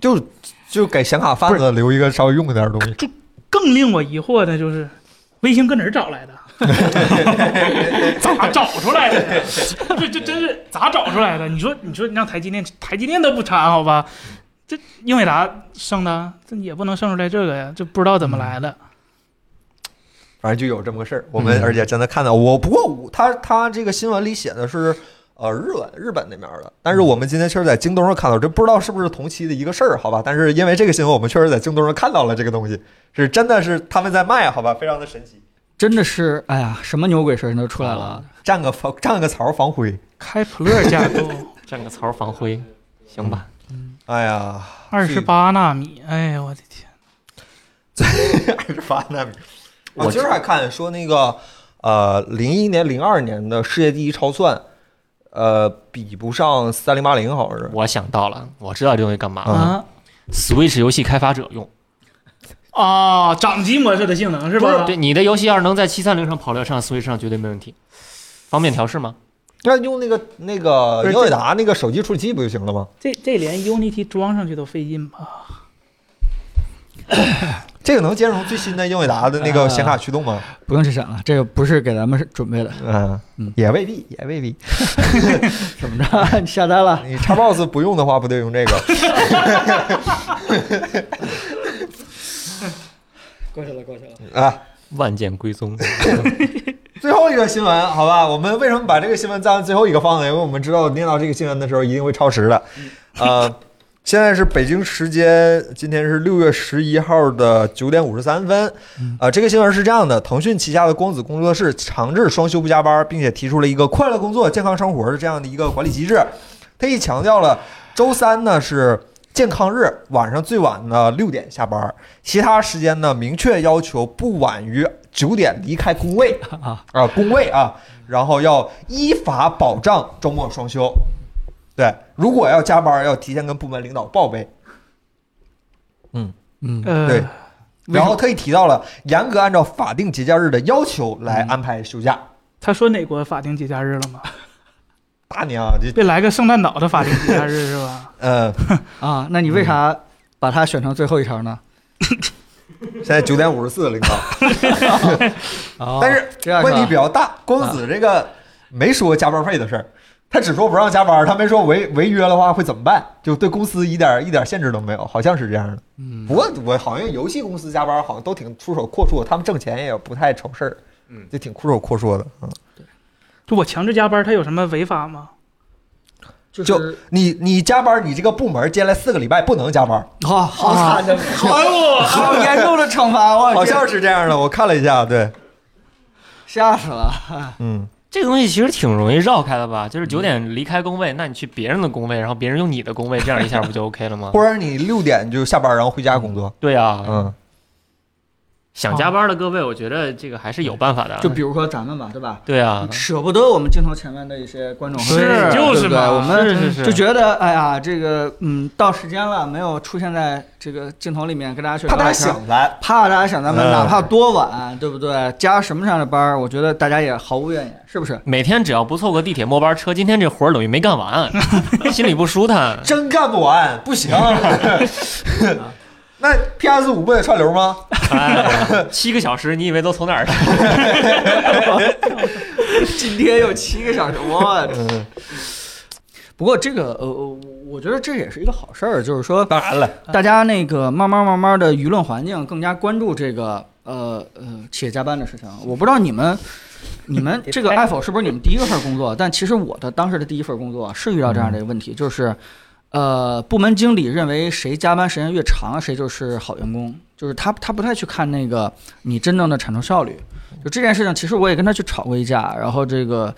就就给显卡贩子留一个稍微用一点的东西。
更令我疑惑的就是，微星搁哪儿找来的？ 咋找出来的呀？ 这这真是咋找出来的？你说你说让台积电，台积电都不掺好吧？这英伟达生的，这也不能生出来这个呀，这不知道怎么来的。
嗯反正就有这么个事儿。我们而且真的看到，我不过我他他这个新闻里写的是。呃，日本日本那边的，但是我们今天确实在京东上看到，这不知道是不是同期的一个事儿，好吧？但是因为这个新闻，我们确实在京东上看到了这个东西，是真的是他们在卖，好吧？非常的神奇，
真的是，哎呀，什么牛鬼蛇神都出来了。
占个 防占个槽防灰，
开普勒架构，
占个槽防灰，行吧？
哎呀，
二十八纳米，哎呀，我的天！
二十八纳米。
我
我啊今儿还看说那个，呃，零一年、零二年的世界第一超算，呃，比不上三零八零，好像是。
我想到了，我知道这东西干嘛。
啊
啊
Switch 游戏开发者用，
啊，掌机模式的性能是吧？
对，你的游戏要是能在七三零上跑得上 Switch 上，绝对没问题。方便调试吗？
那用那个那个
不是
英伟达那个手机处理器不就行了吗？
这这连 Unity 装上去都费劲吧？
这个能兼容最新的英伟达的那个显卡驱动吗？
不用去想了，这个不是给咱们准备的，
嗯
嗯，
也未必，也未必。
怎么着？ 你下单了？
你 Xbox 不用的话，不得用这个？
过去了，过去了。
啊，
万箭归宗。
最后一个新闻，好吧，我们为什么把这个新闻在最后一个放呢？因为我们知道念到这个新闻的时候一定会超时的。呃，现在是北京时间，今天是六月十一号的九点五十三分。呃，这个新闻是这样的：腾讯旗下的光子工作室强制双休不加班，并且提出了一个快乐工作、健康生活的这样的一个管理机制。特意强调了周三呢是健康日，晚上最晚呢六点下班，其他时间呢明确要求不晚于九点离开工位。
啊，
啊、工位啊，然后要依法保障周末双休。对，如果要加班，要提前跟部门领导报备。
嗯，
呃，
对
为什么
然后特意提到了严格按照法定节假日的要求
嗯
来安排休假。
他说哪国法定节假日了吗？
大娘，啊这
别来个圣诞岛的法定节假日是吧？
呃，
啊，那你为啥把它选成最后一条呢？
现在九点五十四了，领导。
哦
但是
这样
问题比
吧
较大，啊公子这个没说加班费的事儿，他只说不让加班，他没说违违约的话会怎么办，就对公司一点一点限制都没有，好像是这样的。
嗯
不过我好像游戏公司加班好像都挺出手阔绰，他们挣钱也不太愁事儿，
嗯，
就挺出手阔绰的。嗯，
就我强制加班，他有什么违法吗？
就是你你加班，你这个部门接下来四个礼拜不能加班，
好好惨 的，好哎好严重的惩罚，我
好
天
像是啊这样的。嗯我看了一下，对，
吓死了。
嗯，
这个东西其实挺容易绕开的吧？就是九点离开工位，那你去别人的工位，然后别人用你的工位，这样一下 不就 OK 了吗？嗯
嗯或者你六点就下班，然后回家工作，
对啊，
嗯，
想加班的各位，我觉得这个还是有办法的啊。
就比如说咱们吧，对吧？
对啊，
舍不得我们镜头前面的一些观众和
是
对不对
就是嘛
我们
是是是
就觉得哎呀，这个嗯，到时间了没有出现在这个镜头里面，跟大家去
怕
聊
大
聊
家
天儿
想咱，
怕大家想咱们
嗯
哪怕多晚，对不对？加什么样的班儿，我觉得大家也毫无怨言，是不是？
每天只要不错过地铁末班车，今天这活儿等于没干 完，心里不舒 坦。
真干不完，不行。那 PS 五不得串流吗？
哎，七个小时，你以为都从哪儿来？
今天有七个小时，我天。不过这个呃，呃我觉得这也是一个好事儿，就是说
当然了，
大家那个慢慢慢慢的舆论环境更加关注这个呃呃企业加班的事情。我不知道你们你们这个爱否是不是你们第一个份工作？但其实我的当时的第一份工作是遇到这样的一个问题，就是呃部门经理认为谁加班时间越长，谁就是好员工，就是他他不太去看那个你真正的产出效率。就这件事情，其实我也跟他去吵过一架，然后这个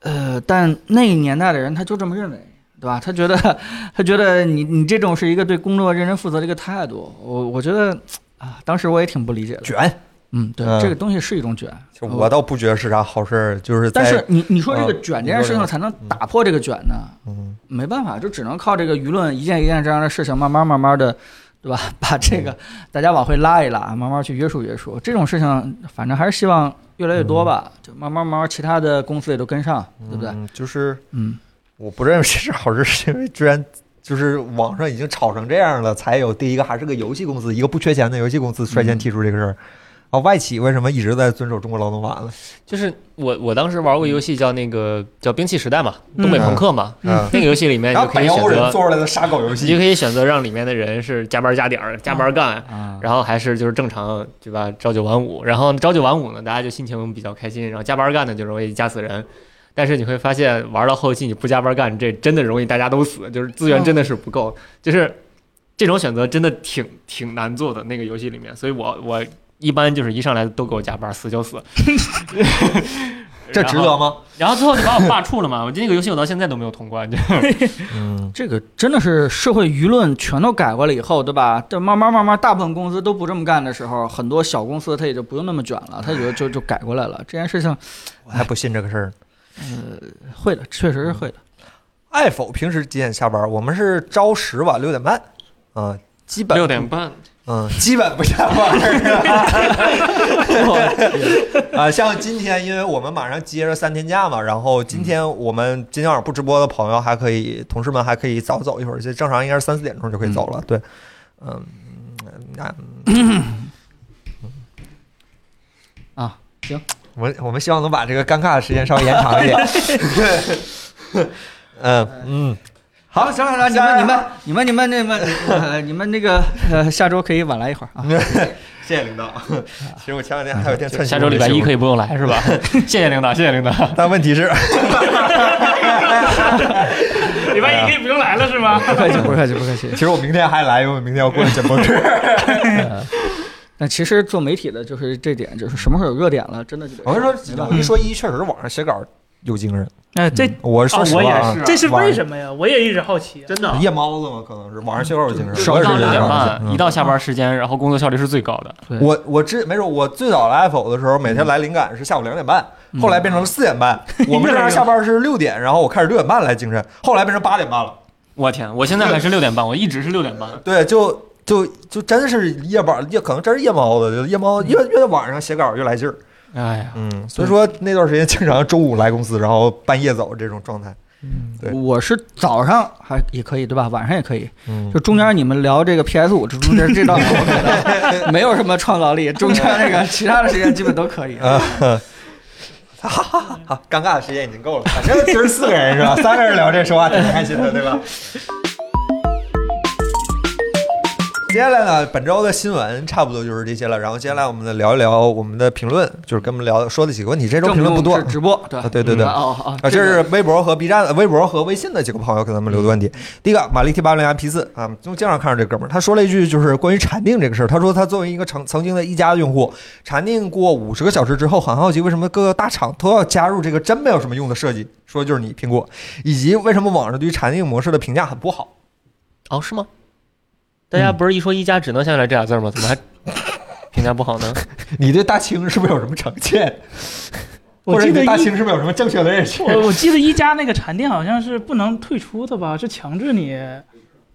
呃，但那个年代的人他就这么认为。对吧？他觉得， 他觉得你你这种是一个对工作认真负责的一个态度，我我觉得啊，当时我也挺不理解的。
卷。
嗯，对，
嗯
这个东西是一种卷。
就
嗯
我倒不觉得是啥好事儿，就是在
但是你哦你说这个
嗯
卷这件事情才能打破这个卷呢，
嗯，
没办法，就只能靠这个舆论一件一件这样的事情，慢慢慢慢的，对吧？ 把这个大家往回拉一拉，慢慢去约束约束。这种事情，反正还是希望越来越多吧，就慢慢慢慢其他的公司也都跟上，对不对？
嗯就是
嗯，
我不认为这是好事，是因为居然就是网上已经炒成这样了，才有第一个还是个游戏公司，一个不缺钱的游戏公司率
嗯
先提出这个事儿。啊，外企为什么一直在遵守中国劳动法呢？
就是我，我当时玩过游戏叫那个叫《兵器时代》嘛，东北朋克嘛，
嗯，
啊那个游戏里面你
然后
就可
北
以选
欧人
择，
做出来的杀狗游
你就
戏，
可以选择让里面的人是加班加点儿加班干，
啊，
然后还是就是正常对吧？朝九晚五，然后朝九晚五呢，大家就心情比较开心，然后加班干呢就容易加死人。但是你会发现，玩到后期你不加班干，这真的容易大家都死，就是资源真的是不够，
嗯
就是这种选择真的挺挺难做的那个游戏里面。所以我我一般就是一上来都给我加班，死就死。
这值得吗？
然后最后就把我 罢黜了嘛。我这个游戏我到现在都没有通关，就
嗯，
这个真的是社会舆论全都改过了以后，对吧？这慢慢慢慢，大部分公司都不这么干的时候，很多小公司它也就不用那么卷了，它就就就改过来了。这件事情
我还不信这个事儿呢。
会的，确实是会的。
爱否平时几点下班？我们是朝十晚六点半，啊，基本
六点半。
嗯，基本不下班
哦
儿 啊。像今天，因为我们马上接着三天假嘛，然后今天我们今天晚上不直播的朋友还可以，同事们还可以早走一会儿，就正常应该是三四点钟就可以走了。对，嗯，那
啊，行，
我们我们希望能把这个尴尬的时间稍微延长一点。嗯嗯，
好，行了，行了，你们你们你们你们你们呃你们那个呃，下周可以晚来一会儿啊。
谢谢领导。 其实我前两天还有一天窜
下周礼拜一可
以，
以不 用来是吧？ 谢谢领导，谢谢领导。
但问题是，
礼拜一可以不用来了是 吗？
不客气，不客气，不客 气
其。实我明天还来，因为我明天要过去捡报纸。
但呃其实做媒体的就是这点，就是什么时候有热点了，真的就得
我跟你
没
说，
办
我
法
一说一，确实网上写稿有精神。
哎，这
我嗯说实话啊，
这是为什么呀？我也一直好奇。
真的
夜猫子嘛，可能是网上写稿有精神。
少
我也是
到
这
六
样
点
想
嗯
半，一到下班时间，然后工作效率是最高的。
对
嗯我我之没准我最早来 Apple 的时候，每天来灵感是下午两点半，后来变成了四点半。我们这边下班是六点，然后我开始六点半来精神，后来变成八点半了。
我天，我现在还是六点半，我一直是六点半。
对，就就就真是夜晚夜，可能真是夜猫子，就夜猫越越晚上写稿越来劲儿。
哎呀，
嗯，所以说那段时间经常周五来公司，然后半夜走这种状态。对
我是早上还也可以，对吧？晚上也可以。
嗯
就，中间你们聊这个 PS 五，这中间这道口我觉得没有什么创造力，中间那 个其他的时间基本都可以。
嗯好，尴尬的时间已经够了。反正 今儿四个人是吧？三个人聊这说话挺开心的，对吧？接下来呢，本周的新闻差不多就是这些了。然后接下来我们再聊一聊我们的评论，就是跟我们聊说的几个问题。这周评论不多
正是直播对
啊，对对
嗯
对。啊，
哦哦，
这
个
是微博和 B 站、呃微博和微信的几个朋友给咱们留的问
嗯
题。第一个，玛丽 T 八零 P 四啊，就经常看着这哥们儿，他说了一句就是关于禅定这个事儿。他说他作为一个曾曾经的一家用户，禅定过五十个小时之后，很好奇为什么各个大厂都要加入这个真没有什么用的设计，说就是你苹果，以及为什么网上对于禅定模式的评价很不好。
哦，是吗？大家不是一说一加只能想起来这俩字儿吗？怎么还
评价不好呢？
你对大清是不是有什么成见？
我
或者
记
你
得
对大
一
清是不是有什么正确的认识？
我我记得一加那个禅定好像是不能退出的吧，是强制你，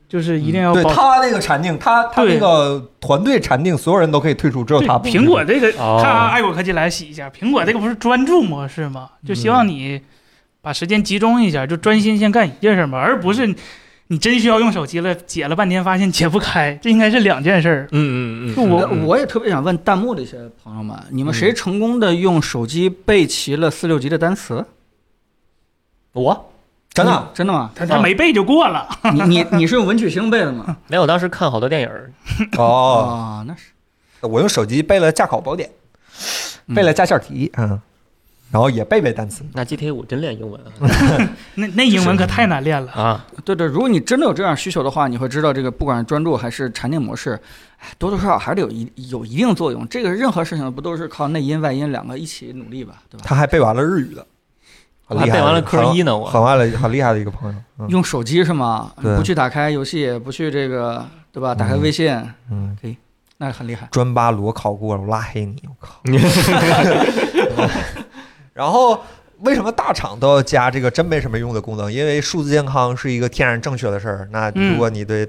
就是一定要
嗯对
保。
他那个禅定，他他
对
那个团队禅定，所有人都可以退出，只有
对
他不
苹果这个，
哦
看啊，爱国科技来洗一下，苹果这个不是专注模式吗？就希望你把时间集中一下，就专心先干一件事嘛，而不是你真需要用手机了，解了半天发现解不开，这应该是两件事儿。
嗯嗯
就我
那我也特别想问弹幕的一些朋友们，你们谁成功的用手机背齐了四六级的单词？
我
真的
你真的吗？
他他没背就过 了，
你 你你是用文曲星背的吗？
没有，我当时看好多电影儿，
哦。
哦，那是
我用手机背了驾考宝典， 背了驾校题，嗯，然后也背背单词。
那 GTA 五真练英文啊
那那英文可太难练了。
啊！
对对。如果你真的有这样需求的话，你会知道这个不管是专注还是禅定模式，哎多多少少还是得有一有一定作用。这个任何事情不都是靠内因外因两个一起努力吧，对吧？
他还背完了日语的，很
我还
厉害
背
的
完了科一呢，我
很完了，很厉害的一个朋友。嗯
用手机是吗？
对
不去打开游戏，不去这个对吧？打开微信，
嗯，
那很厉害。
专八裸考过了，我拉黑你，我靠。然后为什么大厂都要加这个真没什么用的功能？因为数字健康是一个天然正确的事儿。那如果你对，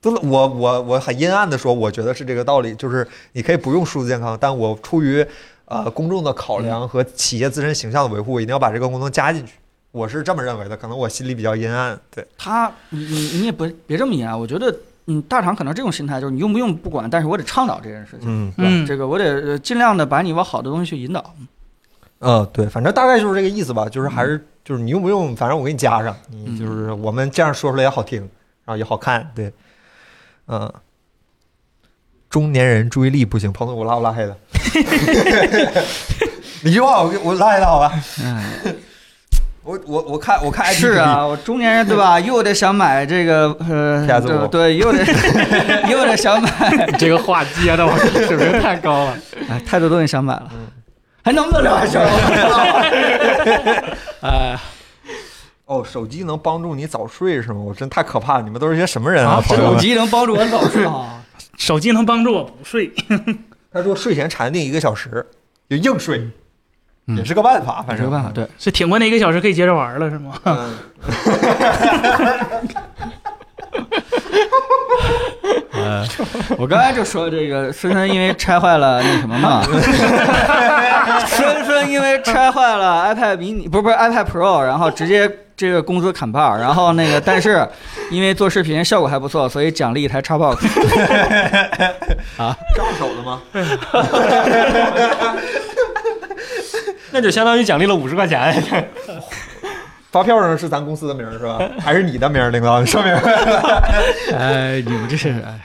不是我我我很阴暗的说，我觉得是这个道理，就是你可以不用数字健康，但我出于呃公众的考量和企业自身形象的维护，我一定要把这个功能加进去。我是这么认为的，可能我心里比较阴暗。对，
他，你你你也不别这么严啊！我觉得，嗯，大厂可能这种心态就是你用不用不管，但是我得倡导这件事情，
嗯
对吧
嗯
这个我得呃尽量的把你往好的东西去引导。
嗯，对，反正大概就是这个意思吧，就是还是就是你用不用，反正我给你加上，你
嗯
就是我们这样说出来也好听，然后也好看，对，嗯。中年人注意力不行，彭总，我拉我拉黑了。你一句话我给我拉黑他好吧？
嗯，
我我我看我看 IP
是啊，我中年人对 吧？又得想买这个呃，
PS5
对对，又得 又得想买，
这个话接的我水平太高了。
哎，太多东西想买了，还能不能聊下去了？ 哎，
哦，手机能帮助你早睡是吗？我真太可怕了，你们都是些什么人啊，朋友
手
们？
机能帮助我早睡啊！
手机能帮助我不 睡，
他说睡前禅定一个小时，就硬睡，
嗯
也是个办法，反
这
正
个办法对，
是挺过那一个小时可以接着玩了是 吗？
嗯
我刚才就说这个孙孙因为拆坏了那什么嘛，孙孙因为拆坏了 iPad mini 不是不是 iPad Pro，然后直接这个工资砍半儿，然后那个但是因为做视频效果还不错，所以奖励一台 Xbox。
这么手的吗？
那就相当于奖励了五十 块钱。
发票上是咱公司的名儿是吧？ 还是你的名儿，领导？你说明白？
哎，你们这是哎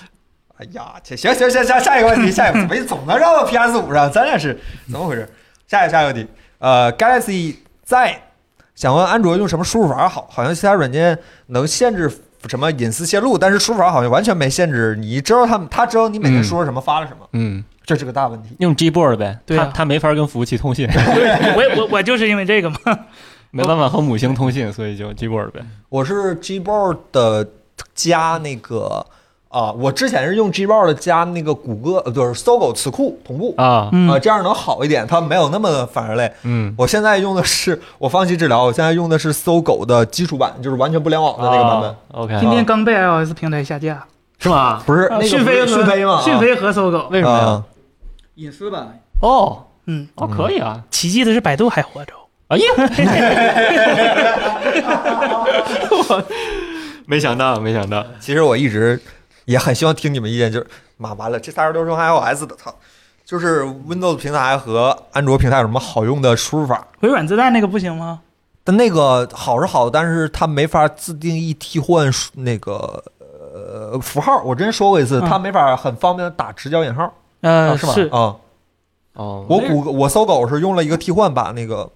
哎呀，这行行行，下下一个 问题，下一个怎么总能绕到 PS 五上？咱俩是怎么回事？下一个下一个问题，呃，Galaxy Z 想问安卓用什么输入法好？好像其他软件能限制什么隐私泄露，但是输入法好像完全没限制。你知道他们，他知道你每天说了什么，发了什么，
嗯，
这是个大问题。
用 Gboard 呗，
对啊
它它没法跟服务器通信，
我也我我就是因为这个 嘛，
没办法和母星通信，所以就 Gboard 呗。
我是 Gboard 的加那个啊，我之前是用 Gboard 加那个谷歌，呃，就是搜狗词库同步。
啊，
啊、
嗯
这样能好一点，它没有那么反而累。
嗯，
我现在用的是，我放弃治疗，我现在用的是搜狗的基础版，就是完全不联网的那个版本，
啊 OK，
今天刚被 iOS 平台下架，
是吗？
不是那个
啊讯
不
飞
是
和
讯飞吗？
讯飞和搜狗，
为什么呀？
啊
隐私吧，
哦
嗯，
哦，可以啊。
奇迹的是百度还活着。
哎 呀，我没想到，没想到，
其实我一直也很希望听你们意见，就是妈完了，这仨人都是用 iOS 的，操，就是 Windows 平台和安卓平台有什么好用的输入法？
微软自带那个不行吗？
但那个好是好，但是它没法自定义替换数那个呃符号。我之前说过一次，
嗯
它没法很方便的打直角引号，
呃，
啊是吗？啊，
哦，
我谷歌我搜狗是用了一个替换把那个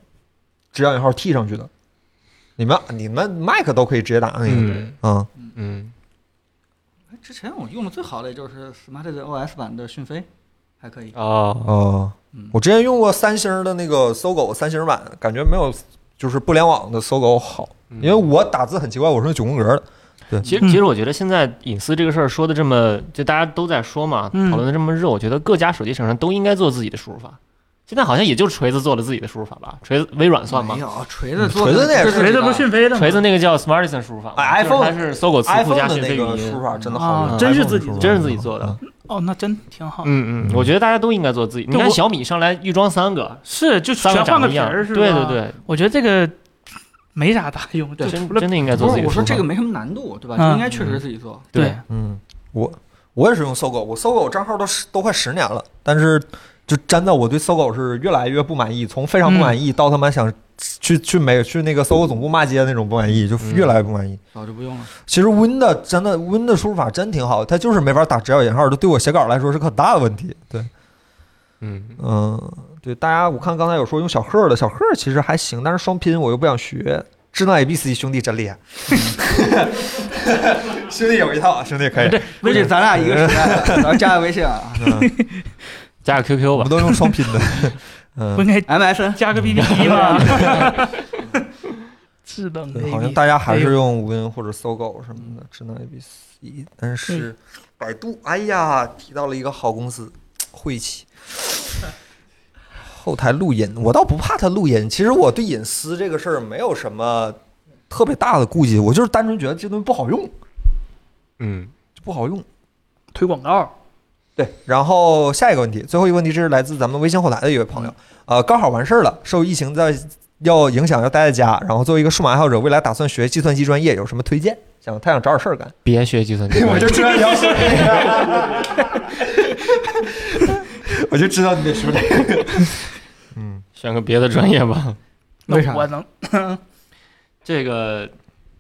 直角引号替上去的。你们你们 Mac 都可以直接打那个，
嗯
嗯，
嗯，
哎之前我用的最好的就是 Smart OS 版的讯飞，还可以。
哦，
哦
嗯，
我之前用过三星的那个搜狗三星版，
嗯
嗯
感觉没有就是不联网的搜狗好，因为我打字很奇怪，我是用九宫格的，对
其实其实我觉得现在隐私这个事儿说的这么，就大家都在说嘛，
嗯
讨论的这么热，我觉得各家手机厂商都应该做自己的输入法。现在好像也就是锤子做了自己的输入法吧？锤子微软算吗
没？有，锤子做的
锤子那也是
锤子不是讯飞的吗？
锤子那个叫 Smartisan 输入法嘛
哎
就是
iPhone-
它是搜狗词库加
，iPhone
讯
的那
飞语
个
音
输，法真的好
啊
用，，
真是自己
iPhone 的。
的
真是自己做的。
哦，那真挺好。
嗯嗯，我觉得大家都应该做自己。你
对
看
我
小米上来预装三个，
是，就
三
全
长
换个
得一
皮
样，
儿是吧？
对对，对，
我觉得这个没啥大用，就
真
除了
真的应该做
不
自己
是
的
我
输
说
入法。
这个没什么难度，对吧？
嗯
就应该确实自己做。
对，
嗯，我我也是用搜狗，我搜狗账号都十都快十年了，但是就真的我对搜狗是越来越不满意，从非常不满意到他妈想去去美去那个搜狗总部骂街那种不满意，就越来越不满意。
早就不用了。
其实 Win 的真的 Win 的输入法真挺好，它就是没法打直角引号，这对我写稿来说是个很大的问题。对，
嗯，
嗯，对，大家我看刚才有说用小贺的，小贺其实还行，但是双拼我又不想学。智能 A B C 兄弟真厉害， 兄弟有一套，啊兄弟可以。嗯
估计咱俩一个时代的，咱们加个微信啊
加个 QQ
我
吧
们。都用双拼的。嗯
不，应该
，MSN
加个
嗯
PPT 吗？ 智能
对
APP
好像大家还是用 Win 或者搜狗什么的，智能 A B C。但是百度，哎呀，提到了一个好公司，晦气。后台录音，我倒不怕他录音。其实我对隐私这个事儿没有什么特别大的顾忌，我就是单纯觉得这东西不好用，
嗯，
就不好用。
推广告，
对，然后下一个问题，最后一个问题，这是来自咱们微信后台的一位朋友，呃，刚好完事儿了，受疫情在要影响，要待在家，然后作为一个数码爱好者，未来打算学计算机专业，有什么推荐？想他想找点事儿干，，
别学计算机
我就知道你要说这 个，我就知道你得说这个，嗯，
选个别的专业吧。
那
为啥
我能
这个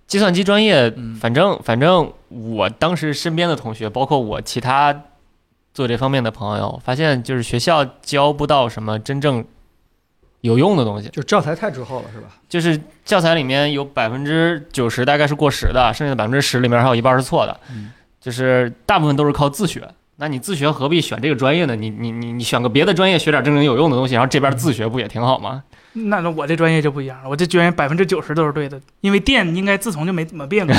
计算机专业
嗯，
反正反正我当时身边的同学，包括我其他做这方面的朋友，发现就是学校教不到什么真正有用的东西。
就教材太滞后了，是吧？
就是教材里面有百分之九十大概是过时的，剩下的百分之十里面还有一半是错的，
嗯
就是大部分都是靠自学。那你自学何必选这个专业呢？你你你你选个别的专业学点正经有用的东西，然后这边自学不也挺好 吗？
那那我这专业就不一样了，我这专业百分之九十都是对的，因为电应该自从就没怎么 变过。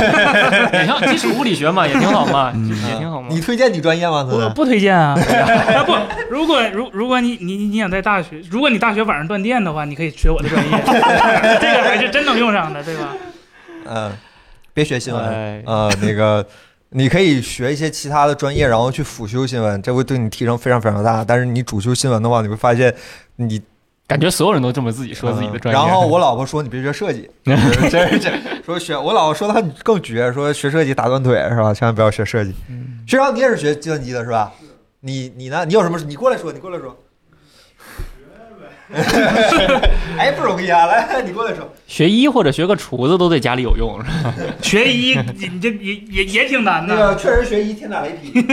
你像基础物理学嘛，也挺好嘛，嗯也挺好嘛。
嗯你推荐你专业吗？
我不推荐 啊，啊不，如果如如果你你你想在大学，如果你大学晚上断电的话，你可以学我 的专业， 这个还是真能用上的，对吧？
嗯，别学新闻，
哎
呃，那个你可以学一些其他的专业，然后去辅修新闻，这会对你提升非常非常大。但是你主修新闻的话，你会发现你
感觉所有人都这么自己说自己的专业。
嗯然后我老婆说你别学设计，就是 这是这说学我老婆说她更绝，说学设计打断腿是吧？千万不要学设计。
嗯
学长你也是学计算机的是吧？你你呢？你有什么？你过来说，你过来说。 哎，不容易啊！来，你过来说。
学医或者学个厨子都对家里有用，
学医你你这也也也挺难
那
的。
个确实学医天打雷 劈。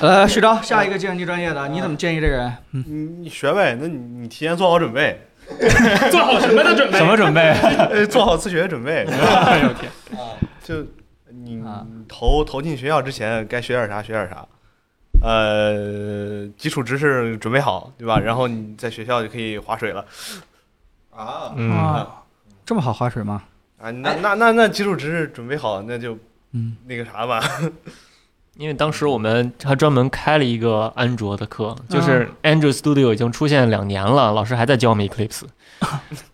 呃，徐钊，下一个计算机专业的，你怎么建议这个人？
你你学呗，那你你提前做好准 备，
做好 什么的准备？
什么 准备？
呃，做好自学的准备。
哎呦天，
就你
啊
投投进学校之前，该学点啥学点啥，呃，基础知识准备好，对吧？然后你在学校就可以划水了
啊，
嗯，
啊？
这么好划水吗？
啊！那那那那基础知识准备好，那就
哎嗯
那个啥吧。
因为当时我们还专门开了一个安卓的课，就是 Android Studio 已经出现两年了，老师还在教我们 Eclipse，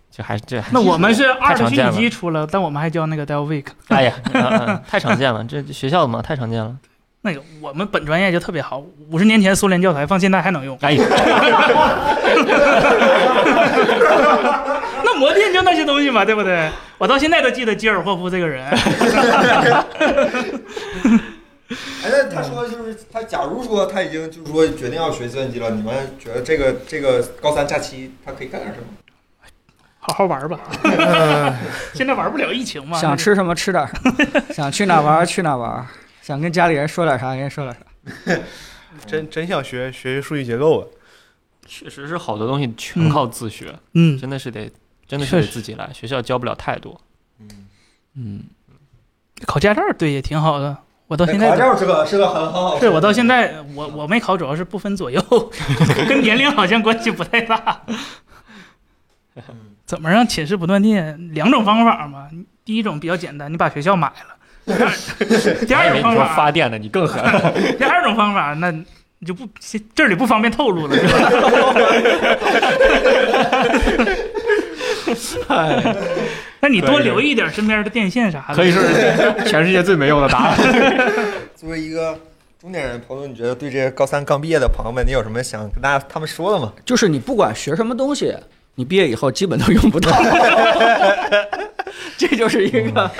就还这还
那我们是二
太
的
常
虚
见了
拟机出了，但我们还教那个 Delvik。
哎呀，嗯嗯太常见了，这这学校嘛太常见了。
那个我们本专业就特别好，五十年前苏联教材放现在还能用。
哎呀，
那磨电就那些东西嘛，对不对？我到现在都记得基尔霍夫这个人。
哎，那他说就是他，假如说他已经就是说决定要学计算机了，你们觉得这个这个高三假期他可以干点什么？
好好 玩吧。
呃
现在玩不了疫情嘛。
想吃什么吃点儿，想去哪玩儿去哪玩儿，想跟家里人说点啥跟人说点啥。嗯
真真想学学数据结构啊！
确实是好多东西全靠自学，
嗯，
真的是得真的是得
确实
自己来，学校教不了太多。
嗯，
嗯，
考驾照对也挺好的。我到现在
考证是个是个很很好的事
对我到现在我我没考，主要是不分左右， 跟年龄好像关系不太
嗯
大。怎么让寝室不断电？两种方法嘛，第一种比较简单，你把学校买了。 第二
我以为哎
种
你
方
说
法，
发电的，你更狠。
第二种方法，那你就不这里不方便透露了，是吧？ 那你多留意一点身边的电线啥的。
可以说 是全世界最没用的答案。
作为一个中年人朋友，你觉得对这些高三刚毕业的朋友们，你有什么想跟大家他们说的吗？
就是你不管学什么东西，你毕业以后基本都用不到。 这就是一个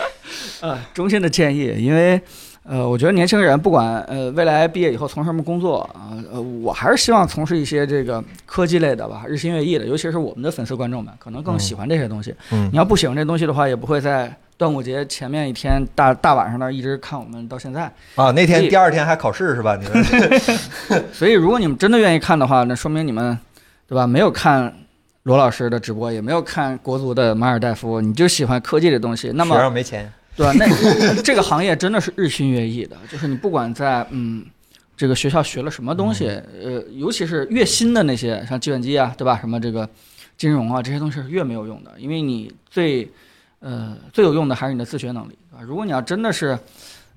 呃中心的建议，因为呃，我觉得年轻人不管呃未来毕业以后从事什么工作啊，呃，我还是希望从事一些这个科技类的吧，日新月异的，尤其是我们的粉丝观众们，可能更喜欢这些东西。
嗯
你要不喜欢这东西的话，也不会在端午节前面一天大大晚上那儿一直看我们到现在。
啊，那天
对
第二天还考试是吧？你们
所以，如果你们真的愿意看的话，那说明你们，对吧？没有看罗老师的直播，也没有看国足的马尔代夫，你就喜欢科技的东西。 那
学
么，
生没钱，
对吧？那这个行业真的是日新月异的，就是你不管在嗯这个学校学了什么东西，呃，尤其是越新的那些，像计算机啊，对吧？什么这个金融啊这些东西是越没有用的，因为你最呃最有用的还是你的自学能力，对吧？如果你要真的是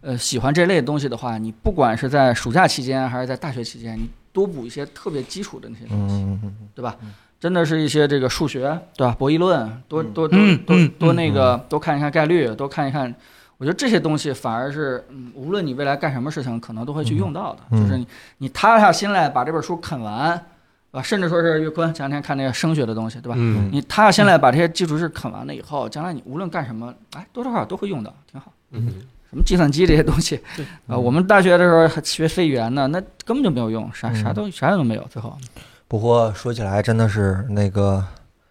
呃喜欢这类东西的话，你不管是在暑假期间还是在大学期间，你多补一些特别基础的那些东西，
嗯嗯
对吧？真的是一些这个数学，对吧？博弈论，多
嗯
多多
嗯
多
嗯
多那个，多看一看概率，多看一看。我觉得这些东西反而是，嗯，无论你未来干什么事情，可能都会去用到的。
嗯
就是你你塌下心来把这本书啃完，对吧？甚至说是岳坤前两天看那个升学的东西，对吧？
嗯，
你踏下心来把这些基础知识啃完了以后，将来你无论干什么，哎，多多少少都会用到，挺好。
嗯，
什么计算机这些东西，啊，我们大学的时候还学飞源呢，那根本就没有用，
嗯
啥啥都啥用都没有，最后。
不过说起来，真的是那个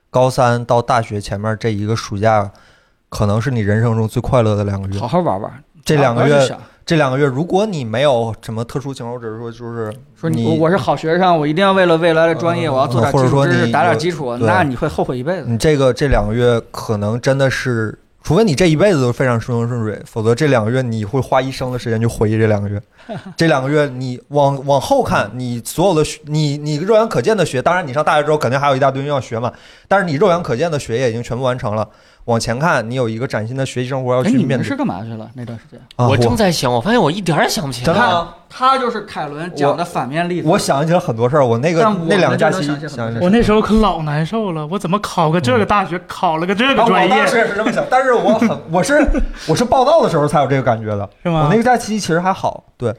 高三到大学前面这一个暑假，可能是你人生中最快乐的两个月
好。好玩玩，
嗯这两个
不要去
月，
想
这两个月，如果你没有什么特殊情况，或者说就是
说你我我是好学生，我一定要为了未来的专业，
嗯
我要做点
或者
基础
说
知识，
你
打点
有
基础，
对嗯
那你会后悔一辈子。
你这个这两个月可能真的是，除非你这一辈子都非常顺风顺水，否则这两个月你会花一生的时间去回忆这两个月。这两个月你往往后看，你所有的学你你肉眼可见的学，当然你上大学之后肯定还有一大堆要学嘛，但是你肉眼可见的学业已经全部完成了。往前看，你有一个崭新的学习生活要
哎，
去
你
面
们
对
是。干嘛去了那段时间？
啊，
我
我
正在想，我发现我一点儿也想不起
真的
来。啊
吗
他就是凯伦讲的反面例子。
我想起了很多事儿，我那个
但我
那两个
们
假
就
期
能
想
想
起来
起很多事
事
儿
儿。
我那时候可老难受了，我怎么考个
嗯
这个大学，考了个这个
啊
专
我当
业，
时也是这么想，但是我很我是我是报道的时候才有这个感觉的。
是
我
吗
那？个假期其实还好，对，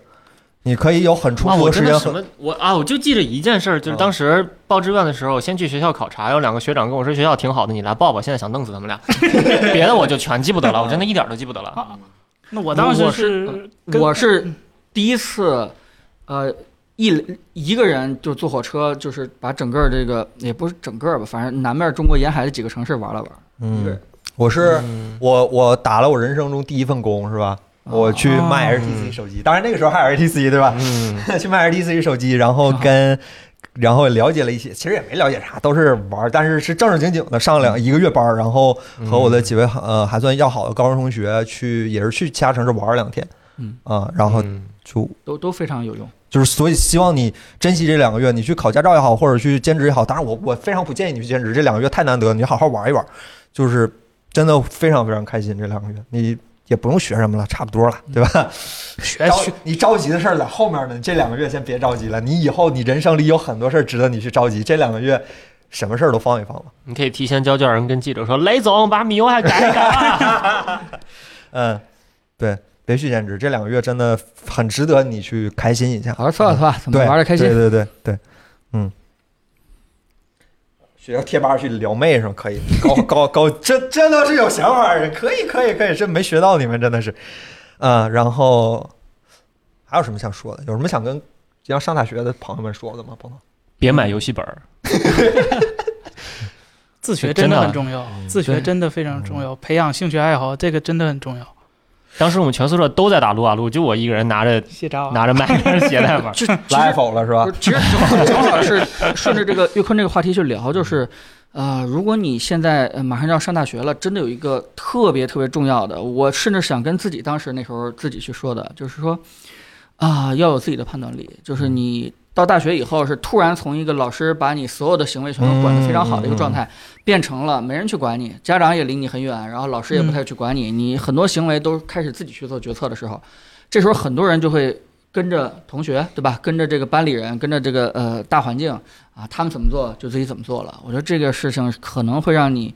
你可以有很充
哇，
足
啊我
时
真
间
的什
和
么我啊，我就记着一件事儿，就是当时报志愿的时候，先去学校考察，有两个学长跟我说学校挺好的，你来报吧。现在想弄死他们俩， 别的我就全记不得了，我真的一点儿都记不得了。
那我当时
我
是跟
我是第一次，呃，一一个人就坐火车，就是把整个这个也不是整个吧，反正南面中国沿海的几个城市玩了玩。
嗯，我是我我打了我人生中第一份工是吧？我去卖 HTC 手机，当然那个时候还有 HTC 对吧？
哦嗯，
去卖 HTC 手机，然后跟。然后了解了一些，其实也没了解啥，都是玩儿，但是是正正经经的上两一个月班儿，然后和
嗯
我的几位呃还算要好的高中同学去，也是去其他城市玩儿两天，
嗯
啊，然后
嗯
就
都都非常有用。
就是所以希望你珍惜这两个月，你去考驾照也好，或者去兼职也好。当然我，我非常不建议你去兼职，这两个月太难得，你好好玩一玩，就是真的非常非常开心。这两个月你也不用学什么了，差不多了，对吧？
哎
学
着你着急的事儿在后面呢，你这两个月先别着急了，你以后你人生里有很多事儿值得你去着急，这两个月什么事儿都放一放吧。
你可以提前交卷，人跟记者说，雷总把米油还改一 改啊。
嗯，对，别去兼职，这两个月真的很值得你去开心一下。
好好算了算了，怎么
对，
玩的开心
对？对对对，嗯。学校贴吧去撩妹是吗？可以，高高高，这这都是有想法的人，可以可以可以，这没学到你们真的是，嗯，然后还有什么想说的？有什么想跟要上大学的朋友们说的吗？鹏鹏，
别买游戏本儿，
自学
真
真
的
的很重要，自学真的非常重要，培养兴趣爱好这个真的很重要。
当时我们全宿舍都在打撸啊撸，就我一个人拿着
谢扎啊，
拿着麦克携带 玩儿。
就其实
来否了是吧
不？是，其实正正好是顺着这个岳坤这个话题去聊，就是，呃，如果你现在呃马上就要上大学了，真的有一个特别特别重要的，我甚至想跟自
嗯
己当时那时候自己去说的，就是说，啊、要有自己的判断力，就是你到大学以后是突然从一个老师把你所有的行为全都管得非常好的一个状
嗯
态，变成了没人去管你，家长也离你很远，然后老师也
嗯
不太去管你，你很多行为都开始自己去做决策的时候，这时候很多人就会跟着同学，对吧？跟着这个班里人，跟着这个呃大环境啊，他们怎么做就自己怎么做了。我觉得这个事情可能会让你。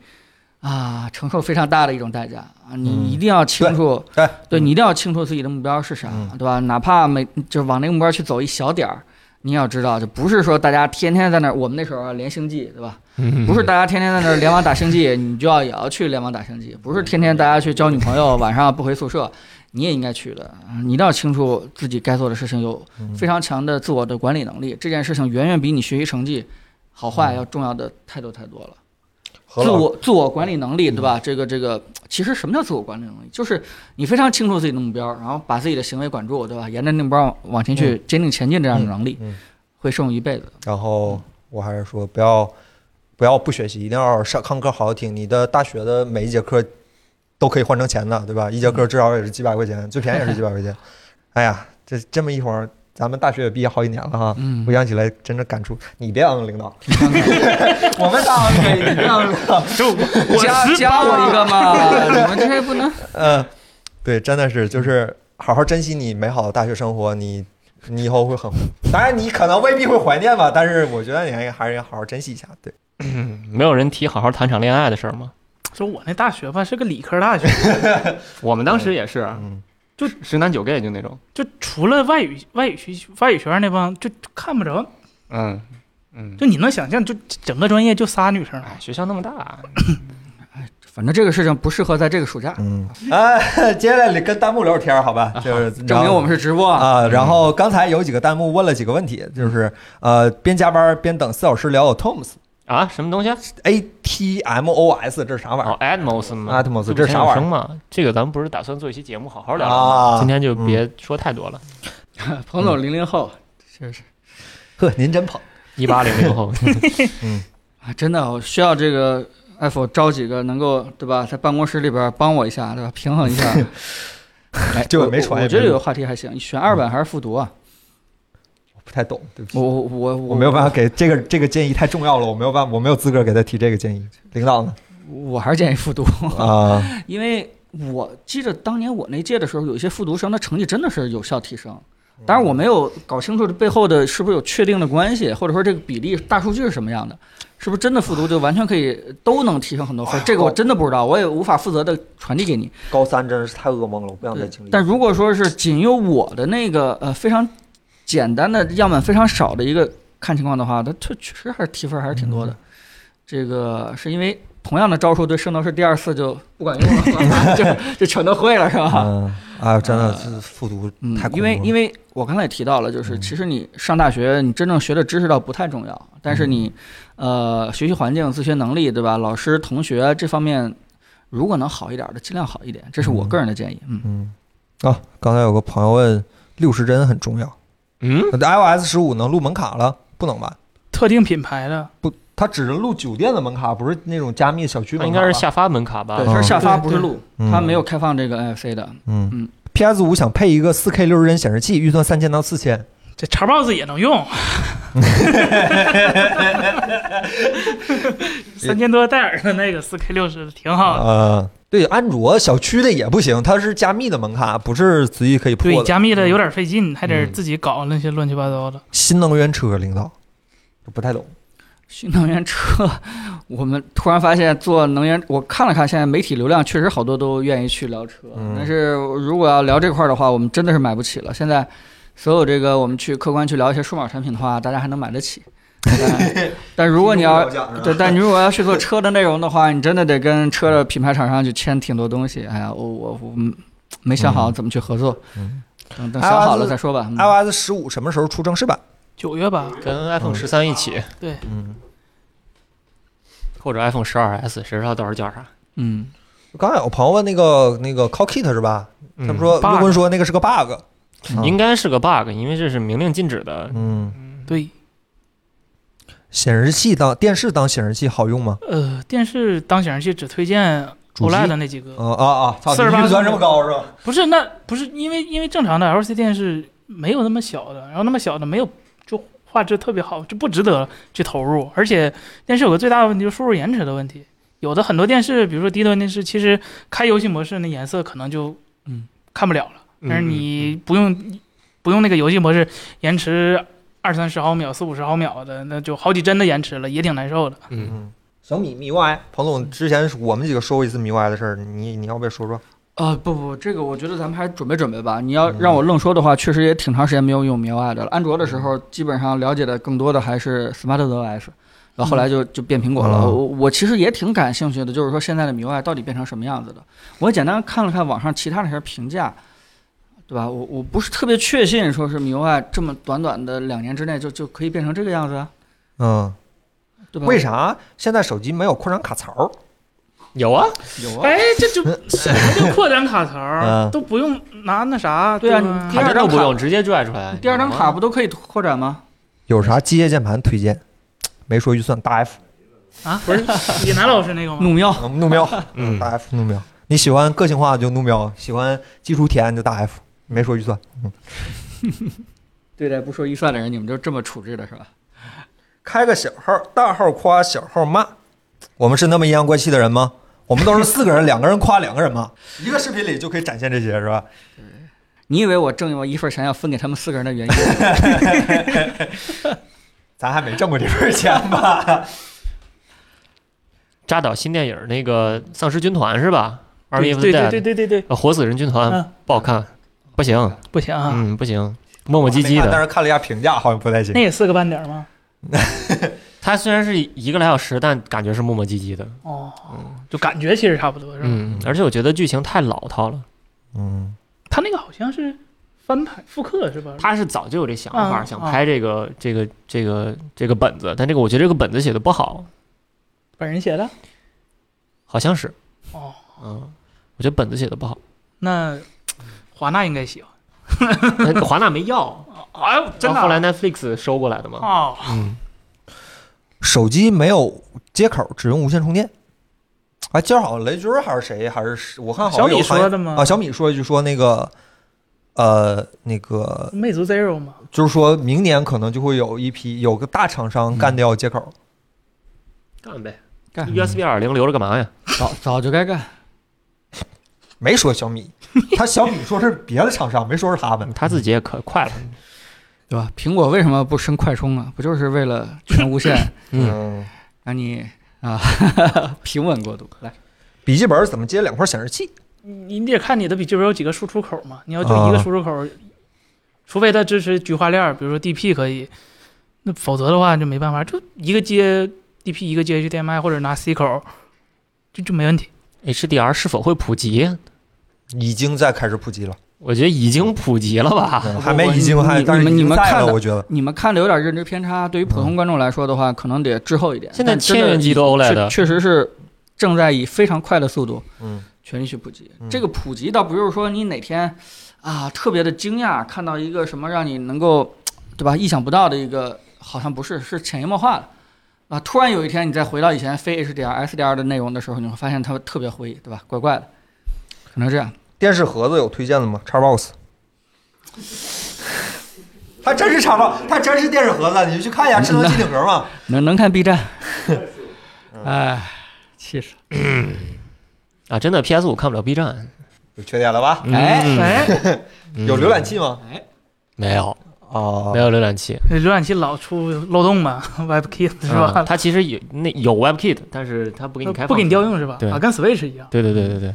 啊，承受非常大的一种代价啊！你一定要清楚，
对
对你一定要清楚自己的目标是啥，
嗯
对吧？哪怕每就是往那个目标去走一小点儿，你也要知道，就不是说大家天天在那儿，我们那时候啊连星际，对吧？不是大家天天在那儿联网打星际，你就要也要去联网打星际；不是天天大家去交女朋友，晚上不回宿舍，你也应该去的。啊你一定要清楚自己该做的事情，有
嗯
非常强的自我的管理能力。这件事情远远比你学习成绩好坏要重要的太多太多了。
何
自
老嗯
我自我管理能力，对吧？这个这个，其实什么叫自我管理能力？就是你非常清楚自己的目标，然后把自己的行为管住，对吧？沿着那目标往往前去，坚定前进，这样的能力
嗯嗯嗯
会受用一辈子。
然后我还是说不要不要不学习，一定要上上课好好听。你的大学的每一节课都可以换成钱的，对 吧？一节课至少也是几百块钱，最便宜也是几百块钱。 哎呀，这这么一会儿，咱们大学也毕业好几年了哈。
嗯
回想起来，真的感触。 你别嗯，领导，我们 当然可以，你别嗯，领 导。
加加我一个嘛，你们这不能。
嗯，对，真的是，就是好好珍惜你美好的大学生活，你你以后会很，当然你可能未必会怀念吧，但是我觉得你还还是要好好珍惜一下。对，
没有人提好好谈场恋爱的事儿吗？
说我那大学吧是个理科大学，
我们当时也是，
嗯，
就十男九 gay 就那种，
就除了外语外语学外语学院那帮，就看不着。
嗯嗯，
就你能想象，就整个专业就仨女生，
哎，学校那么大，
反正这个事情不适合在这个暑假，
嗯啊， 接下来跟弹幕聊天儿，好吧？就是
啊证明我们是直播啊。
啊。然后刚才有几个弹幕问了几个问题，就是呃，边加班边等四小时聊有 Tom's
啊，什么东西啊？
A T M O S 这是啥玩意
哦
儿
，Atmos 嘛
？Atmos
这
这是啥玩意
声
儿
嘛？这个咱们不是打算做一期节目好好聊吗？
啊？
今天就别说太多了，
彭总零零后，确实
呵，您真捧，
一八零零 后，
啊，真的，我需要这个 F 招几个能够对吧，在办公室里边帮我一下，对吧？平衡 一下。哎，
这
我
个没传
我
也
我觉得
没
有
录
个话题还行，选二本还是复读啊？
我不太懂，对不起
我。我我我
嗯我没有办法给这个这个建议太重要了，我没有办法，我没有资格给他提这个建议。领导 呢？
我还是建议复读，
啊，
因为我记得当年我那届的时候，有一些复读生的成绩真的是有效提升。
嗯
当然，我没有搞清楚这背后的是不是有确定的关系，或者说这个比例大数据是什么样的，是不是真的复读就完全可以都能提升很多
啊
分？这个
哦
我真的不知道，我也无法负责的传递给你。
高三真是太噩梦了，我不想
对但如果说是仅有我的那个呃非常简单的样本非常少的一个看情况的话，它确确实还是提分还是挺多的。这个是因为同样的招数对圣斗士第二次就不管用 了，就就全都会了是吧？
嗯啊，真的
呃
是复读
嗯
太恐，怖
因为因
为
为我刚才也提到了，就是
嗯
其实你上大学，你真正学的知识倒不太重要，但
嗯
是你呃学习环境、自学能力，对吧？老师、同学这方面，如果能好一点的，尽量好一点，这是我
嗯
个人的建议。嗯，
嗯啊，刚才有个朋友问六十帧很重要
嗯，
，iOS 十五能录门卡了？不能吧？
特定品牌的，
它只是录酒店的门卡，不是那种加密小区
那应
门卡
啊
吧。
该是下发门卡吧
对，？它是下发
对
不是
对
录，
嗯
它没有开放这个 NFC 的。
嗯
嗯
PS 五想配一个四 K 六十帧显示器，预算三千到四千。
这叉 box 也能用，三千多戴尔的那个四 K 六十挺好的。
呃，对，安卓小区的也不行，它是加密的门卡，不是随意可以破
对，
的。
加密的有点费劲，还得
嗯
自己搞那些乱七八糟的。
新能源车领导不太懂。
新能源车，我们突然发现做能源，我看了看现在媒体流量，确实好多都愿意去聊车。
嗯
但是如果要聊这块儿的话，我们真的是买不起了。现在所有这个我们去客观去聊一些数码产品的话，大家还能买得 起。但但如果你要
啊
对，但你如果要去做车的内容的话，你真的得跟车的品牌厂商去签挺多东西。哎呀，我我我嗯没想好怎么去合作，
嗯
等等想好了
iOS-
再说吧。嗯
iOS 十五什么时候出正式版？
九月吧，
跟 iPhone 十三一起，
嗯，
或者 iPhone 十二 S，谁知道到时候叫啥？
嗯，
刚才有朋友问那个那个 Cockit 是吧？他
嗯
们说
，bug
岳坤说那个是个 bug，
嗯应该是个 bug，因为这是明令禁止的。
嗯，
对，
显示器当电视当显示器好用吗？
呃，电视当显示器只推荐
主机
OLED 的那几个，
嗯啊啊，操，
48
你预算这么高是吧？
不是那不是因为因为正常的 LCD 电视没有那么小的，然后那么小的没有就画质特别好，就不值得去投入。而且电视有个最大的问题就是输入延迟的问题，有的很多电视，比如说低端电视，其实开游戏模式那颜色可能就
嗯
看不了了，
嗯
但是你不用不用那个游戏模式，延迟二三十毫秒、四五十毫秒的，那就好几帧的延迟了，也挺难受的。
嗯，
嗯，小米 MIUI，彭总之前我们几个说过一次 MIUI 的事儿，你你要不要说说？
啊、不不，这个我觉得咱们还是准备准备吧。
嗯
你要让我愣说的话，确实也挺长时间没有用 MIUI 的了。安卓的时
嗯
候，基本上了解的更多的还是 SmartOS，然后后来就就变苹果了。
嗯
我我其实也挺感兴趣的，就是说现在的 MIUI 到底变成什么样子的。我简单看了看网上其他的一些评价，对吧？我我不是特别确信，说是 MIUI 这么短短的两年之内就就可以变成这个样子啊，
嗯，
对吧？
为啥现在手机没有扩展卡槽儿？
有啊，
有啊？
哎，这就什么叫扩展卡槽儿，
嗯
都不用拿那啥，
对啊
吧
你第
卡
二
顿
张
都不
卡
用，直接拽出来。
第二张卡
你
不都可以扩展吗？
有啥机械键盘推荐？没说预算，大 F，
啊，不是李楠老师那个吗？
怒喵，
嗯怒喵，
嗯
大 F 怒喵。你喜欢个性化就怒喵，喜欢基础体验就大 F。没说预算，
对待不说预算的人，你们就这么处置的是吧？
开个小号，大号夸，小号骂。我们是那么阴阳怪气的人吗？我们都是四个人，两个人夸，两个人骂，一个视频里就可以展现这些，是吧？
你以为我挣我一份钱要分给他们四个人的原因？
咱还没挣过这份钱吧？
扎导新电影那个《丧尸军团》是吧？Army of the
对对对对
Dead，
对对对，
呃活死人军团
嗯
不好看，不行，
不行啊，
嗯，不行，磨磨唧唧
我还没看但
的。
是看了一下评价，好像不太行
那。也四个半点儿吗？
它虽然是一个来小时，但感觉是磨磨唧唧的。
哦，就感觉其实差不多是吧？
嗯，而且我觉得剧情太老套了。
嗯，
他那个好像是翻拍复刻是吧？
他是早就有这想法，
嗯
想拍这个这个这个这个本子，但这个我觉得这个本子写的不好，
本人写的。
好像是，
哦，
嗯，我觉得本子写的不好。
那华纳应该喜欢。
但华纳没要，
哎
哦
呦， 真
然
的
后
啊
后来 Netflix 收过来的嘛。
哦，
嗯，
手机没有接口，只用无线充电。哎，今儿好像雷军儿还是谁，还是我看好
小
像
米
有行业
说的吗
啊，？小米说一句说那个，呃，那个
魅族 Zero 嘛，
就是说明年可能就会有一批有个大厂商干掉接口。
干呗
干
，USB 二零留着干嘛呀？
早早就该干。
没说小 米，他小米说是别的厂商，没说是他们。
他自己也可快了。
对吧？苹果为什么不升快充啊？不就是为了全无线
嗯，
让你啊 平稳过渡？来，
笔记本怎么接两块显示器？
你你得看你的笔记本有几个输出口嘛。你要就一个
啊
输出口，除非它支持菊花链儿，比如说 DP 可以，那否则的话就没办法，就一个接 DP，一个接 HDMI 或者拿 C 口，就就没问题。
HDR 是否会普及？
已经在开始普及了，
我觉得已经普及了吧。
嗯还没已经还，
啊你
但是
你们
已经在
你们看
了，
的
我觉得。
你们看的有点认知偏差，对于普通观众来说的话，可能得滞后一点。
现在
但真的
千元机都
确
OLED 的
确实是正在以非常快的速度
嗯
全力去普及。
嗯
这个普及倒不是说你哪天啊特别的惊讶，看到一个什么让你能够对吧意想不到的一个，好像不是，是潜移默化的。啊！突然有一天，你再回到以前非 HDR、SDR 的内容的时候，你会发现它特别灰，对吧？怪怪的，可能这样。
电视盒子有推荐的吗？Xbox，它真是 Xbox，它真是电视盒子，你就去看
嗯
一下智能机顶盒嘛。
能能看 B 站，哎，气死！
啊，真的 PS 五看不了 B 站，
有缺点了吧？
哎，
嗯
哎，
有浏览器吗？
没有？
嗯
哦
没有浏览器
浏览器老出漏洞嘛 ，WebKit 是吧
嗯？它其实有那有 WebKit，但是它不给你开放，
不给你调。用是吧？
对
啊，跟 Switch 一样。
对对对对对，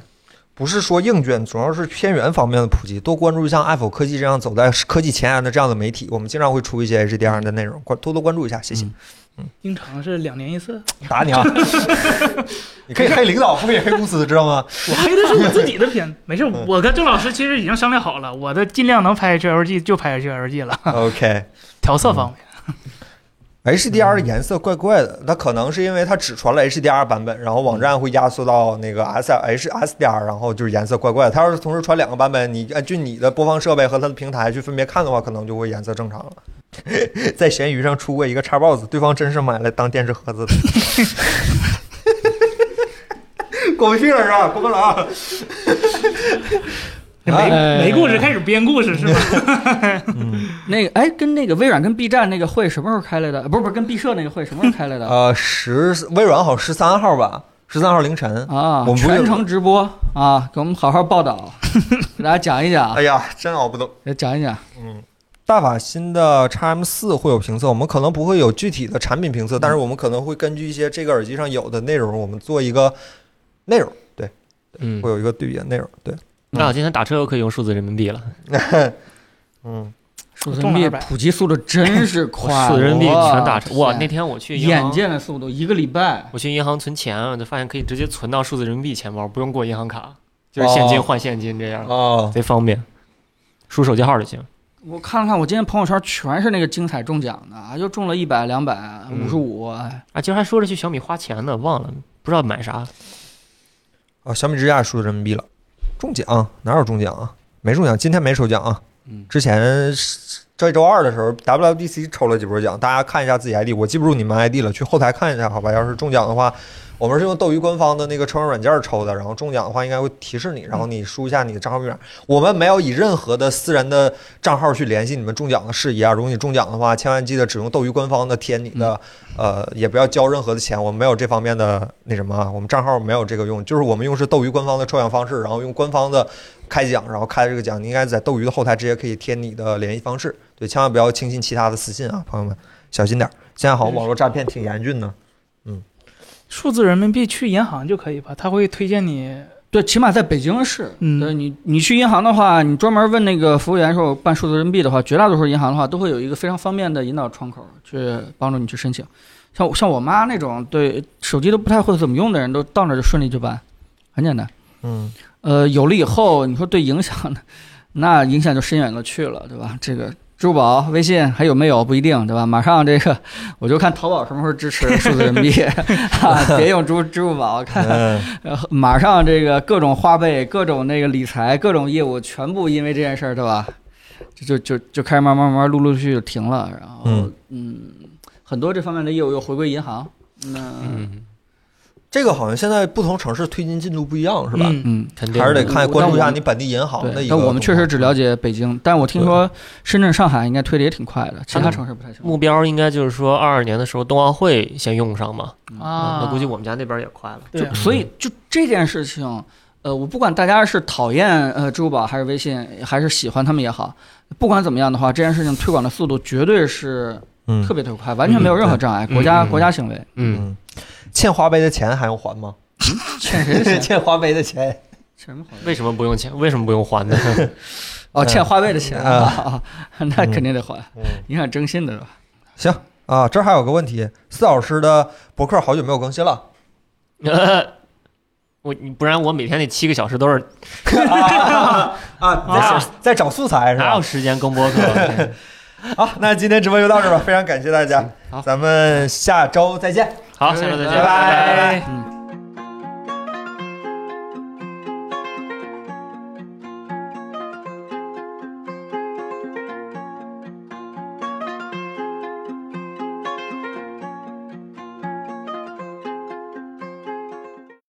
不是说硬件，主要是偏远方面的普及，多关注像爱否科技这样走在科技前沿的这样的媒体，我们经常会出一些 HDR 的内容，关多多关注一下，谢谢。
经常是两年一次，
打你啊！ 你可以黑领导，不可以黑公司，知道 吗？
我黑的是我自己的片，没事，我跟郑老师其实已经商量好了，我的尽量能拍 HLG 就拍 HLG 了，
OK。
调色方面。
HDR 的颜色怪怪的，它可能是因为它只传了 HDR 版本，然后网站会压缩到那个 S H S D R，然后就是颜色怪怪的。它要是同时传两个版本，你按据你的播放设备和它的平台去分别看的话，可能就会颜色正常了。 在闲鱼上出过一个叉 box，对方真是买来当电视盒子的。 啊过不去了是吧？过不了。
没
嗯
哎
没故事，开始编故事是吧？
嗯，
那个哎，跟那个微软跟 B 站那个会什么时候开来的？不是不是，跟毕设那个会什么时候开来的？
呃，十微软好像十三号吧，十三号凌晨。
啊，
我们不是
全程直播啊，给我们好好报道，给大家讲一讲，啊
哎呀，真熬不动。
给讲一讲。
大法新的 x M 四会有评测，我们可能不会有具体的产品评测，但是我们可能会根据一些这个耳机上有的内容，我们做一个内容，对，
嗯
会有一个对比的内容，对，
那我今天打车又可以用数字人民币了，
嗯，
数字
中
人民
了二
币
百
普及速度真是 快，
数字人民币全打车。
我
哇，
天
那天我
啊
去银
眼
行，
见的速度，一个礼拜。
我去银行存钱，我就发现可以直接存到数字人民币钱包，不用过银行卡，就是现金
哦
换现金这样，
哦，
贼方便，输手机号就行。
我看了看，我今天朋友圈全是那个精彩中奖的，啊，又中了一百、两百、五十五，哎
啊，今儿还说着去小米花钱呢，忘了不知道买啥。
啊，小米支架输人民币了，中奖哪有中奖啊？没中奖，今天没抽奖啊。
嗯
之前是这周二的时候，WWDC 抽了几波奖，大家看一下自己 ID，我记不住你们 ID 了，去后台看一下好吧。要是中奖的话，我们是用斗鱼官方的那个抽奖软件抽的，然后中奖的话应该会提示你，然后你输一下你的账号密码。我们没有以任何的私人的账号去联系你们中奖的事宜啊。如果你中奖的话，千万记得只用斗鱼官方的填你的，呃，也不要交任何的钱，我们没有这方面的那什么啊，我们账号没有这个用，就是我们用是斗鱼官方的抽奖方式，然后用官方的开奖，然后开这个奖，你应该在斗鱼的后台直接可以填你的联系方式。对，千万不要轻信其他的私信啊，朋友们，小心点儿。现在好像网络诈骗挺严峻的，
数字人民币去银行就可以吧？他会推荐你
对，起码在北京市，
嗯
对你你去银行的话，你专门问那个服务员说我办数字人民币的话，绝大多数银行的话都会有一个非常方便的引导窗口去帮助你去申请。像我像我妈那种对手机都不太会怎么用的人，都到那儿就顺利就办，很简单。
嗯，
呃，有了以后，你说对影响呢？那影响就深远了去了，对吧？这个支付宝、微信还有没有不一定，对吧？马上这个我就看淘宝什么时候支持数字人民币，啊、别用支支付宝，看
嗯，
呃马上这个各种花呗、各种那个理财、各种业务全部因为这件事儿，对吧？就就就就开始慢慢慢慢陆陆续续就停了，然后
嗯
嗯很多这方面的业务又回归银行，那
嗯，
这个好像现在不同城市推进进度不一样，是吧？
嗯
嗯，肯定
还是得看关注一
但我
下
们
你本地银行的
对，
一个。
但我们确实
嗯
只了。解北京，但我听说深圳、上海应该推的也挺快的，其他
嗯
城市不太清楚。
目标应该就是说二二年的时候冬奥会先用上嘛。嗯
啊，
那估计我们家那边也快了。
对啊
所
嗯
以就这件事情，呃，我不管大家是讨厌呃支付宝还是微信，还是喜欢他们也好，不管怎么样的话，这件事情推广的速度绝对是
嗯
特别特别快，完全没有任何障碍。国家、
嗯
国家行为，
嗯，
嗯，欠花呗的钱还用还 吗？
欠谁的钱？欠
欠花呗的钱，
什么好
为什么不用钱？为什么不用还呢？
哦，欠花呗的钱
嗯
啊
啊，那肯定得还
嗯，
影响征信的是吧？
行啊，这儿还有个问题，四老师的博客好久没有更新了，
我你不然我每天那七个小时都是
啊，在找在找素材是
哪有
吧？
时间更播客？
好，那今天直播就到这儿吧，非常感谢大家
好，
咱们下周再见，
好，下周再见，
拜
拜
拜
嗯。